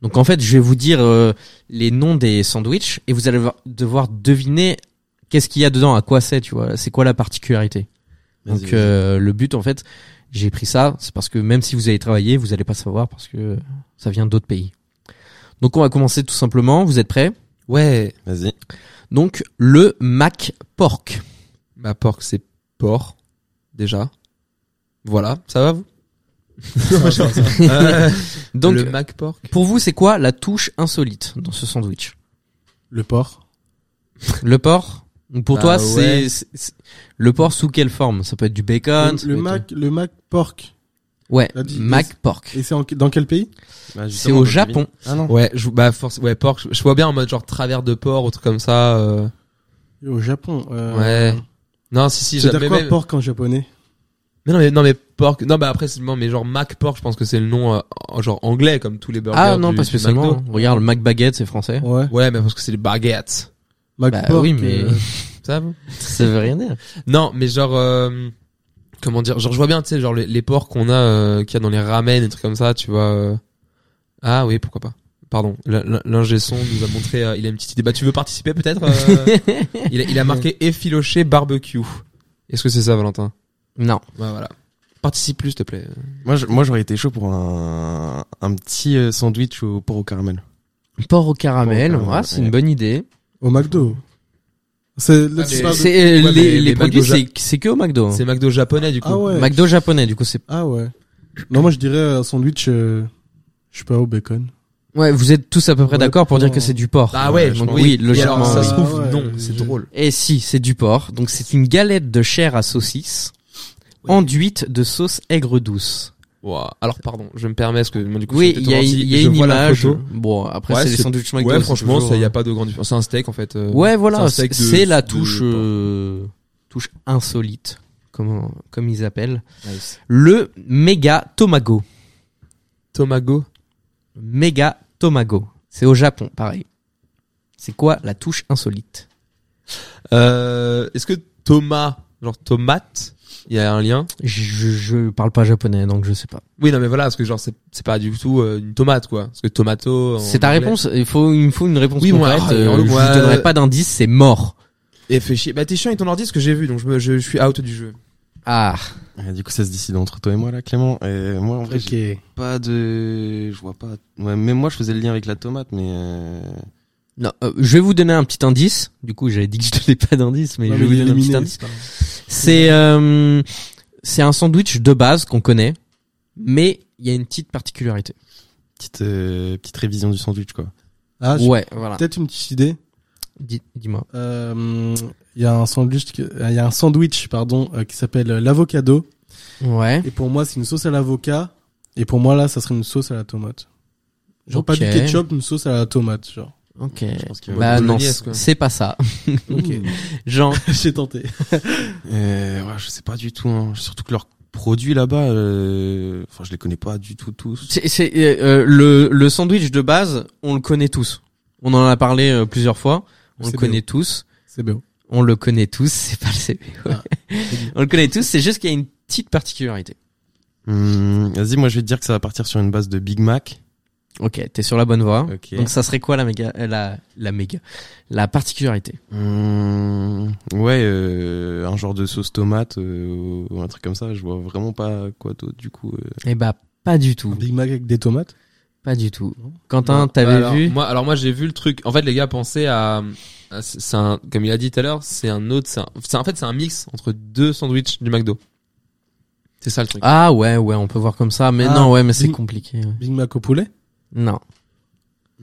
Speaker 6: Donc en fait, je vais vous dire euh, les noms des sandwichs et vous allez voir- devoir deviner qu'est-ce qu'il y a dedans, à quoi c'est, tu vois, c'est quoi la particularité.
Speaker 1: Vas-y,
Speaker 6: Donc
Speaker 1: vas-y.
Speaker 6: euh, le but en fait, j'ai pris ça, c'est parce que même si vous avez travaillé, vous allez pas savoir parce que ça vient d'autres pays. Donc on va commencer tout simplement, vous êtes prêts
Speaker 7: Ouais.
Speaker 1: Vas-y.
Speaker 6: donc le Mac Pork.
Speaker 7: Ma porc c'est porc déjà. Voilà, ça va vous Euh,
Speaker 6: Donc
Speaker 7: le Mac porc.
Speaker 6: pour vous, c'est quoi la touche insolite dans ce sandwich
Speaker 8: Le porc.
Speaker 6: Le porc Donc, Pour
Speaker 7: Bah
Speaker 6: toi,
Speaker 7: ouais.
Speaker 6: c'est- c'est c'est- le porc sous quelle forme Ça peut être du bacon. Ah, ça
Speaker 8: le,
Speaker 6: peut être-
Speaker 8: Mac, le Mac porc.
Speaker 6: Ouais,
Speaker 8: la di-
Speaker 6: Mac Pork.
Speaker 8: Et c'est en- dans quel pays
Speaker 1: Bah,
Speaker 6: C'est
Speaker 1: justement,
Speaker 6: au
Speaker 1: je devine.
Speaker 6: Japon.
Speaker 1: Ah non.
Speaker 7: Ouais, je, bah force, ouais porc. Je, je vois bien en mode genre travers de porc ou truc comme ça. euh.
Speaker 8: Au Japon. Euh,
Speaker 7: Ouais. Non, si si.
Speaker 8: C'est
Speaker 7: j'a-
Speaker 8: dire
Speaker 7: mais-
Speaker 8: quoi
Speaker 7: mais-
Speaker 8: porc en japonais
Speaker 7: Mais non, mais, non, mais porc. Non, bah après, c'est non, mais genre Mac porc, je pense que c'est le nom, euh, en- genre anglais, comme tous les burgers.
Speaker 6: Ah non,
Speaker 7: du-
Speaker 6: pas
Speaker 7: du
Speaker 6: spécialement.
Speaker 7: McDo.
Speaker 6: Regarde, le Mac Baguette, c'est français.
Speaker 1: Oh,
Speaker 8: Ouais.
Speaker 7: Ouais, mais parce que c'est les baguettes.
Speaker 8: Mac
Speaker 6: Bah
Speaker 8: porc.
Speaker 6: oui, mais
Speaker 8: euh,
Speaker 7: Ça vous
Speaker 6: ça veut rien dire.
Speaker 7: Non, mais genre, euh, comment dire Genre, je vois bien, tu sais, genre les, les porcs qu'on a, euh, qu'il y a dans les ramen et trucs comme ça, tu vois. euh. Ah oui, pourquoi pas. Pardon, l- l- l'ingé son nous a montré, euh, il a une petite idée. Bah, tu veux participer peut-être euh il, a, il a marqué effiloché barbecue. Est-ce que c'est ça, Valentin
Speaker 6: non.
Speaker 7: Bah voilà. Participe plus, s'il te plaît.
Speaker 1: Moi, je- moi, j'aurais été chaud pour un, un petit euh, sandwich au porc au caramel.
Speaker 6: Porc au caramel,
Speaker 1: Porc
Speaker 6: ouais,
Speaker 1: au caramel,
Speaker 6: c'est
Speaker 1: ouais.
Speaker 6: une bonne idée.
Speaker 8: Au McDo. C'est là,
Speaker 7: Ah,
Speaker 8: tu
Speaker 7: mais-
Speaker 8: parles de-
Speaker 6: C'est euh,
Speaker 7: Ouais, mais
Speaker 6: les,
Speaker 7: les
Speaker 6: les
Speaker 7: McDo
Speaker 6: produits,
Speaker 7: ja-
Speaker 6: c'est c'est que au McDo. hein.
Speaker 7: C'est McDo japonais, du coup.
Speaker 8: Ah ouais.
Speaker 6: McDo japonais, du coup c'est.
Speaker 8: Ah ouais. Non, moi je dirais un sandwich, euh, je sais pas, au bacon.
Speaker 6: Ouais, vous êtes tous à peu près
Speaker 8: Ouais,
Speaker 6: d'accord pour dire
Speaker 8: pour-
Speaker 6: que c'est du porc. Euh,
Speaker 7: Ah ouais,
Speaker 6: donc
Speaker 7: je-
Speaker 6: oui,
Speaker 7: Et alors,
Speaker 6: logiquement.
Speaker 7: ça
Speaker 6: oui.
Speaker 7: se trouve,
Speaker 8: Ah ouais,
Speaker 7: non, c'est
Speaker 8: je-
Speaker 7: drôle.
Speaker 6: Et si, c'est du porc. Donc c'est une galette de chair à saucisse,
Speaker 7: Oui.
Speaker 6: enduite de sauce aigre douce.
Speaker 7: Ouah, Alors, pardon, je me permets, parce que moi, du coup,
Speaker 6: Oui,
Speaker 7: je suis
Speaker 6: il y a,
Speaker 7: peut-être
Speaker 6: il y a
Speaker 7: ordi, je
Speaker 6: une
Speaker 7: vois la
Speaker 6: image.
Speaker 7: photo.
Speaker 6: Bon, après
Speaker 7: Ouais,
Speaker 6: c'est les
Speaker 7: c'est-
Speaker 6: sandwichs
Speaker 7: Ouais,
Speaker 6: McDo. c'est
Speaker 7: franchement,
Speaker 6: toujours,
Speaker 7: ça, y a
Speaker 6: euh,
Speaker 7: pas de grande différence. C'est un steak, en fait. euh,
Speaker 6: Ouais, voilà,
Speaker 7: c'est un
Speaker 6: c'est
Speaker 7: steak
Speaker 6: c'est
Speaker 7: de-
Speaker 6: la
Speaker 7: de
Speaker 6: touche,
Speaker 7: porc.
Speaker 6: euh, touche insolite, comme comme ils appellent. Le méga tomago.
Speaker 7: Tomago.
Speaker 6: Méga tomago. C'est au Japon, pareil. C'est quoi la touche insolite
Speaker 7: Euh, est-ce que Thomas, genre tomate, il y a un lien
Speaker 6: je, je- je parle pas japonais, donc je sais pas.
Speaker 7: Oui, non, mais voilà, parce que genre, c'est, c'est pas du tout euh, une tomate, quoi. Parce que tomato. en
Speaker 6: C'est ta
Speaker 7: anglais-
Speaker 6: réponse. Il faut, il me faut une réponse
Speaker 7: Oui, bon,
Speaker 6: concrète.
Speaker 7: alors,
Speaker 6: euh,
Speaker 7: alors,
Speaker 6: je
Speaker 7: moi,
Speaker 6: vous
Speaker 7: euh,
Speaker 6: donnerai pas d'indice. C'est mort.
Speaker 7: Et fais chier. Bah, t'es chiant avec ton ordi, ce que j'ai vu, donc je, me, je, je suis out du jeu.
Speaker 6: Ah,
Speaker 1: Euh, du coup, ça se décide entre toi et moi là, Clément. Et moi, en vrai, j'ai pas de, je vois pas. Ouais, même moi, je faisais le lien avec la tomate, mais. euh,
Speaker 6: non. euh, je vais vous donner un petit indice. Du coup, j'avais dit que je donnais pas d'indice, mais
Speaker 8: Non,
Speaker 6: je vais
Speaker 8: mais
Speaker 6: vous
Speaker 8: il est
Speaker 6: donner un petit
Speaker 8: éliminé,
Speaker 6: indice. C'est, euh, c'est un sandwich de base qu'on connaît, mais il y a une petite particularité.
Speaker 1: Petite euh, petite révision du sandwich quoi.
Speaker 8: Ah, j'ai
Speaker 6: Ouais, voilà.
Speaker 8: peut-être une petite idée.
Speaker 6: Dis- Dis-moi.
Speaker 8: Euh, Il y a un sandwich, que- euh, il y a un sandwich, pardon, euh, qui s'appelle euh, l'avocado.
Speaker 6: Ouais.
Speaker 8: Et pour moi, c'est une sauce à l'avocat. Et pour moi, là, ça serait une sauce à la tomate. Genre pas
Speaker 6: Ok.
Speaker 8: du ketchup, une sauce à la tomate, genre.
Speaker 6: Ok.
Speaker 1: pense qu'il y a
Speaker 6: Bah
Speaker 7: une
Speaker 6: non,
Speaker 7: bolognaise,
Speaker 6: c'est-
Speaker 7: quoi.
Speaker 6: c'est pas ça.
Speaker 8: Ok.
Speaker 6: Genre,
Speaker 8: j'ai tenté.
Speaker 1: Euh, ouais, je sais pas du tout. hein. Surtout que leurs produits là-bas, euh, enfin, je les connais pas du tout tous.
Speaker 6: c'est c'est, euh, euh, le le sandwich de base, on le connaît tous. On en a parlé euh, plusieurs fois. On
Speaker 8: C'est
Speaker 6: le
Speaker 8: bien.
Speaker 6: connaît tous.
Speaker 8: C'est beau.
Speaker 6: On le connaît tous, c'est pas le CBO.
Speaker 8: Ah,
Speaker 6: On le connaît tous, c'est juste qu'il y a une petite particularité.
Speaker 1: Hum, Vas-y, moi, je vais te dire que ça va partir sur une base de Big Mac.
Speaker 6: Ok, t'es sur la bonne voie.
Speaker 1: Ok.
Speaker 6: Donc ça serait quoi la méga, euh, la, la méga, la particularité
Speaker 1: Hum, ouais, euh, un genre de sauce tomate euh, ou un truc comme ça. Je vois vraiment pas quoi d'autre du coup. euh.
Speaker 6: Eh bah pas du tout,
Speaker 8: Big Mac avec des tomates.
Speaker 6: pas du tout. Quentin,
Speaker 7: Non.
Speaker 6: t'avais
Speaker 7: alors,
Speaker 6: vu
Speaker 7: moi, Alors moi j'ai vu le truc. En fait les gars pensaient à, à- c'est un, comme il a dit tout à l'heure, c'est un autre, c'est un- c'est en fait c'est un mix entre deux sandwichs du McDo. C'est ça le truc.
Speaker 6: Ah ouais, ouais, on peut voir comme ça, mais
Speaker 8: Ah,
Speaker 6: non, ouais, mais c'est
Speaker 8: oui.
Speaker 6: compliqué. ouais.
Speaker 8: Big Mac au poulet.
Speaker 6: Non.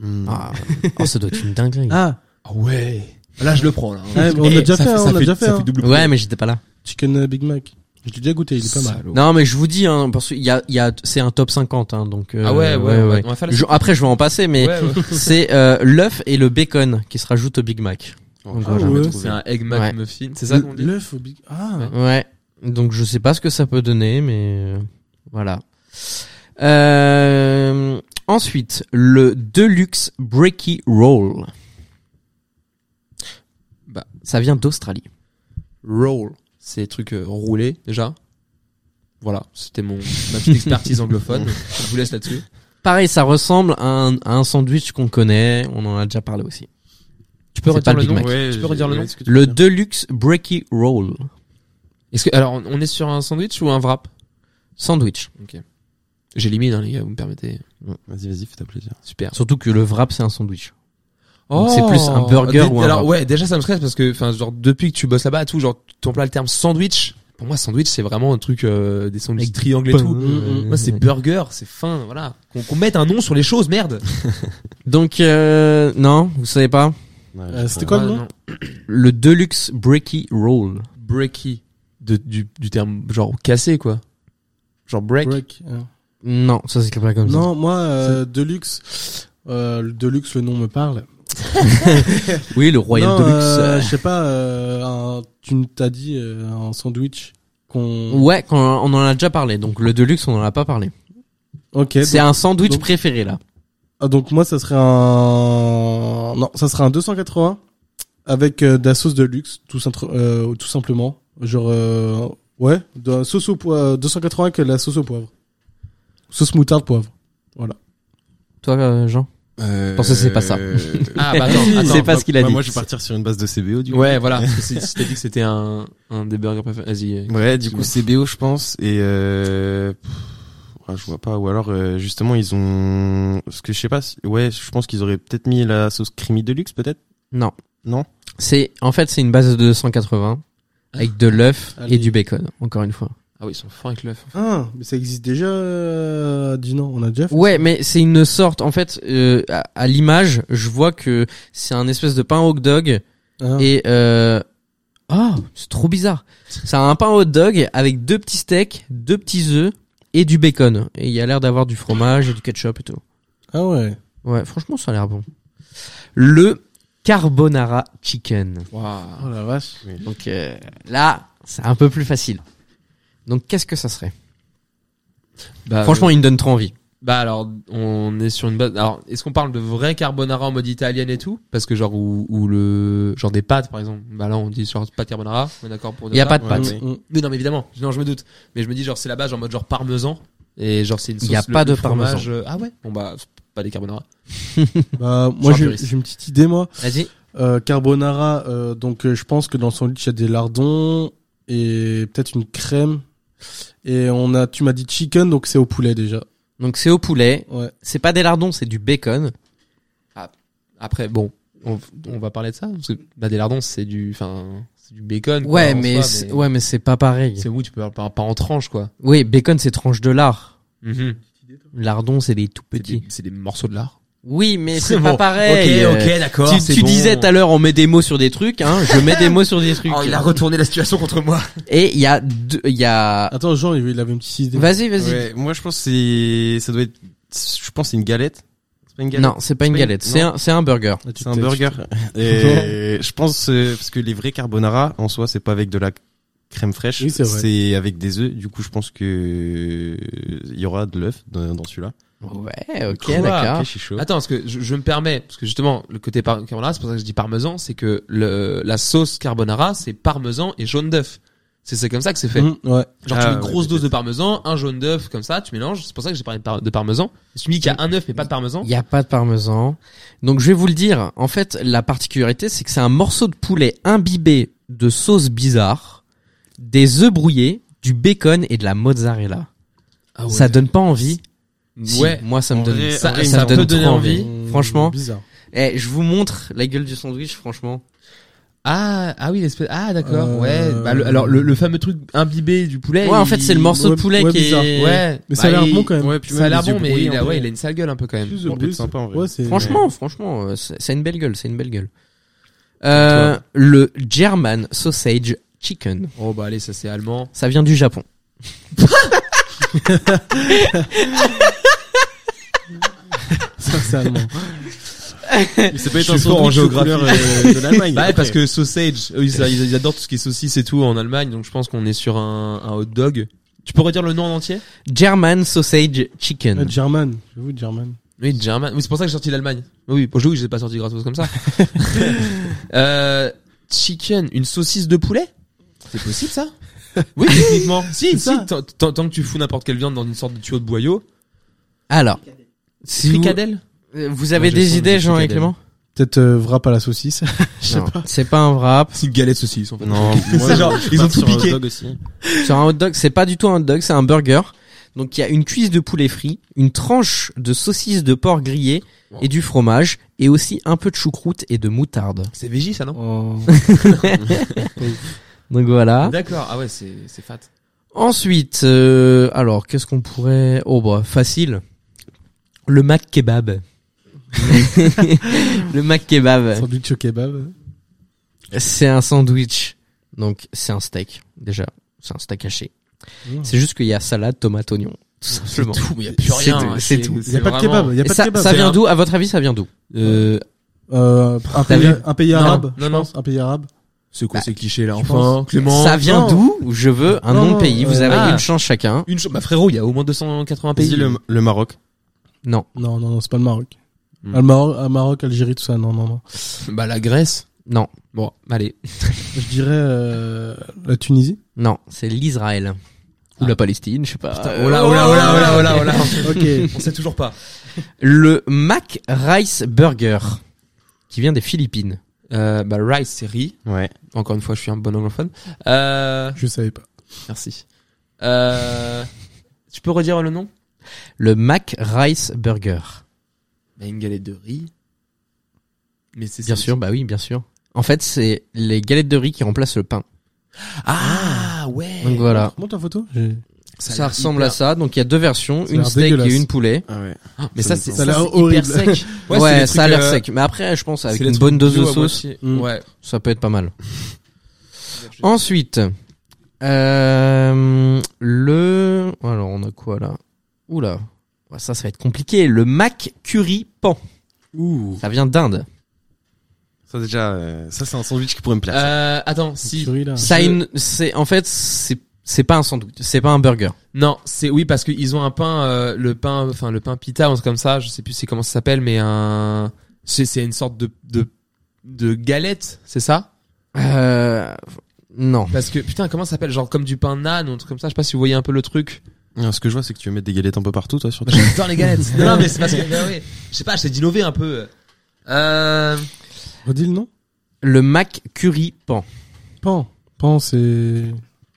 Speaker 1: hum.
Speaker 6: Ah, oh, ça doit être une dinguerie.
Speaker 8: Ah,
Speaker 7: ouais. Là je le prends là.
Speaker 8: ouais, mais on l'a déjà fait, hein, on l'a déjà fait. hein.
Speaker 6: ouais, mais j'étais pas là.
Speaker 8: Chicken euh, Big Mac. Je l'ai déjà goûté, il est pas mal.
Speaker 6: Non, mais je vous dis, hein, parce qu'il y a, il y a, c'est un top 50, hein, donc. euh,
Speaker 7: Ah ouais, ouais, on va- on va faire la-
Speaker 6: Je- après, je vais en passer, mais
Speaker 7: Ouais, ouais.
Speaker 6: c'est euh, l'œuf et le bacon qui se rajoutent au Big Mac.
Speaker 1: Oh,
Speaker 6: Ah
Speaker 1: jamais
Speaker 8: ouais.
Speaker 1: trouvé.
Speaker 7: C'est un egg
Speaker 6: Ouais.
Speaker 7: McMuffin. C'est ça qu'on dit.
Speaker 8: L'œuf au Big Ah,
Speaker 7: Ouais.
Speaker 6: Ouais. Donc je sais pas ce que ça peut donner, mais euh, voilà. Euh, ensuite, le Deluxe Breaky Roll. Bah, ça vient d'Australie.
Speaker 7: roll. C'est des trucs euh, roulés déjà. Voilà, c'était mon ma petite expertise anglophone. Je vous laisse là-dessus.
Speaker 6: Pareil, ça ressemble à un, à un sandwich qu'on connaît. On en a déjà parlé aussi.
Speaker 7: Tu peux
Speaker 6: C'est pas
Speaker 7: redire
Speaker 6: le
Speaker 7: le,
Speaker 6: Big
Speaker 7: nom
Speaker 6: Mac.
Speaker 7: Tu peux redire le
Speaker 1: ouais,
Speaker 7: nom
Speaker 1: ce que tu
Speaker 6: Le
Speaker 1: veux dire.
Speaker 6: Deluxe Breaky Roll
Speaker 7: Est-ce que alors on on est sur un sandwich ou un wrap
Speaker 6: sandwich.
Speaker 7: J'élimine hein, les gars, vous me permettez.
Speaker 1: Vas-y, vas-y, fais ta plaisir.
Speaker 7: Super.
Speaker 6: Surtout que le wrap c'est un sandwich. Donc c'est plus un burger ou
Speaker 7: Dé-
Speaker 6: un
Speaker 7: Oh. Ah, Alors
Speaker 6: wrap.
Speaker 7: ouais, déjà ça me stresse parce que enfin genre depuis que tu bosses là-bas et tout, genre ton plat le terme sandwich. Pour moi sandwich c'est vraiment un truc euh, des sandwichs
Speaker 6: Avec
Speaker 7: triangles et
Speaker 6: pain.
Speaker 7: tout. Moi c'est burger, c'est fin, voilà. Qu'on qu'on mette un nom sur les choses, merde.
Speaker 6: Donc euh, non, vous savez pas.
Speaker 1: Ouais,
Speaker 8: Euh,
Speaker 1: je
Speaker 8: c'était
Speaker 1: crois.
Speaker 8: quoi le
Speaker 7: Ah,
Speaker 8: nom
Speaker 7: non.
Speaker 6: Le Deluxe Breaky Roll.
Speaker 7: Breaky de, du du terme genre cassé quoi. Genre break.
Speaker 8: Break, hein.
Speaker 6: Non, ça s'écrit pas comme ça.
Speaker 8: Non, moi, euh, Deluxe, euh, le Deluxe, le nom me parle.
Speaker 6: Oui, le Royal
Speaker 8: non,
Speaker 6: Deluxe.
Speaker 8: euh,
Speaker 6: euh,
Speaker 8: je sais pas, euh, un- tu nous t'as dit euh, un sandwich qu'on...
Speaker 6: euh, Ouais, qu'on- on en a déjà parlé. Donc le Deluxe, on en a pas parlé.
Speaker 8: Ok,
Speaker 6: C'est
Speaker 8: donc,
Speaker 6: un sandwich
Speaker 8: donc-
Speaker 6: préféré là.
Speaker 8: ah, donc moi, ça serait un... Non, ça serait un 280 avec euh, de la sauce Deluxe, tout, centre- euh, tout simplement. Genre, euh, ouais, de la sauce au poivre, euh, 280 avec de la sauce au poivre. Sauce moutarde poivre.
Speaker 6: Toi, euh, Jean
Speaker 1: Euh,
Speaker 6: Pensez, c'est pas ça.
Speaker 1: euh,
Speaker 7: Ah bah attends,
Speaker 6: C'est
Speaker 7: attends,
Speaker 6: pas
Speaker 7: bah,
Speaker 6: ce qu'il a
Speaker 1: bah,
Speaker 6: dit.
Speaker 1: Moi, je vais partir sur une base de CBO du coup.
Speaker 7: Ouais, voilà. Parce que c'est- Je t'ai dit que c'était un, un des burgers préférés. Vas-y. euh.
Speaker 1: Ouais, du coup CBO je pense et euh... pff, ouais, je vois pas ou alors euh, justement ils ont ce que je sais pas si- ouais je pense qu'ils auraient peut-être mis la sauce creamy deluxe peut-être
Speaker 6: Non.
Speaker 1: Non
Speaker 6: C'est en fait c'est une base de 280 avec de l'œuf et
Speaker 8: Allez.
Speaker 6: du bacon. Encore une fois.
Speaker 7: Ah oui, ils sont forts avec l'œuf.
Speaker 8: Ah, mais ça existe déjà, euh, dis non, on a déjà fait
Speaker 6: Ouais, mais c'est une sorte. En fait, euh, à, à l'image, je vois que c'est un espèce de pain hot dog
Speaker 8: Ah.
Speaker 6: et euh... oh, c'est trop bizarre. C'est un pain hot dog avec deux petits steaks, deux petits œufs et du bacon. Et il y a l'air d'avoir du fromage et du ketchup et tout.
Speaker 8: Ah ouais.
Speaker 6: Ouais, franchement, ça a l'air bon. Le carbonara chicken.
Speaker 7: Waouh.
Speaker 6: Bah,
Speaker 8: Oh la vache.
Speaker 6: Donc euh, là, c'est un peu plus facile. Donc qu'est-ce que ça serait
Speaker 7: Bah,
Speaker 6: Franchement,
Speaker 7: euh,
Speaker 6: il me donne trop envie.
Speaker 7: bah alors, on est sur une base. Alors, est-ce qu'on parle de vrai carbonara en mode italienne et tout Parce que genre ou, ou le genre des pâtes par exemple. Bah là, on dit genre pâte carbonara. On est d'accord pour.
Speaker 6: Il y a
Speaker 7: dire
Speaker 6: pas
Speaker 7: ça
Speaker 6: de
Speaker 1: Ouais,
Speaker 6: pâte.
Speaker 1: ouais.
Speaker 8: Mm, mm.
Speaker 7: Mais non, mais évidemment. Non, je me doute. Mais je me dis genre c'est la base en mode genre parmesan. Et genre c'est une
Speaker 6: Il
Speaker 7: sauce.
Speaker 6: y a
Speaker 7: le-
Speaker 6: pas
Speaker 7: le
Speaker 6: de
Speaker 7: fromage,
Speaker 6: parmesan.
Speaker 7: euh, Ah ouais. Bon bah c'est pas des carbonara.
Speaker 8: Bah, moi,
Speaker 7: un
Speaker 8: j'ai
Speaker 7: puriste.
Speaker 8: j'ai une petite idée, moi.
Speaker 6: Vas-y.
Speaker 8: Euh, carbonara, euh, donc euh, je pense que dans le sandwich, il y a des lardons et peut-être une crème. Et on a, tu m'as dit chicken, donc c'est au poulet déjà.
Speaker 6: Donc c'est au poulet.
Speaker 8: Ouais.
Speaker 6: C'est pas des lardons, c'est du bacon.
Speaker 7: Après, bon, on, on va parler de ça parce que bah, des lardons c'est du, enfin, c'est du bacon. quoi,
Speaker 6: Ouais,
Speaker 7: en
Speaker 6: mais
Speaker 7: soi,
Speaker 6: c'est- ouais, mais c'est pas pareil.
Speaker 7: C'est où tu peux pas, pas en tranche quoi.
Speaker 6: Oui, bacon c'est tranche de lard.
Speaker 7: Mhm.
Speaker 6: Lardon c'est des tout
Speaker 7: C'est
Speaker 6: petits.
Speaker 7: des- C'est des morceaux de lard.
Speaker 6: Oui, mais
Speaker 7: C'est
Speaker 6: c'est pas
Speaker 7: bon.
Speaker 6: pareil.
Speaker 7: Ok, ok,
Speaker 6: Euh,
Speaker 7: d'accord,
Speaker 6: Tu,
Speaker 7: c'est
Speaker 6: tu
Speaker 7: bon.
Speaker 6: disais tout à l'heure, on met des mots sur des trucs. Hein. Je mets des mots sur des trucs.
Speaker 7: Oh, retourné la situation contre moi.
Speaker 6: Et il y a, deux- il y a.
Speaker 7: Ah,
Speaker 8: Attends, Jean, il il avait une petite idée.
Speaker 6: Vas-y, vas-y.
Speaker 1: Ouais, moi je pense que c'est ça doit être je pense que c'est une galette c'est pas une galette
Speaker 6: non, c'est pas une
Speaker 1: C'est
Speaker 6: galette. C'est un, c'est un burger.
Speaker 8: Ah, tu
Speaker 1: c'est un
Speaker 8: t'es-
Speaker 1: burger et je pense euh, parce que les vrais carbonara en soi c'est pas avec de la crème fraîche
Speaker 8: Oui, c'est vrai.
Speaker 1: c'est avec des œufs du coup je pense que euh, il y aura de l'œuf dans, dans celui-là
Speaker 6: Ouais, ok,
Speaker 7: Quoi
Speaker 6: d'accord.
Speaker 1: Ok, je suis chaud.
Speaker 7: Attends, parce que je, je me permets, parce que justement, le côté par- carbonara, c'est pour ça que je dis parmesan, c'est que le, la sauce carbonara, c'est parmesan et jaune d'œuf. C'est c'est comme ça que c'est fait.
Speaker 8: Mmh, ouais.
Speaker 7: Genre tu
Speaker 1: Ah,
Speaker 7: mets une
Speaker 1: ouais,
Speaker 7: grosse dose de parmesan, un jaune d'œuf comme ça, tu mélanges. C'est pour ça que j'ai parlé de, par- de parmesan. Tu me dis qu'il y a un œuf mais pas de parmesan.
Speaker 6: Il n'y a pas de parmesan. Donc je vais vous le dire. En fait, la particularité, c'est que c'est un morceau de poulet imbibé de sauce bizarre, des œufs brouillés, du bacon et de la mozzarella.
Speaker 7: Ah
Speaker 6: Ça donne pas envie. Si,
Speaker 7: Ouais.
Speaker 6: moi ça me
Speaker 1: en
Speaker 6: donne
Speaker 1: vrai,
Speaker 6: ça,
Speaker 1: en vrai,
Speaker 6: ça
Speaker 1: ça
Speaker 6: me donne
Speaker 7: peut donner
Speaker 6: trop
Speaker 7: envie.
Speaker 6: envie.
Speaker 8: Mmh,
Speaker 6: Franchement,
Speaker 8: Bizarre.
Speaker 6: eh, je vous montre la gueule du sandwich. Franchement,
Speaker 7: Ah ah oui l'espèce ah d'accord
Speaker 8: Euh,
Speaker 7: ouais bah, le- alors le, le fameux truc imbibé du poulet.
Speaker 6: ouais, en fait,
Speaker 7: il-
Speaker 6: c'est le morceau
Speaker 8: ouais,
Speaker 6: de poulet
Speaker 8: ouais,
Speaker 6: qui
Speaker 8: bizarre.
Speaker 6: est.
Speaker 7: Ouais.
Speaker 8: Mais ça a
Speaker 7: bah,
Speaker 8: l'air
Speaker 7: il-
Speaker 8: bon quand même.
Speaker 1: Ouais, puis
Speaker 7: Ça a
Speaker 1: même
Speaker 7: l'air
Speaker 1: les yeux
Speaker 7: bon mais
Speaker 1: brouillés,
Speaker 7: il
Speaker 1: en
Speaker 7: a
Speaker 1: vrai.
Speaker 7: ouais il a une sale
Speaker 6: hein.
Speaker 7: gueule un peu quand même.
Speaker 8: Plus de
Speaker 1: Ça peut
Speaker 8: bruit,
Speaker 1: être sympa, en vrai.
Speaker 8: ouais, c'est-
Speaker 6: Franchement, franchement, euh, c'est c'est une belle gueule, c'est une belle gueule. Euh, le German sausage chicken,
Speaker 7: Oh bah allez ça c'est allemand.
Speaker 6: ça vient du Japon.
Speaker 8: Ça, c'est allemand.
Speaker 1: C'est pas
Speaker 7: Je suis fort en géographie.
Speaker 1: de l'Allemagne.
Speaker 7: Bah ouais,
Speaker 1: après.
Speaker 7: parce que sausage, eux, ils, ils- ils adorent tout ce qui est saucisse et tout en Allemagne, donc je pense qu'on est sur un, un hot dog. Tu pourrais dire le nom en entier
Speaker 6: German sausage chicken.
Speaker 8: Euh, German. Je vous German.
Speaker 7: Oui, German. Oui, c'est pour ça que j'ai sorti l'Allemagne. Oui, bonjour, oui, j'ai pas sorti gratos comme ça. euh, chicken, une saucisse de poulet C'est possible ça Oui, techniquement. si,
Speaker 8: ça.
Speaker 7: si, tant, tant- tant que tu fous n'importe quelle viande dans une sorte de tuyau de boyau.
Speaker 6: Alors, si vous,
Speaker 7: Fricadelle
Speaker 6: euh, vous avez
Speaker 7: Non, j'ai
Speaker 6: des
Speaker 7: son-
Speaker 6: idées,
Speaker 7: j'ai
Speaker 6: Jean et
Speaker 7: fricadelle.
Speaker 6: Clément
Speaker 8: Peut-être euh, wrap à la saucisse. Je sais
Speaker 6: Non,
Speaker 8: pas.
Speaker 6: C'est pas un wrap.
Speaker 7: C'est une galette saucisse en fait.
Speaker 1: Non,
Speaker 7: C'est genre, ils ont tout piqué.
Speaker 6: Sur un hot dog, c'est pas du tout un hot dog, c'est un burger. Donc il y a une cuisse de poulet frit, une tranche de saucisse de porc grillée et du fromage, et aussi un peu de choucroute et de moutarde.
Speaker 7: C'est végé ça non
Speaker 6: Donc voilà.
Speaker 7: D'accord, ah ouais, c'est c'est fat.
Speaker 6: Ensuite, euh, alors qu'est-ce qu'on pourrait Oh bah facile. Le mac kebab. le mac kebab,
Speaker 8: Sandwich au kebab.
Speaker 6: c'est un sandwich. Donc c'est un steak déjà, c'est un steak haché.
Speaker 8: Mmh.
Speaker 6: C'est juste qu'il y a salade, tomate, oignon, tout simplement.
Speaker 7: Tout, mais y a plus
Speaker 6: C'est
Speaker 7: rien.
Speaker 6: tout,
Speaker 7: hein,
Speaker 6: c'est tout.
Speaker 8: Il y a pas de
Speaker 7: vraiment-
Speaker 8: kebab. Il y a
Speaker 6: Et
Speaker 8: pas
Speaker 6: ça,
Speaker 8: de kebab.
Speaker 6: ça vient
Speaker 7: un-
Speaker 6: d'où À votre avis, ça vient d'où
Speaker 7: Euh,
Speaker 8: Euh,
Speaker 6: T'as
Speaker 8: un pays,
Speaker 6: vu
Speaker 8: un pays
Speaker 7: Non,
Speaker 8: arabe.
Speaker 7: non,
Speaker 8: je
Speaker 7: non.
Speaker 8: pense, Un pays arabe.
Speaker 7: C'est quoi
Speaker 6: Bah,
Speaker 7: ces clichés là
Speaker 8: je
Speaker 7: Enfin,
Speaker 8: pense.
Speaker 7: Clément.
Speaker 6: Ça vient
Speaker 8: non.
Speaker 6: d'où Je veux un
Speaker 8: Non,
Speaker 6: nom de
Speaker 8: non,
Speaker 6: pays. Vous
Speaker 8: euh,
Speaker 6: avez
Speaker 7: ah.
Speaker 6: une chance chacun.
Speaker 7: Une chose, bah frérot, il y a au moins 280 pays.
Speaker 1: Vas-y, le, le Maroc.
Speaker 6: Non,
Speaker 8: Non, non, non, c'est pas le Maroc.
Speaker 7: Hmm.
Speaker 8: Ah, Le Maroc, ah, Maroc, Algérie, tout ça. Non, non, non.
Speaker 7: Bah la Grèce.
Speaker 6: non,
Speaker 7: Bon, allez.
Speaker 8: Je dirais euh, la Tunisie.
Speaker 6: non. C'est l'Israël ou
Speaker 7: Ah.
Speaker 6: la Palestine, je sais pas.
Speaker 7: Oh là, oh là, oh là, oh là, oh là, oh là.
Speaker 8: ok.
Speaker 7: On sait toujours pas.
Speaker 6: Le Mac Rice Burger qui vient des Philippines.
Speaker 7: Euh, bah rice, c'est riz.
Speaker 1: Ouais.
Speaker 7: Encore une fois, je suis un bon anglophone. Euh,
Speaker 8: Je savais pas.
Speaker 7: merci. Euh, tu peux redire le nom
Speaker 6: Le Mac Rice Burger.
Speaker 7: bah, Une galette de riz. Mais c'est
Speaker 6: Bien
Speaker 7: c'est-
Speaker 6: sûr, bah oui, bien sûr. En fait, c'est les galettes de riz qui remplacent le pain.
Speaker 7: Ah ouais.
Speaker 6: Donc voilà.
Speaker 8: Monte ta photo. j'ai-
Speaker 6: Ça,
Speaker 7: a l'air
Speaker 6: ressemble
Speaker 7: hyper-
Speaker 6: à ça. Donc il y a deux versions,
Speaker 8: Ça a
Speaker 6: une
Speaker 8: l'air
Speaker 6: steak
Speaker 8: dégueulasse.
Speaker 6: et une poulet.
Speaker 1: Ah ouais.
Speaker 7: Ah, Mais ça, c'est
Speaker 8: Ça a
Speaker 7: ça,
Speaker 8: l'air
Speaker 7: c'est hyper
Speaker 8: horrible.
Speaker 7: sec.
Speaker 6: Ouais,
Speaker 7: c'est les
Speaker 6: ça a
Speaker 7: trucs,
Speaker 6: l'air
Speaker 7: euh,
Speaker 6: sec. Mais après, je pense avec
Speaker 7: c'est les
Speaker 6: une
Speaker 7: trucs
Speaker 6: bonne dose de
Speaker 7: bio à
Speaker 6: sauce, hmm,
Speaker 7: moitié.
Speaker 8: Mm.
Speaker 7: Ouais.
Speaker 6: ça peut être pas mal. Ensuite, euh, le. Alors on a quoi là Oula, Ouais, ça, ça va être compliqué. Le Mac Curry Pan.
Speaker 1: Ouh.
Speaker 6: Ça vient d'Inde.
Speaker 7: Ah,
Speaker 1: Ça, déjà, euh, ça, c'est un sandwich qui pourrait me plaire. ça.
Speaker 7: Euh, attends, si.
Speaker 8: Curie, là.
Speaker 6: Ça a
Speaker 7: Je-
Speaker 6: une, c'est en fait c'est c'est pas un sandwich, c'est pas un burger.
Speaker 7: Non, c'est oui parce qu'ils ont un pain, euh, le pain, enfin le pain pita, un truc comme ça. Je sais plus c'est comment ça s'appelle, mais un, c'est c'est une sorte de de de galette, c'est ça
Speaker 6: Euh, non.
Speaker 7: Parce que putain, comment ça s'appelle Genre comme du pain naan ou un truc comme ça. Je sais pas si vous voyez un peu le truc.
Speaker 1: Non, ce que je vois, c'est que tu veux mettre des galettes un peu partout, toi, sur ta-
Speaker 7: J'adore les galettes. non, non, mais c'est parce que bah, ouais. je sais pas, j'essaie d'innover un peu. Euh...
Speaker 8: Redis le nom.
Speaker 6: Le Mac Curry Pan.
Speaker 8: Pan. Pan, c'est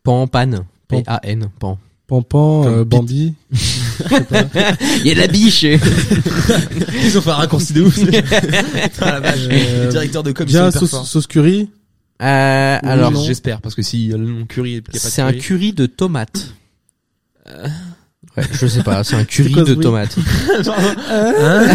Speaker 6: Pan pan.
Speaker 8: Pan.
Speaker 6: P A N pan.
Speaker 8: Pan Pan,
Speaker 1: Comme
Speaker 8: euh,
Speaker 1: Pete.
Speaker 8: Bambi.
Speaker 6: Il y a de la biche.
Speaker 7: Ils ont fait un raccourci de ouf.
Speaker 6: Ah,
Speaker 7: Putain, la vache.
Speaker 8: Euh,
Speaker 7: Le directeur de com, ils sont
Speaker 8: Bien
Speaker 7: hyper
Speaker 8: sauce,
Speaker 7: forts.
Speaker 8: sauce curry.
Speaker 6: Euh,
Speaker 8: Oui,
Speaker 6: alors
Speaker 8: non.
Speaker 7: J'espère parce que si le nom curry, il y a pas de Euh.
Speaker 6: c'est un
Speaker 7: curry.
Speaker 6: curry de tomate. Ouais, je sais pas, c'est un curry
Speaker 8: quoi ce
Speaker 6: de
Speaker 8: bruit
Speaker 6: tomate.
Speaker 7: Hein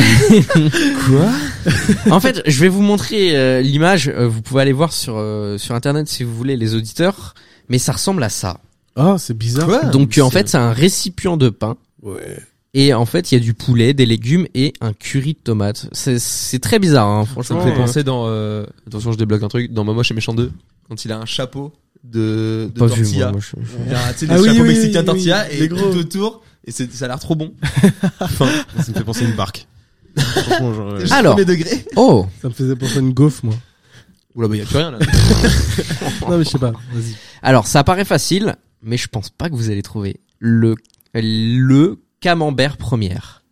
Speaker 6: En fait, je vais vous montrer euh, l'image. euh, vous pouvez aller voir sur euh, sur internet si vous voulez les auditeurs. Mais ça ressemble à ça.
Speaker 8: Ah, c'est bizarre.
Speaker 7: Quoi
Speaker 6: Donc euh,
Speaker 7: mais
Speaker 6: en
Speaker 7: c'est-
Speaker 6: fait, c'est un récipient de pain.
Speaker 8: Ouais.
Speaker 6: Et en fait, il y a du poulet, des légumes et un curry de tomates. C'est- C'est très bizarre, hein,
Speaker 7: Ça
Speaker 6: franchement.
Speaker 7: me fait
Speaker 6: Euh,
Speaker 7: penser dans euh, attention je débloque un truc dans Maman chez méchant 2 quand il a un chapeau de, de
Speaker 6: Pas vu,
Speaker 7: tortilla.
Speaker 6: moi, moi, je- je-
Speaker 7: Il a, tu sais,
Speaker 8: Ah
Speaker 7: le
Speaker 8: oui,
Speaker 7: chapeau
Speaker 8: oui,
Speaker 7: mexicain
Speaker 8: oui,
Speaker 7: tortilla
Speaker 8: oui,
Speaker 7: et
Speaker 8: les gros.
Speaker 7: tout autour et c'est ça a l'air trop bon.
Speaker 1: Ça me fait penser à une barque. Franchement, genre, euh,
Speaker 6: Alors.
Speaker 7: Premier degré.
Speaker 6: Oh,
Speaker 8: Ça me faisait penser à une gaufre, moi.
Speaker 7: Oula, bah, y a plus rien, là.
Speaker 8: Non, mais je sais pas. Vas-y.
Speaker 6: Alors, ça paraît facile, mais je pense pas que vous allez trouver le le camembert première.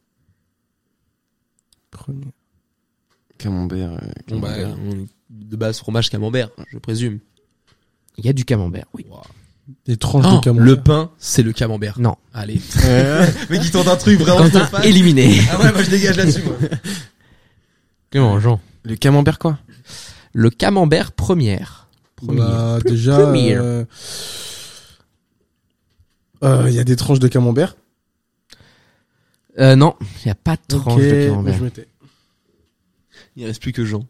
Speaker 1: Camembert. euh,
Speaker 7: Bon, bah,
Speaker 1: camembert.
Speaker 7: on- de base, fromage camembert, je présume.
Speaker 6: Il y a du camembert, oui.
Speaker 8: Des tranches
Speaker 7: Oh,
Speaker 8: de camembert.
Speaker 7: le pain, c'est le camembert.
Speaker 6: Non.
Speaker 7: Allez. Mais qui tente un truc vraiment de
Speaker 6: Quentin
Speaker 7: fan.
Speaker 6: éliminé.
Speaker 7: Ah ouais, moi je dégage là-dessus, moi.
Speaker 6: Comment, Jean
Speaker 1: Le camembert quoi
Speaker 6: Le camembert première.
Speaker 8: Bah,
Speaker 6: Plus-
Speaker 8: déjà,
Speaker 6: premier.
Speaker 8: euh, euh, il y a des tranches de camembert.
Speaker 6: Euh, non, il y a pas de tranche
Speaker 8: Ok,
Speaker 6: de
Speaker 8: moi,
Speaker 6: camembert.
Speaker 8: je m'étais.
Speaker 7: Il reste plus que Jean.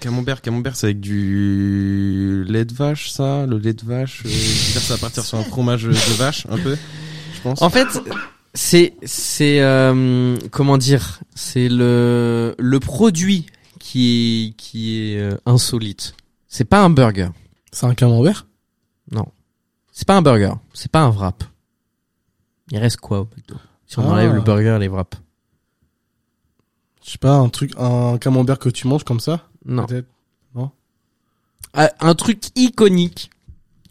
Speaker 1: Camembert, camembert, c'est avec du lait de vache, ça, le lait de vache. euh, c'est-à-dire ça va partir sur un fromage de vache, un peu, je pense.
Speaker 6: En fait, c'est c'est euh, comment dire, c'est le le produit qui est qui est euh, insolite. C'est pas un burger.
Speaker 8: C'est un camembert
Speaker 6: C'est pas un burger. C'est pas un wrap. Il reste quoi au McDo Si on
Speaker 8: Ah.
Speaker 6: enlève le burger, et les wraps.
Speaker 8: Je sais pas, un truc, un camembert que tu manges comme ça
Speaker 6: Non.
Speaker 8: Peut-être.
Speaker 6: Ah, un truc iconique.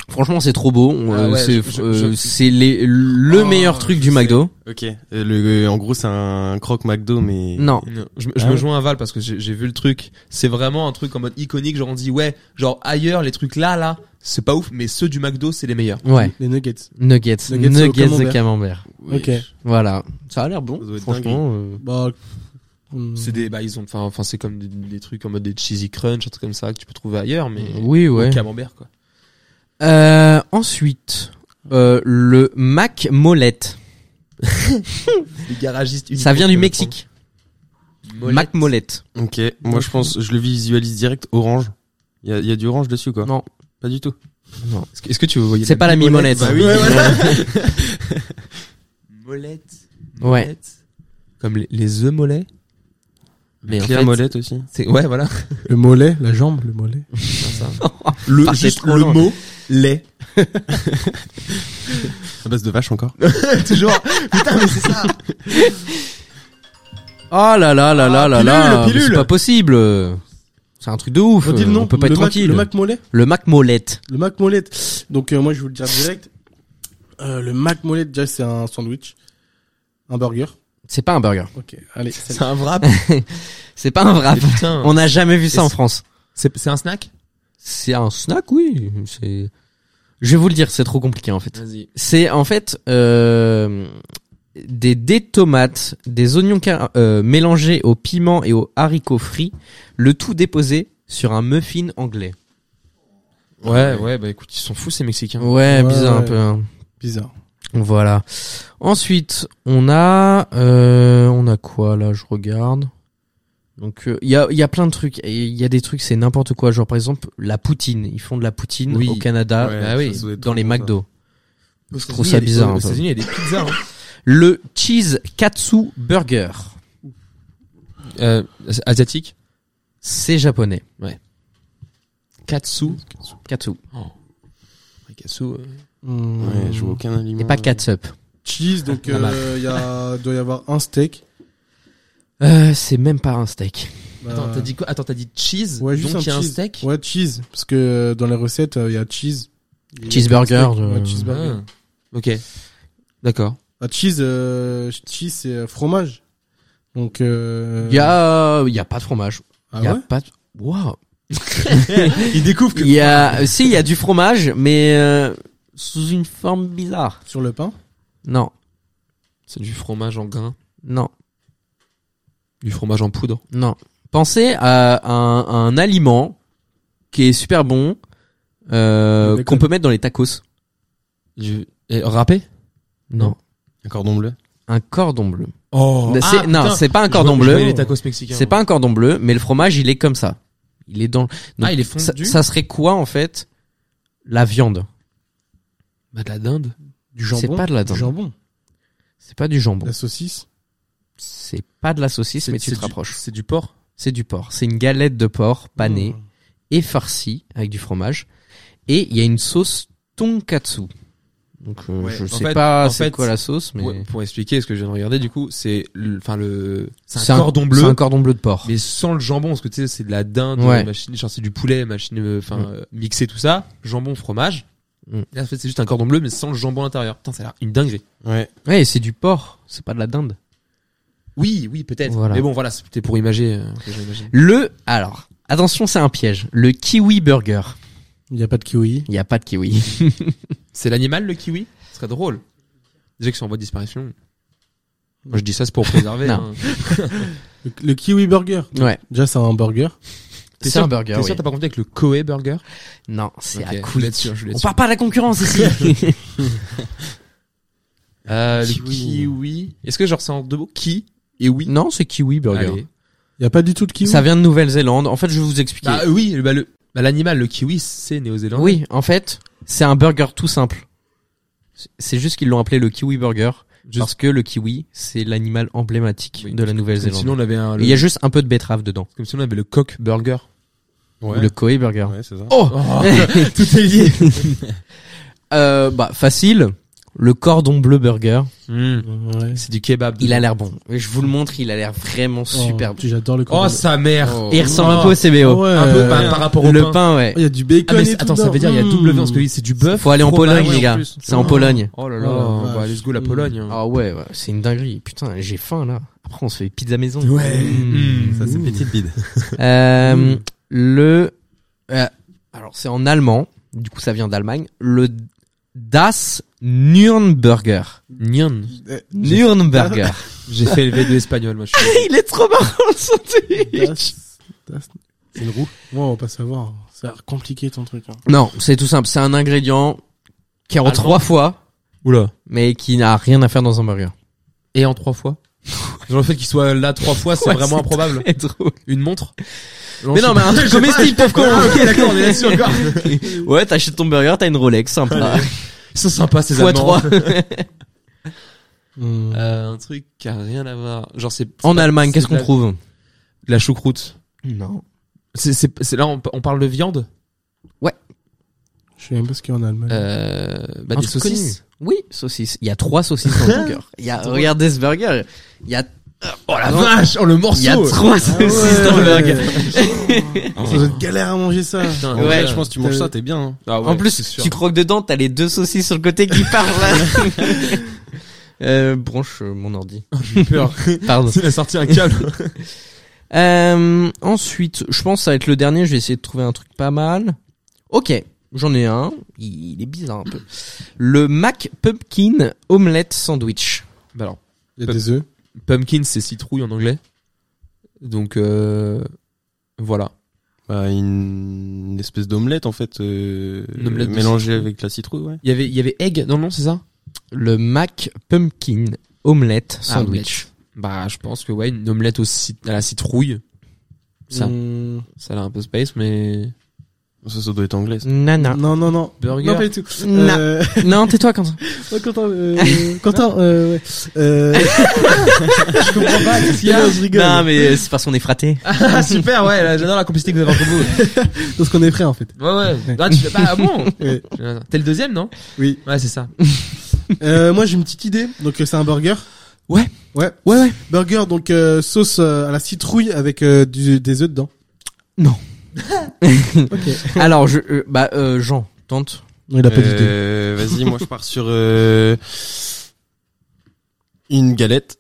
Speaker 6: Franchement, c'est trop beau. On,
Speaker 1: Ah
Speaker 6: euh,
Speaker 1: ouais,
Speaker 6: c'est
Speaker 1: je- je-
Speaker 6: euh,
Speaker 1: je-
Speaker 6: c'est les- le
Speaker 1: Oh,
Speaker 6: meilleur truc
Speaker 1: je
Speaker 6: du
Speaker 1: sais.
Speaker 6: McDo.
Speaker 1: Ok. Euh, le, en gros, c'est un croque McDo, mais.
Speaker 6: Non.
Speaker 7: Je, me- je
Speaker 1: Ah
Speaker 7: me
Speaker 1: ouais.
Speaker 7: joins à Val parce que j'ai j'ai vu le truc. C'est vraiment un truc en mode iconique. Genre on dit ouais, genre ailleurs les trucs là là, c'est pas ouf, mais ceux du McDo c'est les meilleurs.
Speaker 6: Ouais.
Speaker 8: Les nuggets.
Speaker 6: Nuggets.
Speaker 8: Nuggets
Speaker 6: Nuggets,
Speaker 8: au
Speaker 6: de
Speaker 8: camembert.
Speaker 6: camembert.
Speaker 1: Oui.
Speaker 8: Ok.
Speaker 6: Voilà. Ça a l'air bon.
Speaker 1: Ça doit être
Speaker 6: Franchement. euh,
Speaker 8: Bah, hum,
Speaker 7: C'est des bah ils ont enfin enfin c'est comme des, des trucs en mode des cheesy crunch, un truc comme ça que tu peux trouver ailleurs, mais
Speaker 6: euh, Mmh, Oui, ouais.
Speaker 7: au camembert quoi.
Speaker 6: Euh, ensuite, euh, le Mac Molette.
Speaker 7: Les garagistes.
Speaker 6: Ça
Speaker 7: uniquement
Speaker 6: vient
Speaker 7: qui
Speaker 6: du
Speaker 7: peuvent
Speaker 6: Mexique.
Speaker 7: prendre.
Speaker 6: Mac Molette.
Speaker 1: Ok. Moi, je pense, je le visualise direct orange. Il y a, y a du orange dessus, quoi.
Speaker 6: Non.
Speaker 1: Pas du tout.
Speaker 7: Est-ce que, est-ce que tu voyais
Speaker 6: C'est pas la mimolette.
Speaker 7: Bah oui. Molette.
Speaker 6: Ouais.
Speaker 7: Molette. Comme les, les œufs mollets. Mais en
Speaker 1: Claire
Speaker 7: fait,
Speaker 1: Molette aussi.
Speaker 7: c'est ouais voilà.
Speaker 8: Le mollet, la jambe, le mollet.
Speaker 7: Le,
Speaker 6: Partez
Speaker 7: juste
Speaker 6: trop
Speaker 7: le
Speaker 6: loin.
Speaker 7: mot lait.
Speaker 1: À base de vache encore.
Speaker 7: Toujours. Putain, mais c'est ça.
Speaker 6: Oh là là là là là
Speaker 8: pilule,
Speaker 6: là. mais
Speaker 8: pilule.
Speaker 6: C'est pas possible. C'est un truc de ouf.
Speaker 8: dit le nom.
Speaker 6: On peut pas
Speaker 8: le
Speaker 6: être
Speaker 8: Mac-
Speaker 6: tranquille.
Speaker 8: Le Mac mollet
Speaker 6: Le Mac Molette.
Speaker 8: Le Mac Mollet. Donc euh, moi je vais vous le dire direct. Euh, le Mac Mollet déjà c'est un sandwich, un burger.
Speaker 6: C'est pas un burger.
Speaker 8: Ok, allez. salut.
Speaker 7: C'est un wrap.
Speaker 6: C'est pas un wrap.
Speaker 7: Putain.
Speaker 6: On n'a jamais vu ça
Speaker 7: Et
Speaker 6: en
Speaker 7: c'est-
Speaker 6: France.
Speaker 7: C'est c'est un snack
Speaker 6: C'est un snack, oui. C'est. Je vais vous le dire, c'est trop compliqué en fait.
Speaker 7: Vas-y.
Speaker 6: C'est en fait euh, des, des tomates, des oignons car- euh, mélangés au piment et aux haricots frits, le tout déposé sur un muffin anglais.
Speaker 7: Ouais, ouais, bah écoute, ils sont fous ces Mexicains.
Speaker 6: Ouais,
Speaker 8: Ouais,
Speaker 6: bizarre un
Speaker 8: ouais.
Speaker 6: peu. hein.
Speaker 8: Bizarre.
Speaker 6: Voilà. Ensuite, on a euh, on a quoi là Je regarde. Donc euh, il y a y a plein de trucs. Il y a des trucs c'est n'importe quoi. Genre par exemple la poutine. Ils font de la poutine
Speaker 7: Oui.
Speaker 6: au Canada,
Speaker 1: Ouais,
Speaker 6: ah
Speaker 1: ça,
Speaker 6: oui,
Speaker 1: ça doit être
Speaker 6: dans les
Speaker 1: bon, ça.
Speaker 6: McDo.
Speaker 7: je
Speaker 6: trouve ça bizarre, un
Speaker 7: Aux
Speaker 6: peu.
Speaker 7: États-Unis, il y a des pizzas. hein.
Speaker 6: Le cheese katsu burger.
Speaker 7: Euh, asiatique
Speaker 6: C'est japonais.
Speaker 7: Katsu.
Speaker 6: Katsu.
Speaker 7: Katsu.
Speaker 8: Hum,
Speaker 1: Ouais, je vois aucun aliment.
Speaker 6: Et
Speaker 8: Ah.
Speaker 6: pas catsup.
Speaker 8: Cheese donc
Speaker 6: Pas mal.
Speaker 8: euh, il y a doit y avoir un steak.
Speaker 6: Euh, c'est même pas un steak.
Speaker 7: Attends,
Speaker 8: Euh,
Speaker 7: t'as dit quoi Attends, t'as dit cheese
Speaker 8: ouais, juste
Speaker 7: Donc il y a
Speaker 8: un
Speaker 7: un
Speaker 8: cheese.
Speaker 7: steak
Speaker 8: Ouais, cheese parce que euh, dans les recettes euh, il y a cheese. Et
Speaker 6: Cheeseburger,
Speaker 8: steak.
Speaker 6: euh,
Speaker 8: Ouais, cheeseburger.
Speaker 7: Ah. Ok. D'accord.
Speaker 8: Ah, cheese euh, cheese c'est euh, fromage. Donc euh,
Speaker 6: Il y a, il y a pas de fromage.
Speaker 8: ah
Speaker 6: Il y a
Speaker 8: ouais
Speaker 6: pas. De... Wow.
Speaker 7: il découvre
Speaker 6: Il y a, si il y a du fromage, mais euh, sous une forme bizarre.
Speaker 8: sur le pain.
Speaker 6: Non,
Speaker 7: C'est du fromage en grain.
Speaker 6: non,
Speaker 7: Du fromage en poudre.
Speaker 6: non. Pensez à un, un aliment qui est super bon,
Speaker 8: Le
Speaker 6: euh,
Speaker 8: bacon.
Speaker 6: qu'on peut mettre dans les tacos.
Speaker 7: Du... Et râpé
Speaker 6: Non,
Speaker 1: Un cordon bleu.
Speaker 6: un cordon bleu.
Speaker 7: Oh
Speaker 6: C'est- non, c'est pas un cordon bleu.
Speaker 7: les tacos mexicains.
Speaker 6: C'est pas un cordon bleu, mais le fromage, il est comme ça. Il est dans.
Speaker 7: Ah, il est
Speaker 6: Ça,
Speaker 7: fondu
Speaker 6: ça serait quoi en fait La viande.
Speaker 7: Bah, de la dinde.
Speaker 8: Du jambon.
Speaker 6: C'est pas de la
Speaker 8: Du
Speaker 6: dinde.
Speaker 8: jambon.
Speaker 6: C'est pas du jambon.
Speaker 8: La saucisse.
Speaker 6: C'est pas de la saucisse, mais tu te
Speaker 7: c'est du-
Speaker 6: rapproches.
Speaker 7: C'est du porc. Ah.
Speaker 6: C'est du porc. C'est une galette de porc panée
Speaker 8: Hum.
Speaker 6: et farcie avec du fromage. Et il y a une sauce tonkatsu. Donc euh,
Speaker 7: Ouais.
Speaker 6: je
Speaker 7: En
Speaker 6: sais
Speaker 7: fait-
Speaker 6: pas
Speaker 7: en
Speaker 6: c'est
Speaker 7: fait,
Speaker 6: quoi la sauce, mais
Speaker 7: Ouais, pour expliquer ce que je viens de regarder, du coup, c'est le- enfin le c'est
Speaker 6: C'est
Speaker 7: un cordon
Speaker 6: C'est
Speaker 7: bleu,
Speaker 6: un cordon bleu de porc.
Speaker 7: mais sans le jambon parce que tu sais c'est de la dinde, euh,
Speaker 6: Ouais.
Speaker 7: machine, genre c'est du poulet, machine, euh, enfin
Speaker 6: Mm.
Speaker 7: euh, mixé tout ça, jambon, fromage.
Speaker 6: Mm.
Speaker 7: Là, en fait, c'est juste un cordon bleu mais sans le jambon à l'intérieur. Putain, ça a l'air une dinguerie.
Speaker 1: Ouais.
Speaker 6: Ouais, et c'est du porc, c'est pas de la dinde.
Speaker 7: Oui, oui, peut-être.
Speaker 6: Voilà.
Speaker 7: Mais bon, voilà, c'était pour imager. euh, que j'imagine.
Speaker 6: Le alors, attention, c'est un piège. Le kiwi burger.
Speaker 8: Il n'y a pas de kiwi.
Speaker 6: Il y a pas de kiwi.
Speaker 7: c'est l'animal le kiwi Ce serait drôle. Déjà que c'est en voie de disparition. Moi, je dis ça c'est pour préserver.
Speaker 6: Mm. Non.
Speaker 7: hein.
Speaker 8: Le, le kiwi burger.
Speaker 6: Ouais,
Speaker 8: Déjà, c'est un burger.
Speaker 7: T'es
Speaker 6: c'est
Speaker 7: sûr-
Speaker 6: un burger.
Speaker 7: T'es
Speaker 6: oui.
Speaker 7: sûr t'as pas compté avec le Koei Burger
Speaker 6: Non, c'est
Speaker 7: Ok,
Speaker 6: à
Speaker 7: je
Speaker 6: couille.
Speaker 7: voulais être sûr, je voulais être
Speaker 6: On parle pas de la concurrence ici. Ah,
Speaker 7: euh, Le
Speaker 8: Kiwi.
Speaker 7: kiwi. Est-ce que genre c'est en deux mots Ki et oui.
Speaker 6: non, c'est kiwi burger.
Speaker 7: Allez.
Speaker 8: Il n'y a pas du tout de kiwi.
Speaker 6: Ça vient de Nouvelle-Zélande. En fait, je vais vous expliquer.
Speaker 7: Bah euh, oui, bah, le bah, l'animal le kiwi c'est néo-zélandais.
Speaker 6: oui, en fait, c'est un burger tout simple. C'est- C'est juste qu'ils l'ont appelé le kiwi burger
Speaker 7: Juste-
Speaker 6: parce que le kiwi, c'est l'animal emblématique
Speaker 7: Oui,
Speaker 6: de la
Speaker 7: Comme sinon
Speaker 6: Nouvelle-Zélande.
Speaker 7: on avait un
Speaker 6: Et
Speaker 7: le-
Speaker 6: Il y a juste un peu de betterave dedans.
Speaker 7: comme sinon on avait le coq burger.
Speaker 1: Ouais.
Speaker 6: Le Koei burger.
Speaker 1: Ouais, c'est ça.
Speaker 6: Oh,
Speaker 7: Tout est lié.
Speaker 6: Euh, bah facile. Le cordon bleu burger,
Speaker 8: Ouais.
Speaker 7: C'est du kebab.
Speaker 6: il a l'air bon. Je vous le montre, il a l'air vraiment super
Speaker 8: Oh,
Speaker 6: bon.
Speaker 8: J'adore le cordon
Speaker 7: Oh
Speaker 8: bleu.
Speaker 7: sa mère.
Speaker 6: Et il ressemble un peu au
Speaker 8: Ah
Speaker 6: CBO.
Speaker 8: ouais.
Speaker 7: Un peu bah, par,
Speaker 8: Oh,
Speaker 7: par rapport au
Speaker 6: Oh. Euh, le
Speaker 7: pain.
Speaker 6: pain, ouais.
Speaker 8: Il y a du bacon
Speaker 7: Ah mais
Speaker 8: et
Speaker 7: c'est-
Speaker 8: tout
Speaker 7: attends, ça
Speaker 8: dedans.
Speaker 7: veut dire il y a double
Speaker 8: Mmh.
Speaker 7: parce que oui, c'est du bœuf.
Speaker 6: Faut aller en
Speaker 7: fromage,
Speaker 6: Pologne,
Speaker 7: ouais,
Speaker 6: les
Speaker 7: en
Speaker 6: gars.
Speaker 7: plus.
Speaker 6: C'est en Pologne.
Speaker 7: Oh là là,
Speaker 8: Oh la
Speaker 7: bah,
Speaker 8: vache.
Speaker 7: let's go la Pologne. hein.
Speaker 6: Ah ouais, ouais, c'est une dinguerie. Putain, j'ai faim là. Après, on se fait pizza maison.
Speaker 1: Ouais.
Speaker 7: Mm.
Speaker 6: Mmh.
Speaker 1: Ça, c'est
Speaker 8: Ouh.
Speaker 1: petite bide.
Speaker 6: Euh, le euh, alors c'est en allemand. Du coup, ça vient d'Allemagne. Le Das Nürnberger.
Speaker 7: Nyan.
Speaker 6: Nürnberger.
Speaker 7: J'ai fait le V2 espagnol, moi. Je suis...
Speaker 6: Il est trop marrant le sandwich.
Speaker 8: Das- das- Eh, C'est une roue. Moi, on va pas savoir. Ça a l'air compliqué ton truc. hein.
Speaker 6: Non, c'est tout simple. C'est un ingrédient qui est en
Speaker 7: Allemand.
Speaker 6: trois fois,
Speaker 7: Oula.
Speaker 6: mais qui n'a rien à faire dans un burger.
Speaker 7: Et en trois fois. Genre le fait qu'il soit là trois fois, c'est
Speaker 6: Ouais,
Speaker 7: vraiment
Speaker 6: c'est
Speaker 7: improbable.
Speaker 6: Et drôle.
Speaker 7: Une montre.
Speaker 6: Mais non, mais un truc comestible, pauvre con.
Speaker 7: ok, d'accord, on est là-dessus encore.
Speaker 6: Ouais, t'achètes ton burger, t'as une Rolex, sympa.
Speaker 7: Ils sont sympas, ces
Speaker 6: Fois
Speaker 7: Allemands.
Speaker 6: trois.
Speaker 8: Mmh.
Speaker 7: Euh, un truc qui a rien à voir. Genre c'est. c'est
Speaker 6: En
Speaker 7: pas-
Speaker 6: Allemagne,
Speaker 7: c'est
Speaker 6: qu'est-ce
Speaker 7: de
Speaker 6: qu'on
Speaker 7: la-
Speaker 6: trouve
Speaker 7: de La choucroute.
Speaker 6: Non.
Speaker 7: C'est c'est c'est là on, on parle de viande.
Speaker 8: Je sais même pas ce qu'il y a en Allemagne.
Speaker 7: Euh, bah,
Speaker 6: Un
Speaker 7: des
Speaker 6: truc
Speaker 7: saucisses.
Speaker 6: Oui, saucisse. Il y a trois saucisses dans le burger. Il y a, regardez ce burger. Il y a,
Speaker 7: Oh la
Speaker 6: Non.
Speaker 7: vache, oh le morceau.
Speaker 6: il y a trois saucisses
Speaker 8: ouais.
Speaker 6: dans le burger.
Speaker 8: Ça doit être galère à manger ça.
Speaker 7: Putain,
Speaker 1: Ouais,
Speaker 7: ouais.
Speaker 1: je pense que tu manges ça, t'es bien. hein.
Speaker 7: Ah ouais,
Speaker 6: en plus,
Speaker 7: c'est sûr.
Speaker 6: tu croques dedans, t'as les deux saucisses sur le côté qui partent là. euh, branche euh, mon ordi.
Speaker 7: j'ai peur.
Speaker 6: Pardon.
Speaker 7: Il a sorti un câble.
Speaker 6: Euh, ensuite, je pense que ça va être le dernier. Je vais essayer de trouver un truc pas mal. Ok, j'en ai un. Il, il est bizarre un peu. Le Mac Pumpkin Omelette Sandwich.
Speaker 7: bah alors,
Speaker 8: Il y a des œufs.
Speaker 7: pumpkin c'est citrouille en anglais. Donc euh, voilà.
Speaker 1: Bah, une... une espèce d'omelette, en fait, euh,
Speaker 7: Une omelette de
Speaker 1: mélangée
Speaker 7: citrouille.
Speaker 1: avec la citrouille, ouais.
Speaker 7: Il y avait il y avait egg dans le nom, c'est ça
Speaker 6: Le Mac Pumpkin Omelette
Speaker 8: Ah,
Speaker 6: Sandwich.
Speaker 7: Bah je pense que ouais, une omelette au ci- à la citrouille. Ça
Speaker 8: Mmh.
Speaker 7: ça a l'air un peu space mais
Speaker 1: Ça, ça doit être anglais. ça.
Speaker 6: Nana.
Speaker 8: Non, non, non.
Speaker 7: Burger.
Speaker 8: Non, pas du tout.
Speaker 6: Na-
Speaker 8: Euh,
Speaker 6: Non, tais-toi Quentin.
Speaker 8: ouais, Quentin, euh, Quentin, euh, ouais. Euh, je comprends pas. Qu'est-ce qu'il y a Je rigole.
Speaker 6: Non, mais euh, c'est parce qu'on est fraté.
Speaker 7: Ah super, ouais, là, j'adore la complicité que vous avez entre vous.
Speaker 8: Parce qu'on est frais en fait.
Speaker 7: Ouais ouais. Ah, tu... bah bon.
Speaker 8: Ouais.
Speaker 7: T'es le deuxième, non
Speaker 8: Oui.
Speaker 7: Ouais, c'est ça.
Speaker 8: Euh, moi j'ai une petite idée. Donc euh, c'est un burger.
Speaker 6: Ouais.
Speaker 8: Ouais.
Speaker 6: Ouais, ouais.
Speaker 8: Burger donc euh, sauce euh, à la citrouille avec euh, du, des œufs dedans.
Speaker 6: Alors, je, euh, bah, euh, Jean, tente.
Speaker 8: Il a pas d'idée.
Speaker 1: Euh, Vas-y, moi, je pars sur euh, une galette.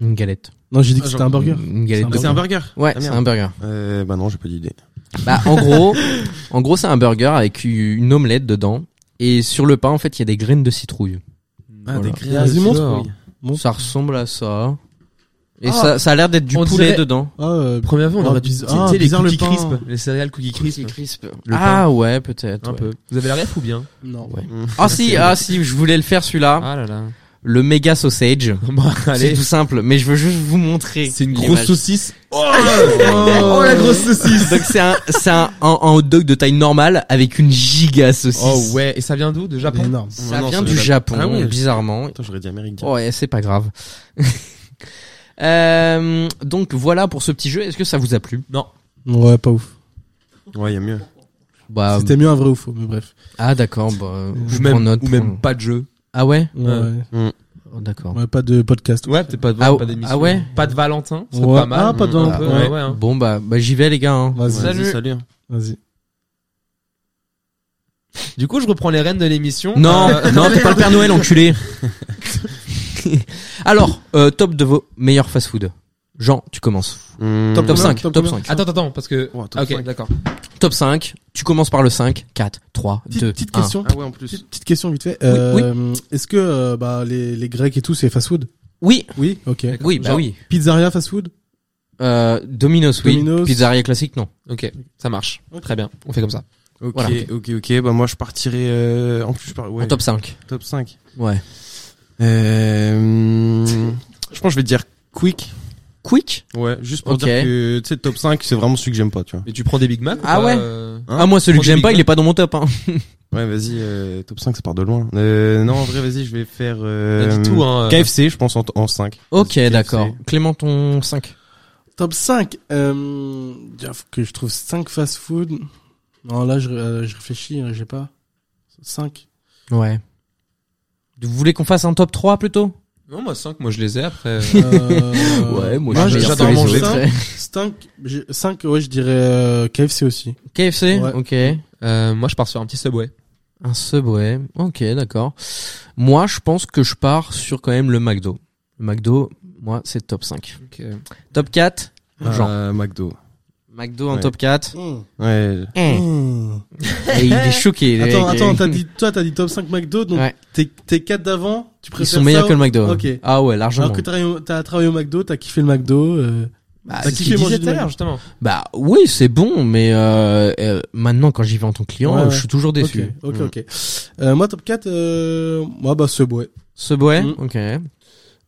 Speaker 6: Une galette.
Speaker 8: Non, j'ai dit que c'était un burger.
Speaker 6: Une galette.
Speaker 8: C'est un
Speaker 6: de-
Speaker 1: burger
Speaker 6: Ouais,
Speaker 1: Ah,
Speaker 6: c'est
Speaker 1: merde.
Speaker 6: un burger.
Speaker 1: Euh, bah non, j'ai pas d'idée.
Speaker 6: Bah, en gros, en gros, c'est un burger avec une omelette dedans. Et sur le pain, en fait, il y a des graines de citrouille.
Speaker 1: Ah,
Speaker 6: Voilà.
Speaker 1: des
Speaker 8: Vas-y, montre.
Speaker 6: Ça ressemble à ça. Et
Speaker 7: Ah.
Speaker 6: ça, ça a l'air d'être du
Speaker 7: On
Speaker 6: poulet
Speaker 7: dirait-
Speaker 6: dedans.
Speaker 8: Ah, euh,
Speaker 7: Première fois, on
Speaker 8: Ah,
Speaker 7: aurait dû
Speaker 8: bizarre-
Speaker 7: tu sais,
Speaker 8: ah,
Speaker 7: les
Speaker 8: bizarre le
Speaker 7: cookies
Speaker 8: pain.
Speaker 7: crisp, les céréales cookies crisp,
Speaker 6: crisp.
Speaker 7: Le
Speaker 6: Ah ouais, peut-être.
Speaker 7: un
Speaker 6: ouais.
Speaker 7: peu. Vous avez la ref ou bien
Speaker 8: non.
Speaker 6: Ouais. Ah si, ah si, je voulais le faire celui-là.
Speaker 7: Ah là là.
Speaker 6: Le méga sausage.
Speaker 7: Bon,
Speaker 6: C'est
Speaker 7: allez.
Speaker 6: tout simple, mais je veux juste vous montrer.
Speaker 7: C'est une
Speaker 6: l'image.
Speaker 7: grosse saucisse.
Speaker 8: Oh, la grosse saucisse.
Speaker 6: Donc c'est un, c'est un, un, un hot dog de taille normale avec une giga saucisse.
Speaker 7: Oh ouais, et ça vient d'où De
Speaker 8: Elle est
Speaker 7: Japon
Speaker 8: énorme.
Speaker 6: Ça
Speaker 1: Ah non,
Speaker 6: vient
Speaker 1: c'est
Speaker 6: du
Speaker 1: le
Speaker 6: Japon, hein. Oh.
Speaker 1: Japon. Ah oui.
Speaker 6: bizarrement.
Speaker 1: Attends, j'aurais dit Amérique. direct.
Speaker 6: Ouais, c'est pas grave. Euh, donc voilà pour ce petit jeu. Est-ce que ça vous a plu
Speaker 8: Ouais, pas ouf.
Speaker 1: Ouais, il y a mieux.
Speaker 6: Bah,
Speaker 8: C'était mieux un vrai ou faux, mais bref.
Speaker 6: ah d'accord. Bah,
Speaker 7: Ou
Speaker 6: je prends
Speaker 7: même,
Speaker 6: note
Speaker 7: ou
Speaker 6: pour-
Speaker 7: même pas de jeu.
Speaker 6: Ah ouais.
Speaker 8: Ouais,
Speaker 7: Euh,
Speaker 8: ouais.
Speaker 6: Oh, d'accord.
Speaker 8: Ouais, pas de podcast.
Speaker 7: Ouais, peut-être pas de,
Speaker 6: Ah,
Speaker 7: pas d'émission.
Speaker 6: ah ouais
Speaker 7: Pas de Valentin, c'est
Speaker 8: Ouais.
Speaker 7: pas mal.
Speaker 8: Ah, pas de
Speaker 7: Mmh,
Speaker 8: Valentin.
Speaker 7: un peu, ouais,
Speaker 8: Ouais.
Speaker 7: ouais, hein.
Speaker 6: Bon bah, bah j'y vais les gars. hein.
Speaker 8: Vas-y.
Speaker 7: Salut.
Speaker 1: salut.
Speaker 8: Vas-y.
Speaker 7: Du coup, je reprends les rênes de l'émission.
Speaker 6: Non,
Speaker 7: Euh,
Speaker 6: non, t'es pas le Père Noël, enculé. Alors, euh, top de vos meilleurs fast-food. Jean, tu commences. Top,
Speaker 8: combien
Speaker 6: 5, top,
Speaker 8: Top combien
Speaker 6: 5.
Speaker 7: Attends, attends, parce que.
Speaker 1: Hum. Ouais, top
Speaker 7: Ah, ok,
Speaker 1: cinq.
Speaker 7: d'accord.
Speaker 6: Top 5, tu commences par le 5, 4, 3, 2,
Speaker 8: Petite, petite
Speaker 6: 1.
Speaker 8: question.
Speaker 1: Ah ouais, en plus.
Speaker 8: Petite, petite question vite fait. Euh, Est-ce que euh, bah, les, les Grecs et tout, c'est fast-food
Speaker 6: Oui,
Speaker 8: Oui, ok.
Speaker 6: oui, bah
Speaker 7: Jean.
Speaker 6: oui.
Speaker 8: Pizzeria fast-food
Speaker 6: Euh, Domino's, oui.
Speaker 8: Domino's.
Speaker 6: Pizzeria classique, non.
Speaker 7: Ok, ça marche. Très bien, on fait comme ça.
Speaker 1: Ok,
Speaker 6: Voilà.
Speaker 1: ok, ok. Bah moi je partirais euh, en plus je pars, ouais,
Speaker 6: En top 5.
Speaker 1: top 5.
Speaker 6: Ouais.
Speaker 1: Euh, hum, je pense que je vais dire quick.
Speaker 6: Quick
Speaker 1: Ouais, juste pour
Speaker 6: Ok.
Speaker 1: dire que tu sais top 5, c'est vraiment celui que j'aime pas, tu vois.
Speaker 7: Mais tu prends des Big Mac ou
Speaker 6: Ah
Speaker 7: pas,
Speaker 6: ouais
Speaker 7: euh,
Speaker 1: Hein
Speaker 6: Ah, moi, celui que
Speaker 7: Prends des
Speaker 6: j'aime pas,
Speaker 7: Big
Speaker 6: il est pas dans mon top. Hein.
Speaker 1: Ouais, vas-y euh, top 5 ça part de loin. Euh, non, en vrai, vas-y, je vais faire euh,
Speaker 7: T'as dit tout, hein.
Speaker 1: KFC, je pense en, en 5.
Speaker 6: Ok,
Speaker 1: Vas-y, KFC.
Speaker 6: d'accord. Clément, ton 5.
Speaker 8: Top 5 euh, tiens, faut que je trouve 5 fast-food. Non, là, je, euh, je réfléchis, hein, j'ai pas. 5
Speaker 6: Ouais. Vous voulez qu'on fasse un top 3 plutôt
Speaker 7: Non, moi 5, moi je les ai après. euh,
Speaker 8: Euh, Ouais,
Speaker 7: je j'adore préfère manger. les
Speaker 8: 5, 5, ouais, je dirais euh, KFC aussi.
Speaker 6: KFC
Speaker 8: Ouais.
Speaker 6: Ok.
Speaker 7: Euh, moi je pars sur un petit Subway.
Speaker 6: Un Subway, ok, d'accord. Moi, je pense que je pars sur quand même le McDo. Le McDo, moi, c'est top 5.
Speaker 7: euh,
Speaker 6: Top 4, Jean.
Speaker 1: Euh, McDo.
Speaker 6: McDo en
Speaker 1: ouais.
Speaker 6: top 4.
Speaker 1: Ouais.
Speaker 6: Eh, Et il est choqué. le
Speaker 8: Mmh. Attends,
Speaker 6: mec.
Speaker 8: attends, t'as dit, toi, t'as dit top 5 McDo, donc
Speaker 6: Ouais.
Speaker 8: tes- tes 4 d'avant, tu
Speaker 6: Ils
Speaker 8: préfères.
Speaker 6: sont meilleurs
Speaker 8: ça
Speaker 6: que le McDo.
Speaker 8: Ok.
Speaker 6: Ah ouais, largement.
Speaker 8: Alors que t'as travaillé au- t'as travaillé au McDo, t'as kiffé le McDo. euh,
Speaker 6: Bah, c'est
Speaker 8: t'as
Speaker 6: ce
Speaker 8: kiffé
Speaker 6: qu'il
Speaker 8: manger
Speaker 6: disait
Speaker 8: du
Speaker 6: tout à l'heure.
Speaker 8: McDo.
Speaker 7: Justement.
Speaker 6: Bah oui, c'est bon, mais euh, euh, maintenant, quand j'y vais en tant que client,
Speaker 8: Ouais,
Speaker 6: euh,
Speaker 8: ouais.
Speaker 6: je suis toujours
Speaker 8: Ok,
Speaker 6: déçu. Mm.
Speaker 8: ok, ok. Euh, moi, top 4, euh, moi, bah, Subway.
Speaker 6: Subway,
Speaker 8: Mm.
Speaker 6: ok. Ouais,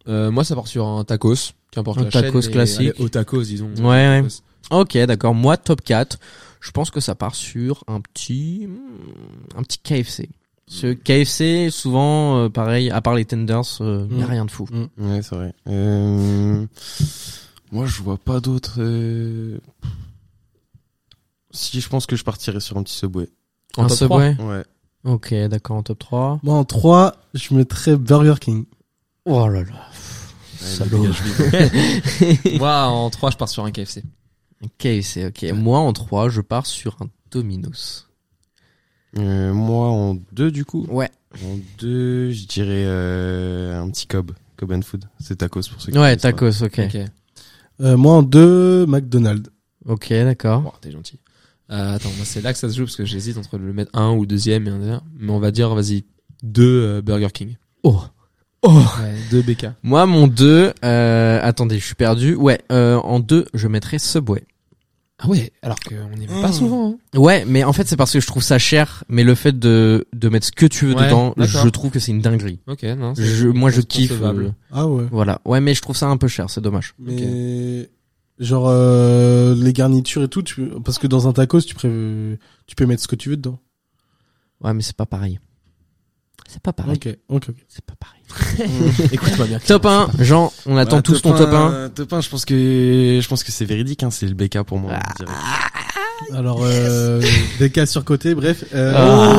Speaker 7: Euh, moi ça part sur un tacos, qu'importe
Speaker 6: Un
Speaker 7: la
Speaker 6: tacos
Speaker 7: chaîne, mais-
Speaker 6: classique.
Speaker 7: allez, Au tacos, disons.
Speaker 6: ouais.
Speaker 7: Tacos.
Speaker 6: Ok, d'accord. Moi, top 4, je pense que ça part sur un petit, hmm, un petit KFC. Ce KFC, souvent, euh, pareil, à part les tenders, il n'y a
Speaker 8: Mm.
Speaker 6: rien de fou.
Speaker 1: Ouais, c'est vrai. Euh, moi, je vois pas d'autres. euh, Si je pense que je partirais sur un petit subway.
Speaker 7: En
Speaker 6: un
Speaker 7: top
Speaker 6: Subway
Speaker 1: Ouais.
Speaker 6: Ok, d'accord, en top 3.
Speaker 8: Moi, en 3, je mettrais Burger King.
Speaker 6: Oh là là. Salaud.
Speaker 7: Moi en 3 je pars sur un KFC.
Speaker 6: KFC, ok. Moi, en 3, je pars sur un Domino's.
Speaker 1: Euh, moi, en deux, du coup.
Speaker 6: Ouais.
Speaker 1: En deux, je dirais euh, un petit cob. Cob and food. C'est tacos pour ceux qui
Speaker 6: Ouais,
Speaker 1: connaissent pas.
Speaker 6: tacos, ok.
Speaker 7: Ok.
Speaker 8: Euh, moi, en 2, McDonald's.
Speaker 6: Ok, d'accord.
Speaker 7: Bon, Oh, t'es gentil. Euh, attends, moi c'est là que ça se joue parce que j'hésite entre le mettre un ou deuxième et un dernier. Mais on va dire, vas-y, deux euh, Burger King.
Speaker 6: Oh. Oh.
Speaker 7: Ouais, deux BK.
Speaker 6: Moi, mon 2, euh, attendez, je suis perdu. Ouais, euh, en 2, je mettrais Subway.
Speaker 7: Ah ouais, alors qu'on n'y va
Speaker 8: Mmh.
Speaker 7: pas souvent. hein.
Speaker 6: Ouais, mais en fait, c'est parce que je trouve ça cher, mais le fait de, de mettre ce que tu veux
Speaker 7: Ouais,
Speaker 6: dedans,
Speaker 7: d'accord.
Speaker 6: je trouve que c'est une dinguerie.
Speaker 7: Ok, non. c'est-
Speaker 6: Je, moi, je
Speaker 7: c'est
Speaker 6: kiffe.
Speaker 7: concevable.
Speaker 6: euh,
Speaker 8: Ah ouais.
Speaker 6: voilà. Ouais, mais je trouve ça un peu cher, c'est dommage.
Speaker 8: Mais genre euh, les garnitures et tout, tu... parce que dans un tacos, tu, pré... tu peux mettre ce que tu veux dedans.
Speaker 6: Ouais, mais c'est pas pareil. C'est pas pareil.
Speaker 8: Ok, ok. ok.
Speaker 6: C'est pas pareil.
Speaker 7: Écoute, ma bien.
Speaker 6: Top 1, Jean, on attend
Speaker 1: Bah,
Speaker 6: tous ton top 1.
Speaker 1: euh, Top 1, je pense que, je pense que c'est véridique, hein, c'est le BK pour moi. je dirais.
Speaker 8: Ah, Alors euh, des cas surcotés, bref. Euh...
Speaker 6: Ah.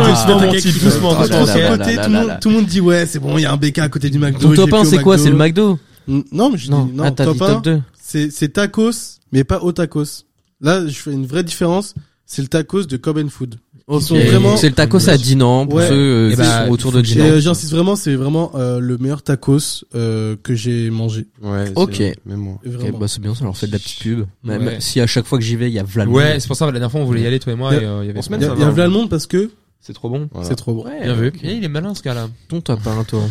Speaker 8: Oh,
Speaker 6: Ah.
Speaker 8: doucement,
Speaker 6: Ah.
Speaker 8: mon petit,
Speaker 6: Ah.
Speaker 8: doucement.
Speaker 6: Ah.
Speaker 8: Quand on
Speaker 6: Ah.
Speaker 8: se
Speaker 6: Ah.
Speaker 8: surcoté,
Speaker 6: Ah.
Speaker 8: tout le
Speaker 6: Ah.
Speaker 8: monde- tout le monde dit ouais, c'est bon, il y a un BK à côté du
Speaker 6: Ton
Speaker 8: McDo.
Speaker 6: top
Speaker 8: j'ai
Speaker 6: 1,
Speaker 8: plus au
Speaker 6: c'est quoi C'est le
Speaker 8: McDo.
Speaker 6: McDo
Speaker 8: Non, mais je
Speaker 6: Non,
Speaker 8: dis non.
Speaker 6: ah, t'as dit
Speaker 8: top 1,
Speaker 6: top 2.
Speaker 8: c'est c'est tacos, mais pas au tacos. Là, je fais une vraie différence. C'est le tacos de Cobb and Food.
Speaker 6: Ok.
Speaker 8: sont vraiment-
Speaker 6: C'est le tacos à Dinan, pour
Speaker 8: Ouais.
Speaker 6: ceux euh,
Speaker 7: Eh
Speaker 6: qui
Speaker 7: bah,
Speaker 6: sont autour de
Speaker 8: Et
Speaker 6: Dinan.
Speaker 8: euh, j'insiste vraiment, c'est vraiment euh, le meilleur tacos euh, que j'ai mangé.
Speaker 1: Ouais.
Speaker 6: Ok.
Speaker 1: c'est- Même moi.
Speaker 6: Ok,
Speaker 8: Vraiment.
Speaker 6: bah, c'est bien, ça leur fait de la petite pub.
Speaker 7: Ouais.
Speaker 6: Même si à chaque fois que j'y vais, il y a Vladimir.
Speaker 7: Ouais, c'est pour ça la dernière fois on voulait y aller toi et moi.
Speaker 8: Il y a-
Speaker 7: et, euh, il y avait
Speaker 1: on se met
Speaker 8: Il y a,
Speaker 1: Ça
Speaker 8: il y a
Speaker 1: va.
Speaker 8: Vlalmonde parce que
Speaker 7: C'est trop bon.
Speaker 1: Voilà.
Speaker 8: c'est trop bon.
Speaker 6: Ouais,
Speaker 7: Bien vu.
Speaker 6: ok.
Speaker 7: Eh, il est malin ce gars-là.
Speaker 6: Ton top
Speaker 7: hein,
Speaker 6: 1, toi.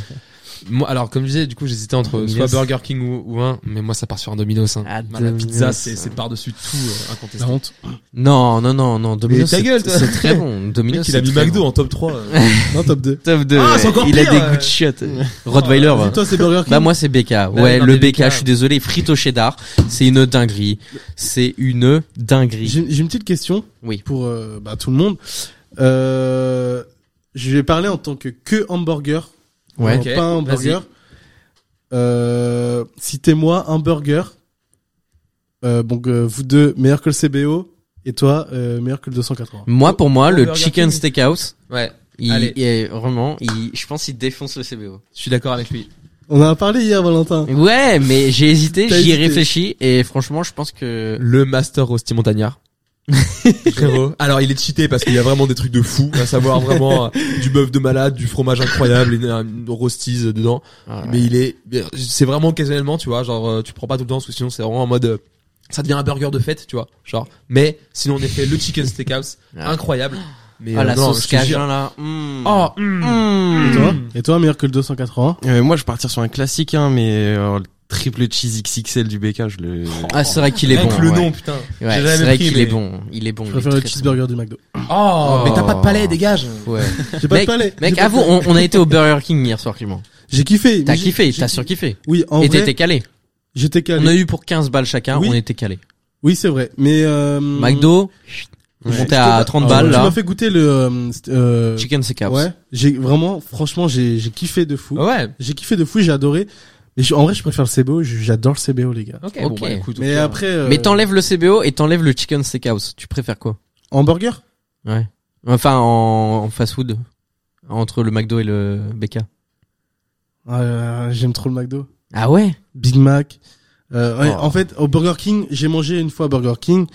Speaker 7: Moi, alors comme je disais, du coup j'hésitais entre soit
Speaker 6: Yes.
Speaker 7: Burger King ou, ou un, mais moi ça part sur un Domino's. Hein.
Speaker 6: Ah,
Speaker 7: la
Speaker 6: Domino's.
Speaker 7: pizza, c'est c'est par-dessus tout euh,
Speaker 8: La
Speaker 7: incontestable.
Speaker 8: honte.
Speaker 6: Non, non, non, non. Domino's,
Speaker 7: ta
Speaker 6: c'est-
Speaker 7: gueule, toi.
Speaker 6: c'est très bon.
Speaker 7: Le mec,
Speaker 6: Domino's,
Speaker 7: il a
Speaker 6: c'est
Speaker 7: mis
Speaker 6: très
Speaker 7: McDo
Speaker 6: bon.
Speaker 7: en top 3.
Speaker 8: Non, top 2.
Speaker 6: Top 2.
Speaker 7: Ah, c'est encore
Speaker 6: il
Speaker 7: pire,
Speaker 6: a des
Speaker 7: ouais.
Speaker 6: goûts de chiottes. Rottweiler.
Speaker 8: Vas-y, toi, c'est Burger King.
Speaker 6: Bah moi c'est BK.
Speaker 7: oui,
Speaker 6: Ouais,
Speaker 7: non,
Speaker 6: le
Speaker 7: mais
Speaker 6: BK,
Speaker 7: BK,
Speaker 6: je suis désolé, frito cheddar, c'est une dinguerie. C'est une dinguerie.
Speaker 8: J'ai j'ai une petite question
Speaker 6: Oui.
Speaker 8: pour euh, bah, tout le monde. Euh, je vais parler en tant que que hamburger,
Speaker 6: Ouais.
Speaker 8: Alors,
Speaker 7: Ok,
Speaker 8: pas hamburger. Euh, citez-moi un burger. Euh, donc euh, vous deux, meilleur que le CBO Et toi, euh, meilleur que le 280.
Speaker 6: Moi, pour moi,
Speaker 7: Oh,
Speaker 6: le
Speaker 7: Burger
Speaker 6: Chicken
Speaker 7: King.
Speaker 6: Steakhouse,
Speaker 7: Ouais,
Speaker 6: il,
Speaker 7: Allez.
Speaker 6: il est vraiment, il- je pense, il défonce le CBO.
Speaker 7: je suis d'accord avec lui.
Speaker 8: On en a parlé hier, Valentin.
Speaker 6: Ouais, mais j'ai hésité,
Speaker 8: T'as
Speaker 6: j'y ai
Speaker 8: hésité.
Speaker 6: réfléchi, et franchement, je pense que
Speaker 7: Le master Rosti Montagnard. Frérot. Alors il est cheaté parce qu'il y a vraiment des trucs de fou, à savoir vraiment euh, du bœuf de malade, du fromage incroyable, une, une rostise dedans. Mais il est, c'est vraiment occasionnellement, tu vois, genre euh, tu prends pas tout le temps parce que sinon c'est vraiment en mode, euh, ça devient un burger de fête, tu vois, genre. Mais sinon en effet le chicken steakhouse,
Speaker 6: Ah.
Speaker 7: incroyable. Mais
Speaker 6: Ah,
Speaker 7: euh,
Speaker 6: la
Speaker 7: non,
Speaker 6: sauce
Speaker 7: je te jure.
Speaker 6: cajun là. mm.
Speaker 7: Oh, mm.
Speaker 6: Mm.
Speaker 8: Et toi, Et toi, meilleur que le 280.
Speaker 1: Euh, moi, je vais partir sur un classique, hein, mais euh, le triple cheese XXL du BK, je le.
Speaker 8: Oh,
Speaker 6: Ah, c'est vrai qu'il est
Speaker 7: Rien
Speaker 6: bon.
Speaker 7: que le
Speaker 6: ouais.
Speaker 7: nom, putain.
Speaker 6: Ouais,
Speaker 7: J'ai jamais
Speaker 6: c'est vrai
Speaker 7: pris,
Speaker 6: qu'il
Speaker 7: mais-
Speaker 6: est bon. Il est bon.
Speaker 8: Je
Speaker 6: il est
Speaker 8: préfère le
Speaker 6: très, très
Speaker 8: cheeseburger du McDo.
Speaker 7: Oh, mais t'as pas de palais, dégage.
Speaker 6: bon. Ouais.
Speaker 8: J'ai pas
Speaker 6: Mec,
Speaker 8: de palais.
Speaker 6: mec
Speaker 8: J'ai pas de
Speaker 6: avoue,
Speaker 8: palais.
Speaker 6: on, on a été au Burger King hier soir, Clément.
Speaker 8: J'ai kiffé.
Speaker 6: T'as
Speaker 8: mais j'ai-
Speaker 6: kiffé,
Speaker 8: j'ai-
Speaker 6: t'as surkiffé.
Speaker 8: Oui, en
Speaker 6: Et
Speaker 8: vrai,
Speaker 6: t'étais calé.
Speaker 8: j'étais
Speaker 6: On
Speaker 8: calé.
Speaker 6: a eu pour 15 balles chacun,
Speaker 8: Oui.
Speaker 6: on était calé.
Speaker 8: Oui, c'est vrai. Mais euh,
Speaker 6: McDo, on
Speaker 1: Ouais.
Speaker 6: montait à 30
Speaker 8: euh,
Speaker 6: balles
Speaker 8: Tu
Speaker 6: là.
Speaker 8: m'as fait goûter le euh, st- euh,
Speaker 6: Chicken Steakhouse.
Speaker 8: Ouais. J'ai vraiment, franchement, j'ai j'ai kiffé de
Speaker 6: Ah
Speaker 8: fou.
Speaker 7: Ouais.
Speaker 8: J'ai kiffé de fou, j'ai adoré. Mais je- en vrai, je préfère le CBO. je- J'adore le CBO, les gars.
Speaker 7: Ok.
Speaker 6: Ok.
Speaker 7: Bon, bah, écoute,
Speaker 8: Mais
Speaker 7: ok.
Speaker 8: après, euh,
Speaker 6: Mais t'enlèves le CBO et t'enlèves le Chicken Steakhouse. Tu préfères quoi
Speaker 8: hamburger.
Speaker 6: Ouais. Enfin, en, en fast-food. Entre le McDo et le BK.
Speaker 8: Euh, J'aime trop le McDo.
Speaker 6: Ah ouais
Speaker 8: Big Mac. Euh, ouais,
Speaker 6: Oh.
Speaker 8: En fait, au Burger King, j'ai mangé une fois Burger King.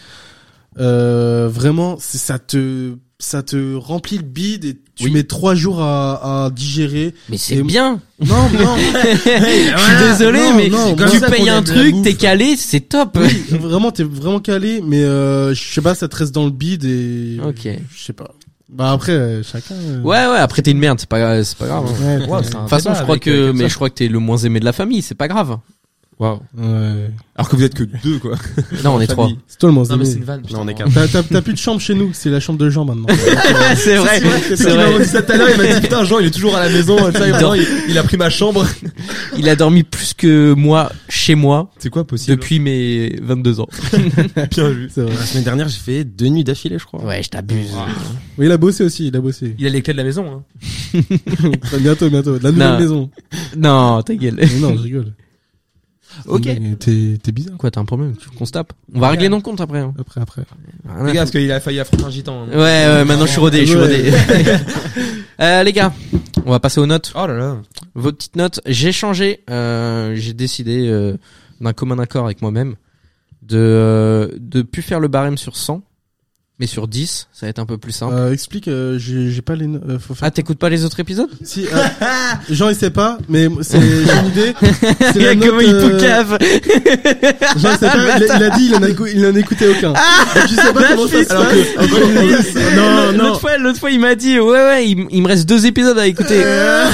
Speaker 8: Euh, vraiment, c'est- ça te ça te remplit le bide et tu
Speaker 6: Oui.
Speaker 8: mets trois jours à, à digérer.
Speaker 6: Mais c'est
Speaker 8: Et-
Speaker 6: bien
Speaker 8: Non, non,
Speaker 6: Je suis désolé,
Speaker 8: Non,
Speaker 6: mais
Speaker 8: non,
Speaker 6: tu
Speaker 8: c'est comme ça
Speaker 6: payes
Speaker 8: qu'on
Speaker 6: un
Speaker 8: aime la
Speaker 6: truc,
Speaker 8: bouffe.
Speaker 6: t'es calé, c'est top
Speaker 8: oui, vraiment, t'es vraiment calé, mais euh, je sais pas, ça te reste dans le bide et
Speaker 6: Ok.
Speaker 8: je sais pas. Bah après, euh, chacun. euh,
Speaker 6: Ouais, ouais, après t'es une merde, c'est pas, c'est pas grave. hein.
Speaker 8: Ouais,
Speaker 7: Wow, c'est un
Speaker 6: De toute façon,
Speaker 7: débat
Speaker 6: je crois
Speaker 7: avec,
Speaker 6: que,
Speaker 7: euh,
Speaker 6: mais
Speaker 7: comme
Speaker 6: je crois que t'es le moins aimé de la famille, c'est pas grave.
Speaker 8: ouais.
Speaker 7: Alors que vous êtes que deux, quoi.
Speaker 6: Non, on est trois.
Speaker 7: Famille.
Speaker 8: C'est toi le moins
Speaker 7: Non, mais c'est
Speaker 8: aimé.
Speaker 7: une vanne.
Speaker 1: Non, on est
Speaker 7: putain.
Speaker 1: quatre.
Speaker 8: T'as t'as- t'as plus de chambre chez nous, c'est la chambre de Jean maintenant.
Speaker 6: c'est vrai, c'est
Speaker 7: Il m'a
Speaker 6: vrai.
Speaker 7: dit ça tout à l'heure, il m'a dit putain, Jean, il est toujours à la maison, tu sais, maintenant, il, il a pris ma chambre.
Speaker 6: Il a dormi plus que moi, chez moi,
Speaker 7: C'est quoi possible
Speaker 6: depuis mes 22 ans.
Speaker 7: Bien vu.
Speaker 8: C'est vrai.
Speaker 1: La semaine dernière, j'ai fait deux nuits d'affilée, je crois.
Speaker 6: Ouais, je t'abuse.
Speaker 8: Oui, il a bossé aussi, il a bossé.
Speaker 7: Il a les clés de la maison. Hein.
Speaker 8: Enfin, bientôt, bientôt, de la nouvelle
Speaker 6: Non.
Speaker 8: maison.
Speaker 6: Non, ta gueule.
Speaker 8: Mais non, je rigole.
Speaker 6: Ok.
Speaker 8: Mais T'es t'es bizarre.
Speaker 6: Quoi, t'as un problème, tu veux qu'on se tape. On va régler nos comptes après. hein.
Speaker 8: Après, après.
Speaker 6: Rien à
Speaker 7: Les gars, parce qu'il a failli affronter un gitan. hein.
Speaker 6: Ouais, ouais, maintenant je suis rodé, je suis rodé. euh, les gars, on va passer aux notes.
Speaker 7: Oh là là.
Speaker 6: Vos petites notes. J'ai changé, euh, j'ai décidé euh, d'un commun accord avec moi-même de euh, de plus faire le barème sur 100, mais sur 10, ça va être un peu plus simple.
Speaker 8: Euh, explique, euh, j'ai j'ai pas les. no- euh, faut faire.
Speaker 6: Ah, t'écoutes pas les autres épisodes
Speaker 8: Si, euh, Jean il sait pas, mais c'est j'ai une idée. C'est la note, euh, Jean il sait pas, il, a- il a dit il en a écou- il en écoutait aucun. Donc, je sais pas comment ça se
Speaker 6: fille,
Speaker 8: passe.
Speaker 6: L'autre- L'autre fois, l'autre fois, il m'a dit, ouais, ouais, il, m- il me reste deux épisodes à écouter.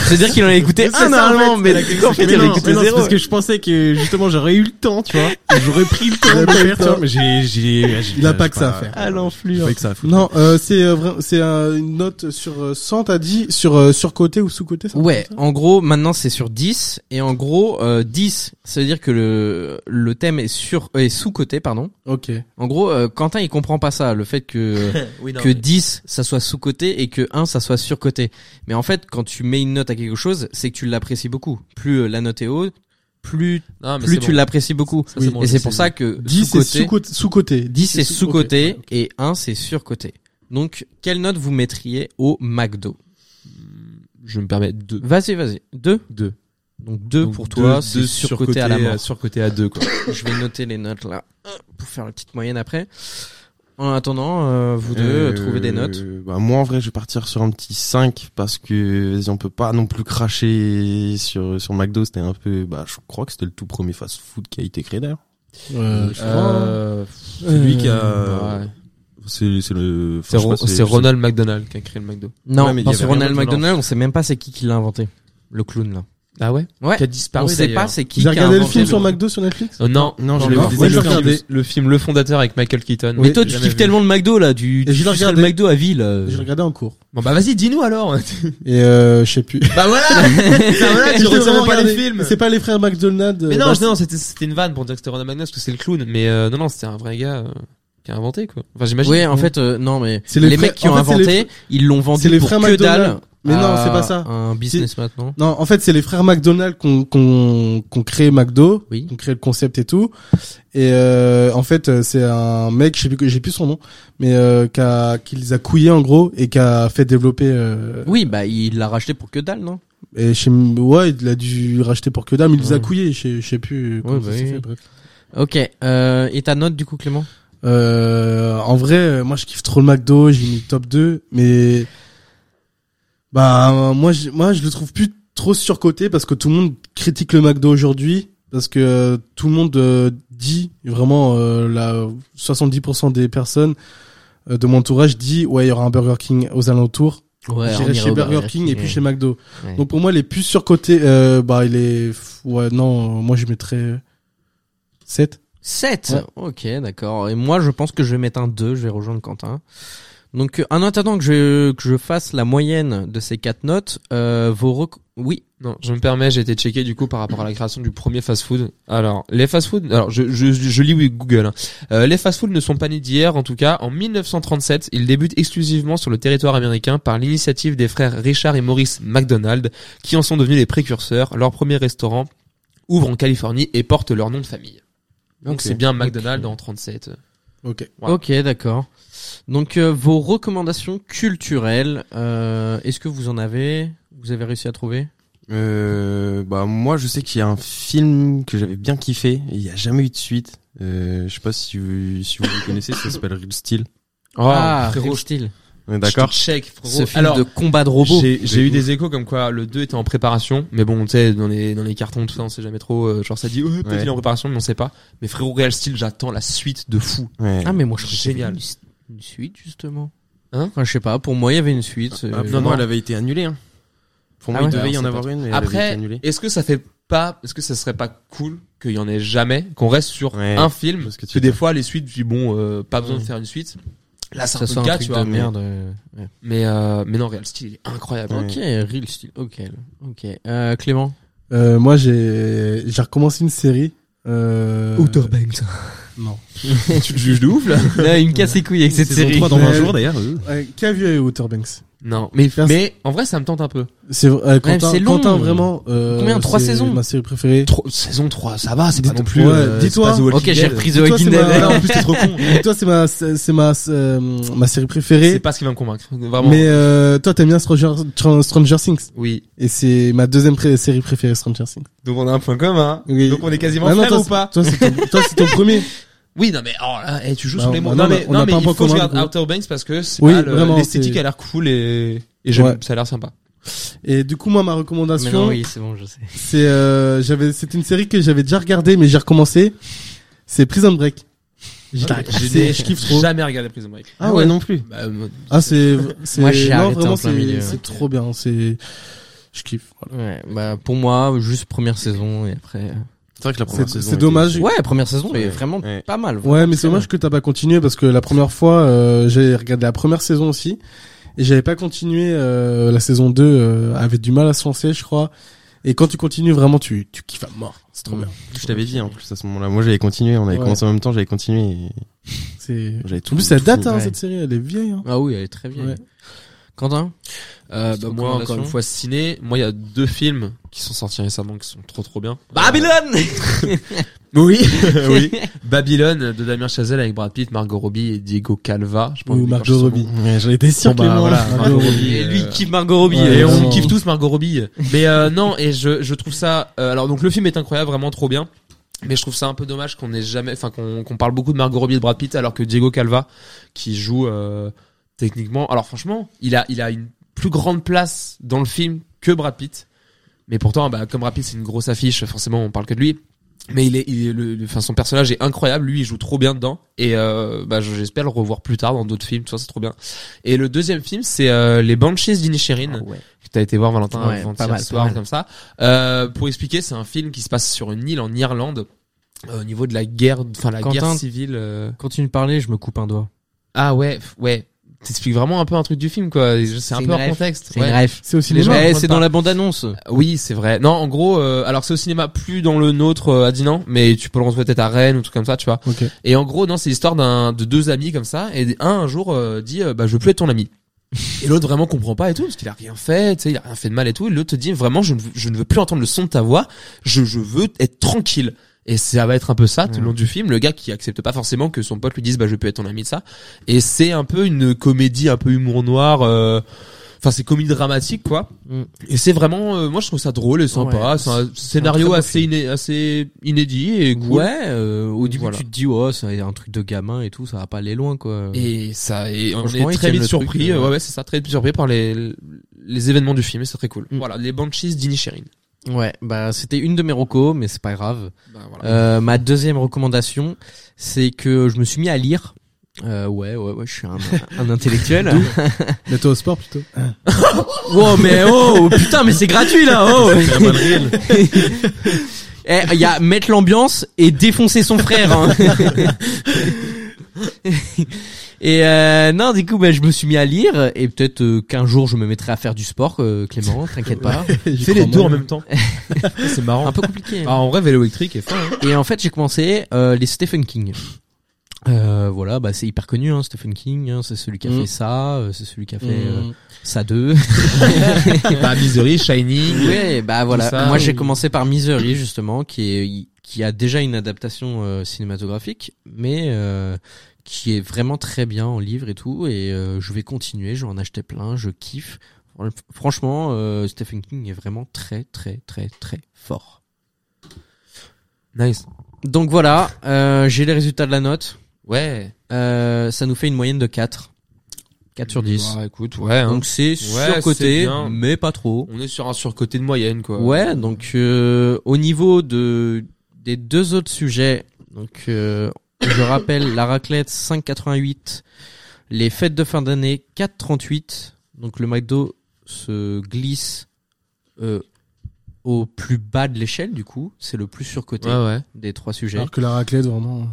Speaker 6: C'est-à-dire qu'il en a écouté
Speaker 1: Euh. Mais c'est
Speaker 6: un
Speaker 1: ça, en
Speaker 6: normalement,
Speaker 1: fait,
Speaker 6: mais
Speaker 1: la
Speaker 6: en fait, il en a
Speaker 1: non,
Speaker 6: écouté
Speaker 1: non, c'est
Speaker 6: zéro.
Speaker 1: parce que je pensais que justement j'aurais eu le temps, tu vois. J'aurais pris le temps
Speaker 8: Il a
Speaker 1: de
Speaker 8: pas eu le
Speaker 1: faire, tu
Speaker 8: temps.
Speaker 1: vois, mais j'ai, j'ai, j'ai-
Speaker 8: Il a
Speaker 1: j'ai
Speaker 8: pas que ça à faire. Ah,
Speaker 6: À
Speaker 1: J'ai
Speaker 6: l'enflure.
Speaker 1: pas eu que ça à foutre.
Speaker 8: Non, euh, c'est euh, vra- c'est euh, une note sur euh, 100 t'as dit sur euh, sur côté ou sous côté ça
Speaker 6: Ouais, en gros, maintenant c'est sur 10 et en gros euh, 10, ça veut dire que le le thème est sur euh, est sous-coté, pardon.
Speaker 8: OK.
Speaker 6: En gros, euh, Quentin il comprend pas ça, le fait que
Speaker 7: Oui, non,
Speaker 6: que
Speaker 7: mais-
Speaker 6: 10 ça soit sous-coté et que 1 ça soit surcoté. Mais en fait, quand tu mets une note à quelque chose, c'est que tu l'apprécies beaucoup. Plus euh, la note est haute, plus
Speaker 7: Non, Ah, mais
Speaker 6: plus
Speaker 7: c'est
Speaker 6: tu
Speaker 7: bon.
Speaker 6: l'apprécies beaucoup.
Speaker 7: Ça, c'est bon,
Speaker 6: et
Speaker 7: je
Speaker 6: c'est
Speaker 7: sais,
Speaker 6: pour
Speaker 7: c'est
Speaker 6: ça que
Speaker 8: 10 c'est
Speaker 6: sous-coté-
Speaker 8: sous côté sous côté.
Speaker 6: 10 c'est sous-coté
Speaker 7: Ah,
Speaker 8: ok.
Speaker 6: et 1 c'est surcoté. Donc, quelle note vous mettriez au McDo
Speaker 7: Je me permets deux.
Speaker 6: Vas-y, vas-y. Deux
Speaker 7: Deux.
Speaker 6: Donc deux
Speaker 7: Donc,
Speaker 6: pour toi,
Speaker 7: deux-
Speaker 6: c'est
Speaker 7: deux
Speaker 6: surcoté à la mort.
Speaker 7: Surcoté à deux, quoi.
Speaker 6: Je vais noter les notes là, hop, pour faire la petite moyenne après. En attendant, euh, vous deux,
Speaker 1: Euh,
Speaker 6: trouvez des notes.
Speaker 1: bah, Moi en vrai, je vais partir sur un petit 5 parce que vas-y, on peut pas non plus cracher sur, sur McDo. C'était un peu, bah, je crois que c'était le tout premier fast-food qui a été créé d'ailleurs.
Speaker 8: Euh, je crois.
Speaker 7: Euh,
Speaker 1: C'est lui qui a.
Speaker 6: Ah, bah,
Speaker 7: ouais.
Speaker 1: C'est, c'est le.
Speaker 7: C'est
Speaker 1: enfin,
Speaker 7: Ro-
Speaker 1: je sais pas,
Speaker 7: c'est Ronald McDonald qui a créé le McDo.
Speaker 6: Non,
Speaker 1: Ouais, mais il y
Speaker 6: parce que
Speaker 1: avait rien
Speaker 6: Ronald
Speaker 1: d'autre,
Speaker 6: McDonald, on sait même pas c'est qui qui l'a inventé. Le clown là.
Speaker 7: Ah ouais
Speaker 6: Ouais.
Speaker 7: Qui a disparu.
Speaker 6: on sait
Speaker 7: d'ailleurs.
Speaker 6: pas c'est qui qui
Speaker 8: J'ai
Speaker 6: a
Speaker 8: regardé le
Speaker 6: inventé
Speaker 8: film sur McDo sur Netflix
Speaker 7: Euh, Non,
Speaker 1: Non, je
Speaker 8: l'ai
Speaker 7: moi,
Speaker 8: vu.
Speaker 7: j'ai
Speaker 8: Moi, je l'ai
Speaker 7: regardé
Speaker 8: regardé.
Speaker 7: le film Le Fondateur avec Michael Keaton.
Speaker 6: Mais toi, tu
Speaker 7: Jamais
Speaker 6: kiffes
Speaker 7: vu.
Speaker 6: tellement le McDo là, du,
Speaker 8: Et je
Speaker 6: tu
Speaker 8: l'ai
Speaker 6: serais
Speaker 8: regardé.
Speaker 6: le McDo à Ville. euh.
Speaker 8: J'ai regardé en cours.
Speaker 7: Bon bah vas-y, dis-nous alors.
Speaker 8: Et euh, je sais plus.
Speaker 7: bah voilà.
Speaker 8: Ah
Speaker 7: voilà, tu
Speaker 8: Je devrais
Speaker 7: retiens pas
Speaker 8: regarder.
Speaker 7: les films.
Speaker 8: C'est pas les frères McDonald.
Speaker 7: Mais
Speaker 8: euh,
Speaker 7: non,
Speaker 8: bah,
Speaker 7: je- non, c'était c'était une vanne pour dire que c'était Ronald McDonald parce que c'est le clown. Mais euh, non, non, c'était un vrai gars euh, qui a inventé quoi. Enfin, j'imagine.
Speaker 6: Ouais, en fait, euh, non mais
Speaker 8: C'est
Speaker 6: les
Speaker 8: les
Speaker 6: mecs
Speaker 8: frères-
Speaker 6: qui ont
Speaker 8: en fait, c'est les
Speaker 6: inventé, ils l'ont vendu
Speaker 8: c'est les
Speaker 6: pour
Speaker 8: frères
Speaker 6: que dalle.
Speaker 8: McDonald. Mais non,
Speaker 6: à
Speaker 8: c'est pas ça.
Speaker 6: Un business maintenant.
Speaker 8: Non, en fait, c'est les frères McDonald qu'on qu'on qu'on créé McDo,
Speaker 6: Oui.
Speaker 8: qu'on créé le concept et tout. Et euh, en fait, euh, c'est un mec, je sais plus que- j'ai plus son nom, mais euh, qui a- qui les a couillés en gros et qui a fait développer. euh,
Speaker 6: Oui, bah il l'a racheté pour que dalle, non
Speaker 8: Et je sais- ouais, il a dû racheter pour que dalle, mais il les a
Speaker 6: Ouais.
Speaker 8: couillés. Je sais- je sais plus. comment
Speaker 6: bah
Speaker 8: ça s'est
Speaker 6: oui.
Speaker 8: fait, bref.
Speaker 6: Ok. Euh, et ta note du coup, Clément
Speaker 8: Euh, en vrai, euh, moi je kiffe trop le McDo, j'ai mis top 2, mais bah euh, moi je, moi je le trouve plus trop surcoté parce que tout le monde critique le McDo aujourd'hui parce que euh, tout le monde euh, dit vraiment euh, la 70% des personnes euh, de mon entourage dit ouais, il y aura un Burger King aux alentours,
Speaker 6: Ouais,
Speaker 8: j'irai chez Burger King et puis chez McDo.
Speaker 6: Ouais.
Speaker 8: Donc pour moi les plus surcotés euh, bah il est ouais non, euh, moi je mettrais 7.
Speaker 6: 7
Speaker 8: Ouais.
Speaker 6: Ok, d'accord. Et moi, je pense que je vais mettre un 2, je vais rejoindre Quentin. Donc, euh, en attendant que je, que je fasse la moyenne de ces quatre notes, euh, vos rec- Oui,
Speaker 7: Non, je me permets, j'ai été checké du coup par rapport à la création du premier fast-food. Alors, les fast-food, alors je, je, je lis oui, Google. hein. Euh, les fast-food ne sont pas nés d'hier, en tout cas. En 1937, ils débutent exclusivement sur le territoire américain par l'initiative des frères Richard et Maurice McDonald, qui en sont devenus les précurseurs. Leur premier restaurant ouvre en Californie et porte leur nom de famille. Donc
Speaker 8: Ok.
Speaker 7: c'est bien McDonald en 37.
Speaker 8: OK.
Speaker 7: Voilà.
Speaker 6: Ok, d'accord. Donc euh, vos recommandations culturelles, euh, est-ce que vous en avez Vous avez réussi à trouver
Speaker 1: Euh, bah moi je sais qu'il y a un film que j'avais bien kiffé, et il n'y a jamais eu de suite. Euh, je sais pas si vous, si vous le connaissez, ça s'appelle Real Steel.
Speaker 6: Ah,
Speaker 7: frérot,
Speaker 6: Real Steel.
Speaker 1: On est d'accord
Speaker 7: je te check, frérot.
Speaker 6: Ce film
Speaker 7: alors,
Speaker 6: de combat de robots.
Speaker 7: J'ai j'ai eu des échos comme quoi le 2 était en préparation, mais bon, tu sais, dans les, dans les cartons, tout ça, on sait jamais trop. euh, genre, ça dit, oh, peut-être
Speaker 1: Ouais.
Speaker 7: il est en préparation, mais on sait pas. Mais frérot, Real Steel, j'attends la suite de fou.
Speaker 1: Ouais.
Speaker 6: Ah mais moi je croyais qu'il y
Speaker 7: Génial.
Speaker 6: avait Une, une suite justement.
Speaker 7: Hein
Speaker 6: Enfin, je sais pas. Pour moi, il y avait une suite.
Speaker 1: Ah,
Speaker 6: euh,
Speaker 1: pour moi elle avait été annulée. Hein. Pour
Speaker 6: Ah
Speaker 1: moi
Speaker 6: ouais
Speaker 1: il devait y
Speaker 7: Alors,
Speaker 1: en
Speaker 7: c'est
Speaker 1: avoir une, mais elle avait été
Speaker 7: Après,
Speaker 1: annulée.
Speaker 7: est-ce que ça fait pas, est-ce que ça serait pas cool qu'il y en ait jamais, qu'on reste sur
Speaker 1: Ouais,
Speaker 7: un
Speaker 1: je
Speaker 7: film,
Speaker 1: vois ce que
Speaker 7: que,
Speaker 1: tu veux
Speaker 7: des
Speaker 1: dire.
Speaker 7: fois, les suites, je dis, bon, euh, pas besoin de
Speaker 1: Ouais.
Speaker 7: faire une suite. Là, c'est
Speaker 6: ça
Speaker 7: un peu le
Speaker 6: sort un
Speaker 7: cas,
Speaker 6: truc
Speaker 7: tu
Speaker 6: de
Speaker 7: vois. mais-
Speaker 6: merde. euh, ouais.
Speaker 7: Mais, euh, mais non, Real Steel, il est incroyable.
Speaker 1: Ouais.
Speaker 6: Ok, Real Steel. Ok, ok. Euh, Clément.
Speaker 8: Euh, moi, j'ai j'ai recommencé une série. Euh...
Speaker 6: Banks.
Speaker 8: Non.
Speaker 7: tu te juges de ouf, là.
Speaker 6: Là, il me
Speaker 7: Ah,
Speaker 6: casse les couilles avec cette
Speaker 1: Saison
Speaker 6: série.
Speaker 1: 3 dans 20 jours d'ailleurs.
Speaker 8: Euh, qui a vu Outer Banks
Speaker 7: Non, mais,
Speaker 8: Personne.
Speaker 7: mais, en vrai, ça me tente un peu.
Speaker 8: C'est vrai, euh, Quentin,
Speaker 6: c'est long.
Speaker 8: Quentin, vraiment. euh,
Speaker 6: Combien Trois
Speaker 8: c'est
Speaker 6: saisons
Speaker 8: Ma série préférée.
Speaker 7: Tro- saison 3, ça va, c'est pas
Speaker 8: Dites-
Speaker 7: non plus.
Speaker 8: ouais,
Speaker 7: euh, c'est
Speaker 8: dis-toi.
Speaker 7: pas The Walking
Speaker 6: Ok, j'ai
Speaker 7: Dead.
Speaker 6: repris The
Speaker 8: Toi,
Speaker 6: Walking
Speaker 8: c'est ma...
Speaker 6: Dead.
Speaker 8: voilà, en plus, t'es trop con. Et toi, c'est ma, c'est c'est ma, c'est, euh, ma série
Speaker 7: C'est
Speaker 8: préférée.
Speaker 7: pas ce qui va me convaincre. Vraiment.
Speaker 8: Mais euh, toi, t'aimes bien Stranger, Tr- Stranger Things.
Speaker 7: Oui.
Speaker 8: Et c'est ma deuxième pré- série préférée, Stranger Things.
Speaker 7: Donc on a un point commun.
Speaker 8: Oui.
Speaker 7: Donc on est quasiment
Speaker 8: Ah non,
Speaker 7: frères
Speaker 8: toi,
Speaker 7: ou
Speaker 8: c'est-
Speaker 7: pas
Speaker 8: Toi, c'est ton, toi, c'est ton premier.
Speaker 7: Oui, non mais oh là, eh, tu joues
Speaker 8: Bah,
Speaker 7: sur les
Speaker 8: on-
Speaker 7: mots.
Speaker 8: bah,
Speaker 7: Non
Speaker 8: non,
Speaker 7: mais
Speaker 8: on
Speaker 7: non
Speaker 8: a
Speaker 7: mais
Speaker 8: pas un
Speaker 7: il
Speaker 8: point
Speaker 7: faut que je
Speaker 8: commun,
Speaker 7: regarde
Speaker 8: du coup.
Speaker 7: Outer Banks parce que c'est
Speaker 8: Oui,
Speaker 7: pas le-
Speaker 8: vraiment,
Speaker 7: l'esthétique
Speaker 8: c'est-
Speaker 7: a l'air cool et et j'aime-
Speaker 8: Ouais.
Speaker 7: ça a l'air sympa.
Speaker 8: Et du coup, moi, ma
Speaker 6: Mais
Speaker 8: recommandation,
Speaker 6: non, oui, c'est bon, je sais.
Speaker 8: c'est, euh, j'avais, c'était une série que j'avais déjà regardée, mais j'ai recommencé. C'est Prison Break. J'ai- c'est- Je kiffe trop.
Speaker 7: jamais regardé Prison Break.
Speaker 8: Ah ouais,
Speaker 1: non plus.
Speaker 7: Bah, euh,
Speaker 8: Ah c'est c'est
Speaker 6: Moi, j'ai
Speaker 8: non,
Speaker 6: arrêté
Speaker 8: vraiment
Speaker 6: en plein
Speaker 8: c'est-
Speaker 6: milieu.
Speaker 8: c'est trop bien c'est je kiffe voilà.
Speaker 6: Ouais, bah pour moi, juste première saison et après.
Speaker 1: C'est vrai que la première
Speaker 8: C'est-
Speaker 1: saison
Speaker 8: c'est
Speaker 1: était-
Speaker 8: dommage.
Speaker 6: Ouais, première saison est vraiment
Speaker 1: Ouais.
Speaker 6: pas mal.
Speaker 8: ouais mais c'est dommage que t'as pas continué parce que la première fois euh, j'ai regardé la première saison aussi et j'avais pas continué euh, la saison 2 euh, avait du mal à se lancer je crois et quand tu continues vraiment tu tu kiffes à mort c'est trop
Speaker 6: Ouais.
Speaker 8: bien
Speaker 1: Je t'avais dit en plus à ce moment-là. Moi j'avais continué, on avait
Speaker 8: Ouais.
Speaker 1: commencé en même temps, j'avais continué. et
Speaker 8: c'est
Speaker 1: J'avais tout.
Speaker 8: en plus ça
Speaker 1: tout
Speaker 8: date
Speaker 1: fini.
Speaker 8: hein,
Speaker 6: Ouais.
Speaker 8: cette série elle est vieille hein.
Speaker 6: Ah oui, elle est très vieille.
Speaker 8: Ouais.
Speaker 6: Quentin
Speaker 7: euh,
Speaker 6: Petite
Speaker 7: bah, moi encore
Speaker 6: recommandation.
Speaker 7: une fois ciné, moi il y a deux films qui sont sortis récemment qui sont trop trop bien.
Speaker 6: Babylone
Speaker 7: Euh, Oui, oui. Babylone de Damien Chazelle avec Brad Pitt, Margot Robbie et Diego Calva. Je
Speaker 8: ou
Speaker 7: que
Speaker 8: Margot Robbie
Speaker 1: Ouais, J'en étais sûr
Speaker 7: Bon, bah,
Speaker 1: Clément.
Speaker 7: voilà,
Speaker 8: Margot
Speaker 7: Margot
Speaker 8: Robbie
Speaker 7: Robbie,
Speaker 6: Et lui,
Speaker 7: euh,
Speaker 6: il kiffe Margot Robbie.
Speaker 8: Ouais,
Speaker 7: et
Speaker 6: euh,
Speaker 7: on
Speaker 8: vraiment.
Speaker 7: kiffe tous Margot Robbie. Mais euh, non, et je, je trouve ça. euh, alors donc le film est incroyable, vraiment trop bien. Mais je trouve ça un peu dommage qu'on ait jamais, enfin qu'on qu'on parle beaucoup de Margot Robbie et de Brad Pitt, alors que Diego Calva, qui joue euh, techniquement, alors franchement, il a, il a une plus grande place dans le film que Brad Pitt. Mais pourtant, bah, comme Brad Pitt, c'est une grosse affiche, forcément, on parle que de lui. Mais il est, il est le, le- enfin son personnage est incroyable. Lui, il joue trop bien dedans. Et euh, bah, je- j'espère le revoir plus tard dans d'autres films. Tu vois, c'est trop bien. Et le deuxième film, c'est euh, les Banshees d'Inisherin
Speaker 6: Ah ouais.
Speaker 7: que t'as été voir Valentin
Speaker 6: Ouais,
Speaker 7: avant
Speaker 6: pas mal,
Speaker 7: hier soir
Speaker 6: pas mal.
Speaker 7: comme ça. Euh, pour expliquer, c'est un film qui se passe sur une île en Irlande euh, au niveau de la guerre, enfin la
Speaker 6: Quentin.
Speaker 7: guerre civile. euh.
Speaker 6: Continue de parler, je me coupe un doigt.
Speaker 7: Ah ouais, f- ouais. T'expliques vraiment un peu un truc du film quoi. C'est un
Speaker 6: une
Speaker 7: peu hors
Speaker 6: ref.
Speaker 7: contexte.
Speaker 6: C'est
Speaker 7: Ouais.
Speaker 6: une ref.
Speaker 8: c'est aussi
Speaker 7: Les
Speaker 8: les
Speaker 7: gens-
Speaker 6: Ouais, Eh,
Speaker 7: comprennent
Speaker 6: c'est
Speaker 7: pas.
Speaker 6: dans la bande-annonce.
Speaker 7: Euh, Oui, c'est vrai. Non, en gros, euh, alors c'est au cinéma plus dans le nôtre euh, à Dinan, mais tu peux le retrouver peut-être à Rennes ou tout comme ça, tu vois.
Speaker 8: ok
Speaker 7: Et en gros, non, c'est l'histoire d'un de deux amis comme ça. Et un un jour euh, dit, euh, bah je veux plus être ton ami. Et l'autre vraiment comprend pas et tout, parce qu'il a rien fait, tu sais, il a rien fait de mal et tout. Et l'autre te dit vraiment, je ne, veux- je ne veux plus entendre le son de ta voix, je, je veux être tranquille. Et ça va être un peu ça tout le long du film, le gars qui accepte pas forcément que son pote lui dise bah je peux être ton ami de ça. Et c'est un peu une comédie un peu humour noir, euh, enfin c'est comédie dramatique quoi.
Speaker 6: Mm.
Speaker 7: Et c'est vraiment, euh, moi je trouve ça drôle et sympa,
Speaker 6: Ouais.
Speaker 7: c'est un
Speaker 6: très
Speaker 7: scénario
Speaker 6: beau
Speaker 7: assez, iné- assez inédit et cool.
Speaker 6: Ouais, euh, au début
Speaker 7: Voilà.
Speaker 6: tu te dis oh c'est un truc de gamin et tout, ça va pas aller loin quoi.
Speaker 7: Et ça, et on
Speaker 6: Franchement,
Speaker 7: est
Speaker 6: ils
Speaker 7: très
Speaker 6: tiennent
Speaker 7: vite
Speaker 6: le truc,
Speaker 7: surpris.
Speaker 6: euh,
Speaker 7: ouais, ouais, c'est ça, très vite surpris par les, les événements du film et c'est très cool.
Speaker 6: Mm.
Speaker 7: Voilà, les Banshees d'Inisherin.
Speaker 6: Ouais, bah c'était une de mes recos, mais c'est pas grave.
Speaker 7: Bah, voilà.
Speaker 6: Euh, ma deuxième recommandation, c'est que je me suis mis à lire. Euh, ouais, ouais, ouais, je suis un, un intellectuel.
Speaker 8: Mets-toi au sport plutôt.
Speaker 6: wow, mais oh, putain, mais c'est gratuit là. Oh. Eh, il y a mettre l'ambiance et défoncer son frère. hein. et euh, non, du coup, bah, je me suis mis à lire et peut-être euh, qu'un jour je me mettrai à faire du sport, euh, Clément. T'inquiète pas.
Speaker 7: Fais les deux en même temps. c'est marrant.
Speaker 6: Un peu compliqué.
Speaker 7: Ah, en vrai, vélo électrique est fin. hein.
Speaker 6: Et en fait, j'ai commencé euh, les Stephen King. Euh, voilà, bah c'est hyper connu, hein, Stephen King. hein, c'est celui qui a
Speaker 8: Mm.
Speaker 6: fait ça, euh, c'est celui qui a fait euh,
Speaker 8: Mmh.
Speaker 6: ça 2.
Speaker 7: bah, Misery, Shining.
Speaker 6: ouais, bah voilà.
Speaker 7: ça,
Speaker 6: Moi,
Speaker 7: oui.
Speaker 6: j'ai commencé par Misery justement, qui est qui a déjà une adaptation euh, cinématographique, mais euh, qui est vraiment très bien en livre et tout. Et euh, je vais continuer. Je vais en acheter plein. Je kiffe. Franchement, euh, Stephen King est vraiment très, très, très, très fort.
Speaker 7: Nice.
Speaker 6: Donc voilà, euh, j'ai les résultats de la note.
Speaker 7: Ouais.
Speaker 6: Euh, ça nous fait une moyenne de 4. 4 sur 10.
Speaker 7: Bah, écoute, ouais. hein.
Speaker 6: Donc c'est
Speaker 7: c'est
Speaker 6: surcoté,
Speaker 7: bien.
Speaker 6: mais pas trop.
Speaker 7: On est sur un surcoté de moyenne, quoi.
Speaker 6: Ouais, donc euh, au niveau de des deux autres sujets, donc euh, je rappelle la raclette 5,88, les fêtes de fin d'année 4,38, donc le McDo se glisse euh, au plus bas de l'échelle du coup, c'est le plus surcoté
Speaker 7: Ouais, Ah. ouais.
Speaker 6: des trois sujets.
Speaker 8: Alors que la raclette, vraiment,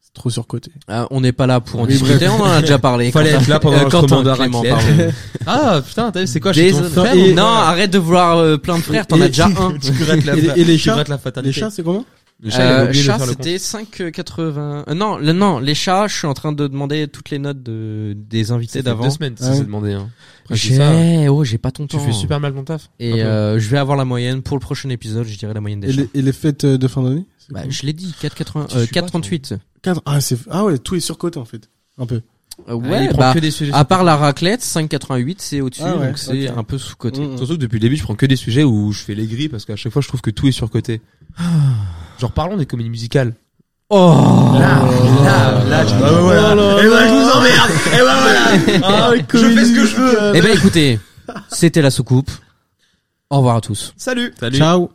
Speaker 8: c'est trop surcoté.
Speaker 6: Ah, on n'est pas là pour en
Speaker 8: Oui,
Speaker 6: discuter, on en a déjà parlé.
Speaker 7: Fallait
Speaker 6: Quentin.
Speaker 7: être là pendant
Speaker 6: Euh,
Speaker 7: l'enregistrement de la
Speaker 6: Quentin, Clément,
Speaker 7: raclette.
Speaker 6: pardon.
Speaker 7: Ah, putain, t'as vu, c'est quoi, je suis ton
Speaker 6: Jason,
Speaker 7: frère
Speaker 8: frère,
Speaker 7: ou-
Speaker 6: non, arrête de vouloir euh, plein de frères, t'en
Speaker 8: Et-
Speaker 6: as déjà un.
Speaker 7: Tu grattes la,
Speaker 8: Et-
Speaker 7: fa-
Speaker 8: et les
Speaker 7: tu
Speaker 8: chats
Speaker 7: grattes la fatalité.
Speaker 8: Les chats, c'est comment
Speaker 7: Le chat, il avait
Speaker 6: Euh,
Speaker 7: oublié de
Speaker 6: chat,
Speaker 7: faire le compte.
Speaker 6: c'était 5,80. Euh, non, le, non, les chats, je suis en train de demander toutes les notes de, des
Speaker 7: Ça
Speaker 6: invités
Speaker 7: fait
Speaker 6: d'avant.
Speaker 7: deux semaines, ça
Speaker 8: Ouais.
Speaker 7: s'est demandé. Hein. Après, je dis ça,
Speaker 6: J'ai, oh, j'ai pas ton
Speaker 7: Tu
Speaker 6: temps.
Speaker 7: fais super mal ton taf.
Speaker 6: Et euh, je vais avoir la moyenne pour le prochain épisode, je dirais la moyenne des
Speaker 8: et
Speaker 6: chats.
Speaker 8: les, et les fêtes euh, de fin d'année c'est
Speaker 6: Bah,
Speaker 8: comment
Speaker 6: je l'ai dit, 4,80,
Speaker 7: Je
Speaker 6: euh,
Speaker 7: suis pas
Speaker 6: 4,38.
Speaker 8: Quatre- ah, c'est... ah ouais, tout est surcoté en fait. Un peu.
Speaker 6: Euh,
Speaker 7: Ah, il
Speaker 6: ouais,
Speaker 7: prend
Speaker 6: bah,
Speaker 7: que des sujets.
Speaker 6: à part la raclette, 5,88, c'est au-dessus,
Speaker 8: Ah ouais,
Speaker 6: donc c'est
Speaker 8: ok.
Speaker 6: un peu sous-côté.
Speaker 8: Mmh, mmh.
Speaker 7: Surtout que depuis le début, je prends que des sujets où je fais l'aigri parce qu'à chaque fois, je trouve que tout est surcoté. Genre, parlons des comédies musicales.
Speaker 6: Oh!
Speaker 8: Ah, Et ben, je vous emmerde Et ben voilà Je fais ce que je veux
Speaker 6: Eh ben, écoutez, c'était la soucoupe. Au revoir à tous.
Speaker 7: Salut
Speaker 8: Ciao